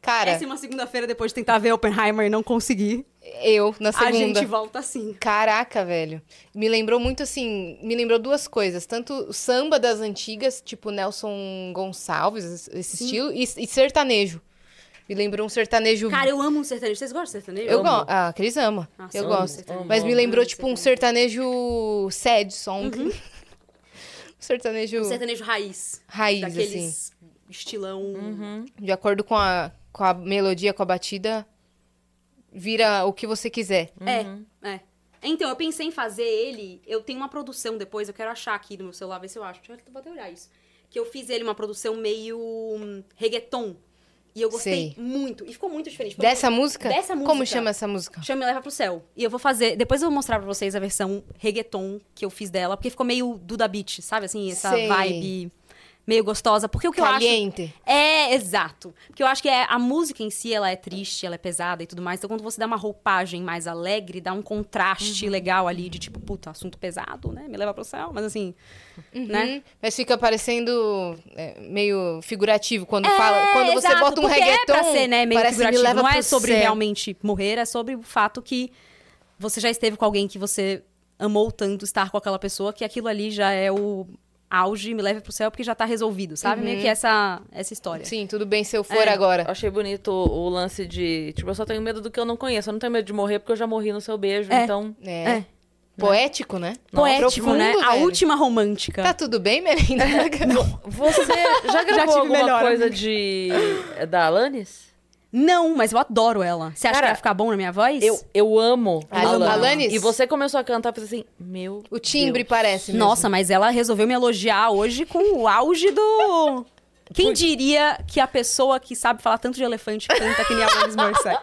Speaker 2: Cara,
Speaker 3: Essa é uma segunda-feira depois de tentar ver Oppenheimer e não conseguir.
Speaker 2: eu, na segunda.
Speaker 3: é A gente volta assim.
Speaker 2: Caraca, velho. Me lembrou muito assim, me lembrou duas coisas, tanto o samba das antigas, tipo Nelson Gonçalves, esse
Speaker 3: Uhum.
Speaker 2: esse estilo, e, e sertanejo. Me lembrou um sertanejo.
Speaker 3: Cara, eu amo um sertanejo. Vocês gostam de sertanejo? um
Speaker 2: eu gosto. Ah, a Cris ama.
Speaker 3: Nossa,
Speaker 2: eu
Speaker 3: amo
Speaker 2: gosto.
Speaker 3: sertanejo.
Speaker 2: Mas me
Speaker 3: Amo,
Speaker 2: lembrou
Speaker 3: amo
Speaker 2: tipo um sertanejo sad song. um sertanejo
Speaker 3: Um sertanejo raiz.
Speaker 2: raiz assim.
Speaker 3: daqueles estilão. Uhum,
Speaker 2: de acordo com a, com a melodia, com a batida, vira o que você quiser.
Speaker 3: É, é. Então, eu pensei em fazer ele. Eu tenho uma produção depois, eu quero achar aqui no meu celular, ver se eu acho. Deixa eu vou até olhar isso. Que eu fiz ele uma produção meio hum, reggaeton. E eu gostei
Speaker 2: Sei.
Speaker 3: muito. E ficou muito diferente. Foi
Speaker 2: Dessa música?
Speaker 3: Dessa música.
Speaker 2: Como chama essa música?
Speaker 3: Chama e leva pro céu. E eu vou fazer. Depois eu vou mostrar pra vocês a versão reggaeton que eu fiz dela, porque ficou meio Duda Beat, sabe? Assim, essa
Speaker 2: Sei.
Speaker 3: vibe meio gostosa. Porque o que eu
Speaker 2: Caliente.
Speaker 3: acho. É, exato. Porque eu acho que é, a música em si, ela é triste, ela é pesada e tudo mais. Então, quando você dá uma roupagem mais alegre, dá um
Speaker 2: Uhum.
Speaker 3: contraste legal ali de tipo, puta, assunto pesado, né? Me leva pro céu. Mas assim, né?
Speaker 2: Uhum. Mas fica parecendo é, meio figurativo quando
Speaker 3: É,
Speaker 2: fala. Quando você
Speaker 3: exato,
Speaker 2: bota um
Speaker 3: porque
Speaker 2: reggaeton.
Speaker 3: É pra ser, né, meio
Speaker 2: parece que me
Speaker 3: figurativo.
Speaker 2: leva
Speaker 3: Não é
Speaker 2: pro
Speaker 3: sobre
Speaker 2: céu.
Speaker 3: realmente morrer, é sobre o fato que você já esteve com alguém que você amou tanto estar com aquela pessoa que aquilo ali já é o auge, me leve pro céu, porque já tá resolvido, sabe? Meio que essa, essa história.
Speaker 2: Uhum. Sim, tudo bem se eu
Speaker 3: É.
Speaker 2: for
Speaker 1: Eu
Speaker 2: agora.
Speaker 1: achei bonito o lance de. Tipo, eu só tenho medo do que eu não conheço. Eu não tenho medo de morrer porque eu já morri no seu beijo.
Speaker 3: É.
Speaker 1: Então.
Speaker 2: É.
Speaker 3: É.
Speaker 2: Poético, né?
Speaker 3: Poético,
Speaker 2: Profundo,
Speaker 3: né? A
Speaker 2: velho.
Speaker 3: última É. romântica.
Speaker 2: Tá tudo bem, Melinda?
Speaker 1: Você já gravou
Speaker 3: tive
Speaker 1: alguma
Speaker 3: melhor,
Speaker 1: coisa
Speaker 3: amiga.
Speaker 1: de. é, Da Alanis?
Speaker 3: Não, mas eu adoro ela. Você acha
Speaker 1: Cara,
Speaker 3: que vai ficar bom na minha voz?
Speaker 1: Eu, eu amo
Speaker 2: A- Alanis?
Speaker 1: E você começou a cantar, eu pensei assim, meu.
Speaker 2: O timbre
Speaker 1: Deus.
Speaker 2: parece. mesmo.
Speaker 3: Nossa, mas ela resolveu me elogiar hoje com o auge do. Quem diria que a pessoa que sabe falar tanto de elefante canta que nem a Alanis Morissette?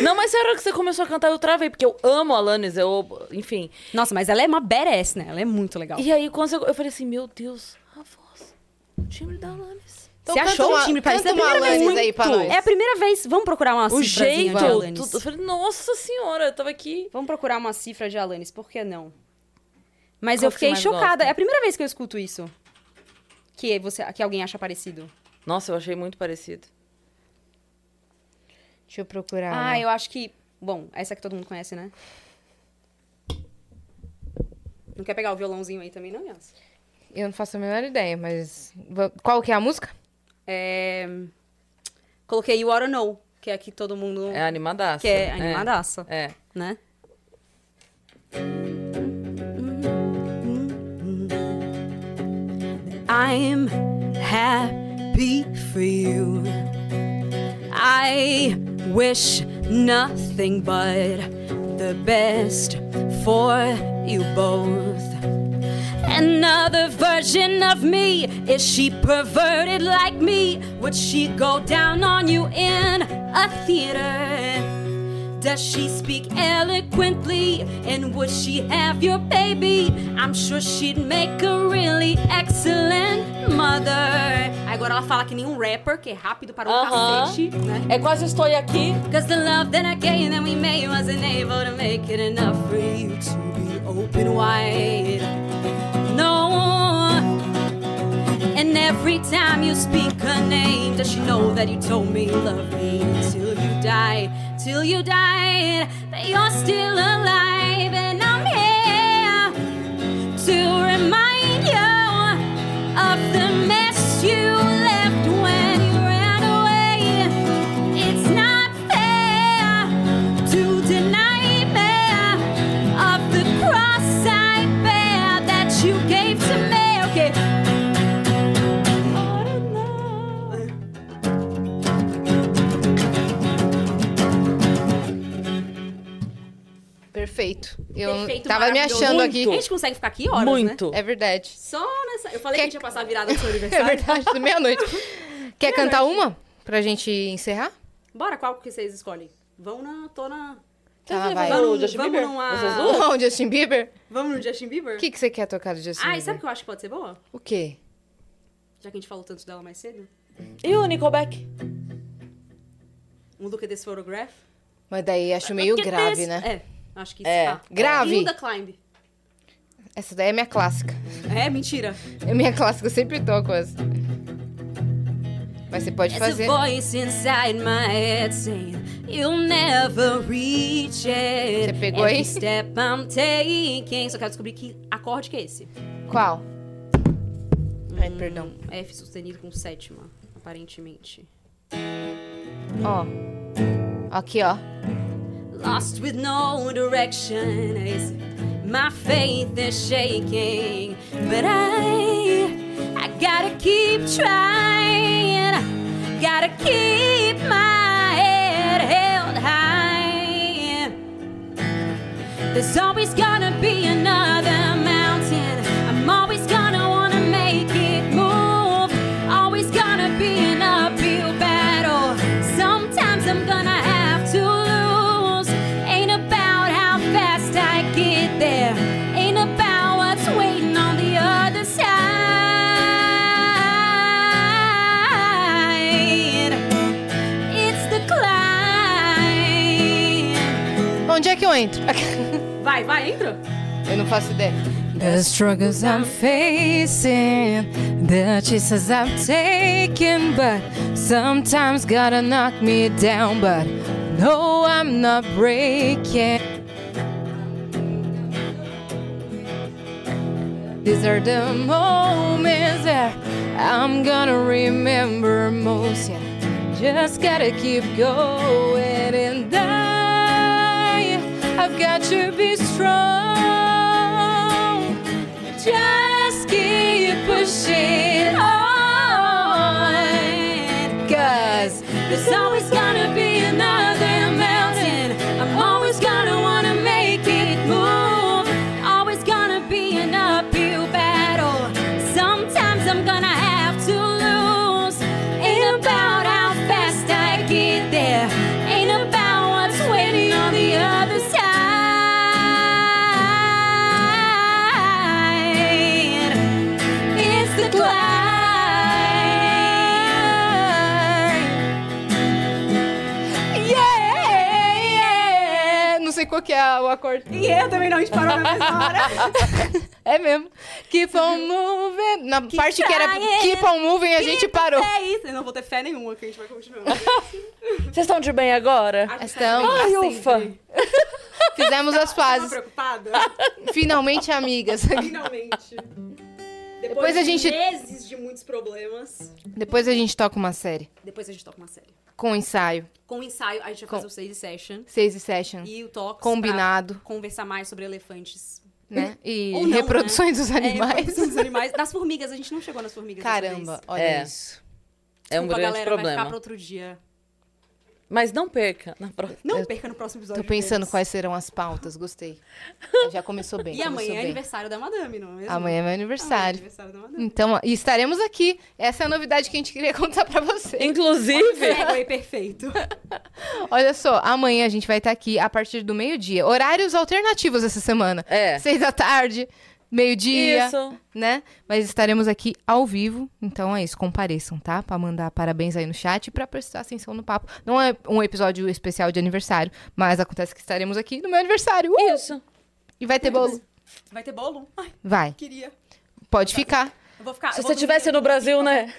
Speaker 1: Não, mas sério que você começou a cantar, eu travei, porque eu amo a Alanis, eu. Enfim.
Speaker 3: Nossa, mas ela é uma badass, né? Ela é muito legal.
Speaker 1: E aí, quando você, eu falei assim, meu Deus, a voz. O timbre da Alanis.
Speaker 2: Então
Speaker 3: Você
Speaker 2: canta
Speaker 3: achou
Speaker 2: uma-
Speaker 3: o time parecido?
Speaker 2: canta
Speaker 3: É a
Speaker 2: uma
Speaker 3: primeira vez.
Speaker 2: Alanis aí pra
Speaker 3: Muito.
Speaker 2: nós.
Speaker 3: É a primeira vez. Vamos procurar uma
Speaker 1: O
Speaker 3: cifrazinha
Speaker 1: jeito.
Speaker 3: de é Alanis.
Speaker 1: tudo. Eu falei, nossa senhora, eu tava aqui.
Speaker 3: Vamos procurar uma cifra de Alanis, por que não? Mas
Speaker 1: Qual
Speaker 3: eu
Speaker 1: que
Speaker 3: fiquei
Speaker 1: mais
Speaker 3: chocada.
Speaker 1: gosta?
Speaker 3: É a primeira vez que eu escuto isso. Que, você, que alguém acha parecido.
Speaker 1: Nossa, eu achei muito parecido.
Speaker 2: Deixa eu procurar.
Speaker 3: Ah,
Speaker 2: uma.
Speaker 3: eu acho que. Bom, essa que todo mundo conhece, né? Não quer pegar o violãozinho aí também, não, Yas?
Speaker 2: Eu não faço a menor ideia, mas. va- Qual que é a música?
Speaker 3: É... Coloquei You Oughta Know, que é a que todo mundo.
Speaker 1: É animadaça.
Speaker 3: Que é animadaça.
Speaker 1: É. é.
Speaker 3: Né? I'm happy for you. I wish nothing but the best for you both. Another version of me, is she perverted like me? Would she go down on you in a theater? Does she speak eloquently? And would she have your baby? I'm sure she'd make a really excellent mother. Agora ela fala que nem um rapper, que é rápido para um
Speaker 1: Aham.
Speaker 3: cacete, né?
Speaker 1: É quase estou aqui.
Speaker 3: Cause the love that I gave that we made wasn't able to make it enough for you to be open wide. No. And every time you speak her name, does she know that you told me love me till you die, till you die, that you're still alive and I'm here to remind you of the mess you left when you ran away. It's not fair to deny me of the cross I bear that you gave to me. Okay. I don't know.
Speaker 2: Perfeito. Eu
Speaker 3: Perfeito,
Speaker 2: tava me
Speaker 3: maravilhoso.
Speaker 2: achando
Speaker 1: Muito.
Speaker 2: aqui.
Speaker 3: A gente consegue ficar aqui horas,
Speaker 1: Muito.
Speaker 3: né?
Speaker 2: É verdade.
Speaker 3: Só nessa... Eu falei que a gente ia passar a virada do seu
Speaker 2: É
Speaker 3: aniversário.
Speaker 2: verdade, do meia-noite. Quer cantar uma? Pra gente encerrar?
Speaker 3: Bora, qual que vocês escolhem? Vão na... Tô na...
Speaker 2: Tá,
Speaker 1: Você
Speaker 2: vai.
Speaker 1: vai no
Speaker 3: Vamos-
Speaker 1: Justin
Speaker 3: vamos
Speaker 1: Bieber?
Speaker 3: numa-
Speaker 1: Vocês duas?
Speaker 2: Não, Justin Bieber?
Speaker 3: Vamos no Justin Bieber?
Speaker 2: O que, que você quer tocar do Justin
Speaker 3: Ah, e
Speaker 2: Bieber?
Speaker 3: sabe o que eu acho que pode ser boa?
Speaker 2: O quê?
Speaker 3: Já que a gente falou tanto dela mais cedo.
Speaker 1: E o Nickelback?
Speaker 3: Um look at this photograph.
Speaker 2: Mas daí acho meio
Speaker 3: Look at
Speaker 2: grave,
Speaker 3: this-
Speaker 2: né?
Speaker 3: É, acho que
Speaker 1: É,
Speaker 3: isso tá.
Speaker 2: grave.
Speaker 3: E o da Climb.
Speaker 2: Essa daí é minha clássica.
Speaker 3: É, mentira.
Speaker 2: É minha clássica, eu sempre toco essa. Mas você pode
Speaker 3: There's a
Speaker 2: fazer.
Speaker 3: voice inside my head saying You'll never reach it
Speaker 2: Você pegou
Speaker 3: Every
Speaker 2: aí?
Speaker 3: step I'm taking Só quero descobrir que acorde que é esse.
Speaker 2: Qual? Ai, perdão.
Speaker 3: Um F sustenido com sétima, aparentemente.
Speaker 2: Ó. Aqui, ó.
Speaker 3: Lost with no direction is my faith is shaking, but I I gotta keep trying, gotta keep my head held high. There's always gonna be another mountain. I'm always gonna wanna make it move. Always gonna be an uphill battle. Sometimes I'm gonna have to lose. Ain't about how fast I get there. Ain't about what's waiting on the other side.
Speaker 2: não é entro.
Speaker 1: Vai, vai, entra.
Speaker 2: Eu não faço ideia.
Speaker 3: The struggles I'm facing, the chances I've taken, but sometimes gotta knock me down. But no, I'm not breaking. These are the moments that I'm gonna remember most. Yeah, just gotta keep going and I, I've got to be strong. Just keep pushing on, cause there's always gonna be another mountain. I'm always gonna wanna make it move. Always gonna be an uphill battle. Sometimes I'm gonna have to lose. Ain't about how fast I get there. Ain't about what's waiting on the other side. It's the climb. Yeah!
Speaker 2: É, não sei qual que é o acorde.
Speaker 3: E eu também não, a gente parou na mesma hora.
Speaker 2: É mesmo. Keep on moving. Na parte que era
Speaker 3: trying.
Speaker 2: keep on moving, a gente parou.
Speaker 3: É isso, eu não vou ter fé nenhuma que a gente vai continuar.
Speaker 1: Vocês estão de bem agora?
Speaker 2: Então,
Speaker 1: Ai,
Speaker 2: assim,
Speaker 1: ufa.
Speaker 2: fizemos as
Speaker 3: Tava
Speaker 2: fases.
Speaker 3: preocupada?
Speaker 2: Finalmente amigas.
Speaker 3: Finalmente.
Speaker 2: Depois a gente-
Speaker 3: de meses de muitos problemas,
Speaker 2: Depois a gente toca uma série.
Speaker 3: depois a gente toca uma série.
Speaker 2: Com ensaio.
Speaker 3: Com o ensaio, a gente vai
Speaker 2: Com-
Speaker 3: fazer o 6 session.
Speaker 2: Seis e session.
Speaker 3: E o tox
Speaker 2: Combinado.
Speaker 3: pra conversar mais sobre elefantes.
Speaker 2: Né? E
Speaker 3: Ou não,
Speaker 2: reproduções dos
Speaker 3: É,
Speaker 2: animais.
Speaker 3: reprodução dos animais. Das formigas, a gente não chegou nas formigas. dessa
Speaker 2: Caramba,
Speaker 3: vez.
Speaker 2: olha
Speaker 1: É.
Speaker 2: isso.
Speaker 1: É um
Speaker 3: Desculpa,
Speaker 1: grande
Speaker 3: galera, Vai
Speaker 1: problema.
Speaker 3: ficar pra outro dia.
Speaker 1: Mas não perca na próxima.
Speaker 3: Não perca no próximo episódio.
Speaker 2: Tô pensando
Speaker 3: deles.
Speaker 2: quais serão as pautas, gostei. Já começou bem.
Speaker 3: E
Speaker 2: começou
Speaker 3: amanhã é
Speaker 2: bem.
Speaker 3: aniversário da madame, não é
Speaker 2: Amanhã
Speaker 3: mesmo?
Speaker 2: é meu
Speaker 3: Amanhã é
Speaker 2: aniversário.
Speaker 3: aniversário da madame.
Speaker 2: Então, ó, e estaremos aqui. Essa é a novidade que a gente queria contar pra vocês.
Speaker 1: Inclusive,
Speaker 3: Segue perfeito.
Speaker 2: Olha só, amanhã a gente vai estar aqui a partir do meio-dia. Horários alternativos essa semana.
Speaker 1: é.
Speaker 2: Seis da tarde, meio-dia,
Speaker 1: Isso.
Speaker 2: né? Mas estaremos aqui ao vivo. Então é isso, compareçam, tá? Pra mandar parabéns aí no chat e pra prestar atenção no papo. Não é um episódio especial de aniversário, mas acontece que estaremos aqui no meu aniversário. Uh!
Speaker 1: Isso.
Speaker 2: E vai ter bolo.
Speaker 3: Vai ter bolo? Ai,
Speaker 2: Vai,
Speaker 3: queria.
Speaker 2: pode ficar.
Speaker 3: Eu vou ficar.
Speaker 1: Se
Speaker 3: Ah, eu vou
Speaker 1: você
Speaker 3: dormir.
Speaker 1: estivesse no Brasil, né?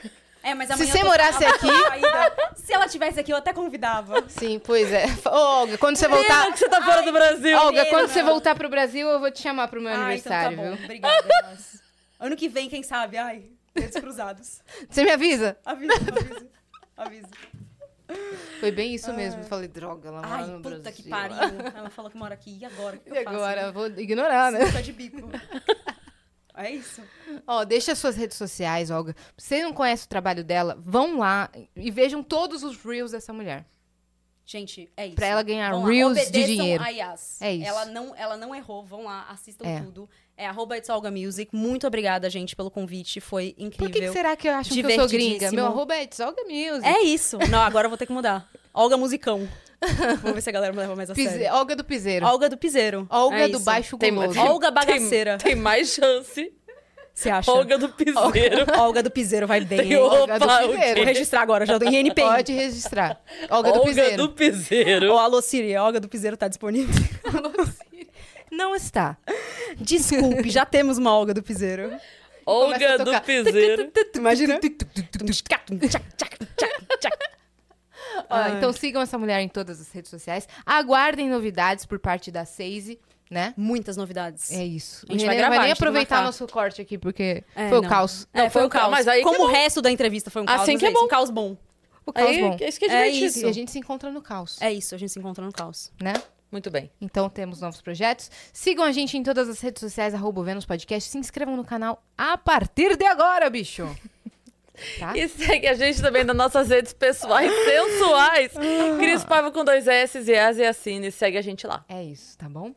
Speaker 3: É, mas
Speaker 2: Se
Speaker 3: amanhã
Speaker 2: você
Speaker 3: eu tô-
Speaker 2: morasse aqui-
Speaker 3: Ainda. Se ela tivesse aqui, eu até convidava.
Speaker 2: Sim, pois é. Ô, Olga, quando você voltar.
Speaker 1: Pena que você tá fora do Brasil.
Speaker 2: Olga,
Speaker 3: pena.
Speaker 2: quando você voltar pro Brasil, eu vou te chamar pro meu
Speaker 3: né? Ah, então tá
Speaker 2: aniversário,
Speaker 3: bom.
Speaker 2: viu?
Speaker 3: Obrigada. Elas. Ano que vem, quem sabe? Ai, dedos cruzados.
Speaker 2: Você me avisa?
Speaker 3: Avisa, avisa. Avisa.
Speaker 2: Foi bem isso mesmo. Eu falei, droga, ela mora
Speaker 3: Ah. Ai,
Speaker 2: no
Speaker 3: puta
Speaker 2: Brasil.
Speaker 3: que pariu. Ela falou que mora aqui. E agora? O que
Speaker 2: E
Speaker 3: eu faço?
Speaker 2: agora, vou ignorar, né?
Speaker 3: Sinuca de bico. É isso.
Speaker 2: Ó, deixa as suas redes sociais, Olga. Se você não conhece o trabalho dela, vão lá e vejam todos os reels dessa mulher.
Speaker 3: Gente, é isso.
Speaker 2: Pra ela ganhar
Speaker 3: Vão lá,
Speaker 2: reels de
Speaker 3: obedeçam
Speaker 2: dinheiro.
Speaker 3: a Yas.
Speaker 2: É isso.
Speaker 3: Ela não, ela não errou. Vão lá, assistam
Speaker 2: É.
Speaker 3: tudo. É arroba It's Olga Music. Muito obrigada, gente, pelo convite. Foi incrível.
Speaker 2: Por que, que será que eu acho que eu sou gringa?
Speaker 3: Divertidíssimo.
Speaker 2: Meu arroba é Olga Music.
Speaker 3: É isso. Não, agora eu vou ter que mudar. Olga Musicão. Vamos ver se a galera me leva mais a
Speaker 2: Pise-
Speaker 3: sério.
Speaker 2: Olga do Piseiro.
Speaker 3: Olga do Piseiro.
Speaker 2: Olga
Speaker 3: É
Speaker 2: do
Speaker 3: isso.
Speaker 2: Baixo
Speaker 1: Tem-
Speaker 2: Guloso.
Speaker 1: tem-
Speaker 3: Olga Bagaceira.
Speaker 1: Tem, tem mais chance.
Speaker 3: Você acha?
Speaker 1: Olga do Piseiro.
Speaker 3: Olga do Piseiro vai bem.
Speaker 1: Tem
Speaker 3: hein? Vou
Speaker 1: Opa,
Speaker 2: do
Speaker 1: o
Speaker 2: Piseiro.
Speaker 1: quê?
Speaker 3: registrar agora, já tô em INPI.
Speaker 2: Pode registrar. Olga, do
Speaker 1: Olga
Speaker 2: Piseiro.
Speaker 1: do Piseiro.
Speaker 3: Ou alô Siri, a Olga do Piseiro tá disponível?
Speaker 2: Não está.
Speaker 3: Desculpe, já temos uma Olga do Piseiro.
Speaker 1: Olga
Speaker 2: Começa a
Speaker 1: do
Speaker 2: tocar.
Speaker 1: Piseiro.
Speaker 3: Imagina.
Speaker 2: Ó, então sigam essa mulher em todas as redes sociais. Aguardem novidades por parte da Seise, né?
Speaker 3: Muitas novidades.
Speaker 2: É isso.
Speaker 3: A gente
Speaker 2: O
Speaker 3: vai
Speaker 2: Renan
Speaker 3: gravar,
Speaker 2: nem
Speaker 3: a gente não vai
Speaker 2: aproveitar
Speaker 3: falar.
Speaker 2: nosso corte aqui, porque
Speaker 3: É,
Speaker 2: foi o
Speaker 3: não.
Speaker 2: caos.
Speaker 3: É, foi
Speaker 1: foi
Speaker 3: o caos.
Speaker 1: mas aí que
Speaker 3: Como
Speaker 1: é
Speaker 3: o
Speaker 1: bom.
Speaker 3: resto da entrevista foi um caos.
Speaker 1: Assim
Speaker 3: mas
Speaker 1: que é
Speaker 3: isso,
Speaker 1: bom.
Speaker 3: Um caos bom.
Speaker 2: O caos bom.
Speaker 1: Aí, isso que é
Speaker 3: É
Speaker 1: divertido.
Speaker 3: isso.
Speaker 2: E a gente se encontra no caos,
Speaker 3: É isso, a gente se encontra no caos.
Speaker 2: né?
Speaker 1: Muito bem.
Speaker 2: Então temos novos projetos. Sigam a gente em todas as redes sociais, arroba o Vênus Podcast. Se inscrevam no canal a partir de agora, bicho. Tá?
Speaker 1: E segue a gente também nas nossas redes pessoais sensuais. Cris Paiva com dois S e As e Assine. Segue a gente lá.
Speaker 2: É isso, tá bom?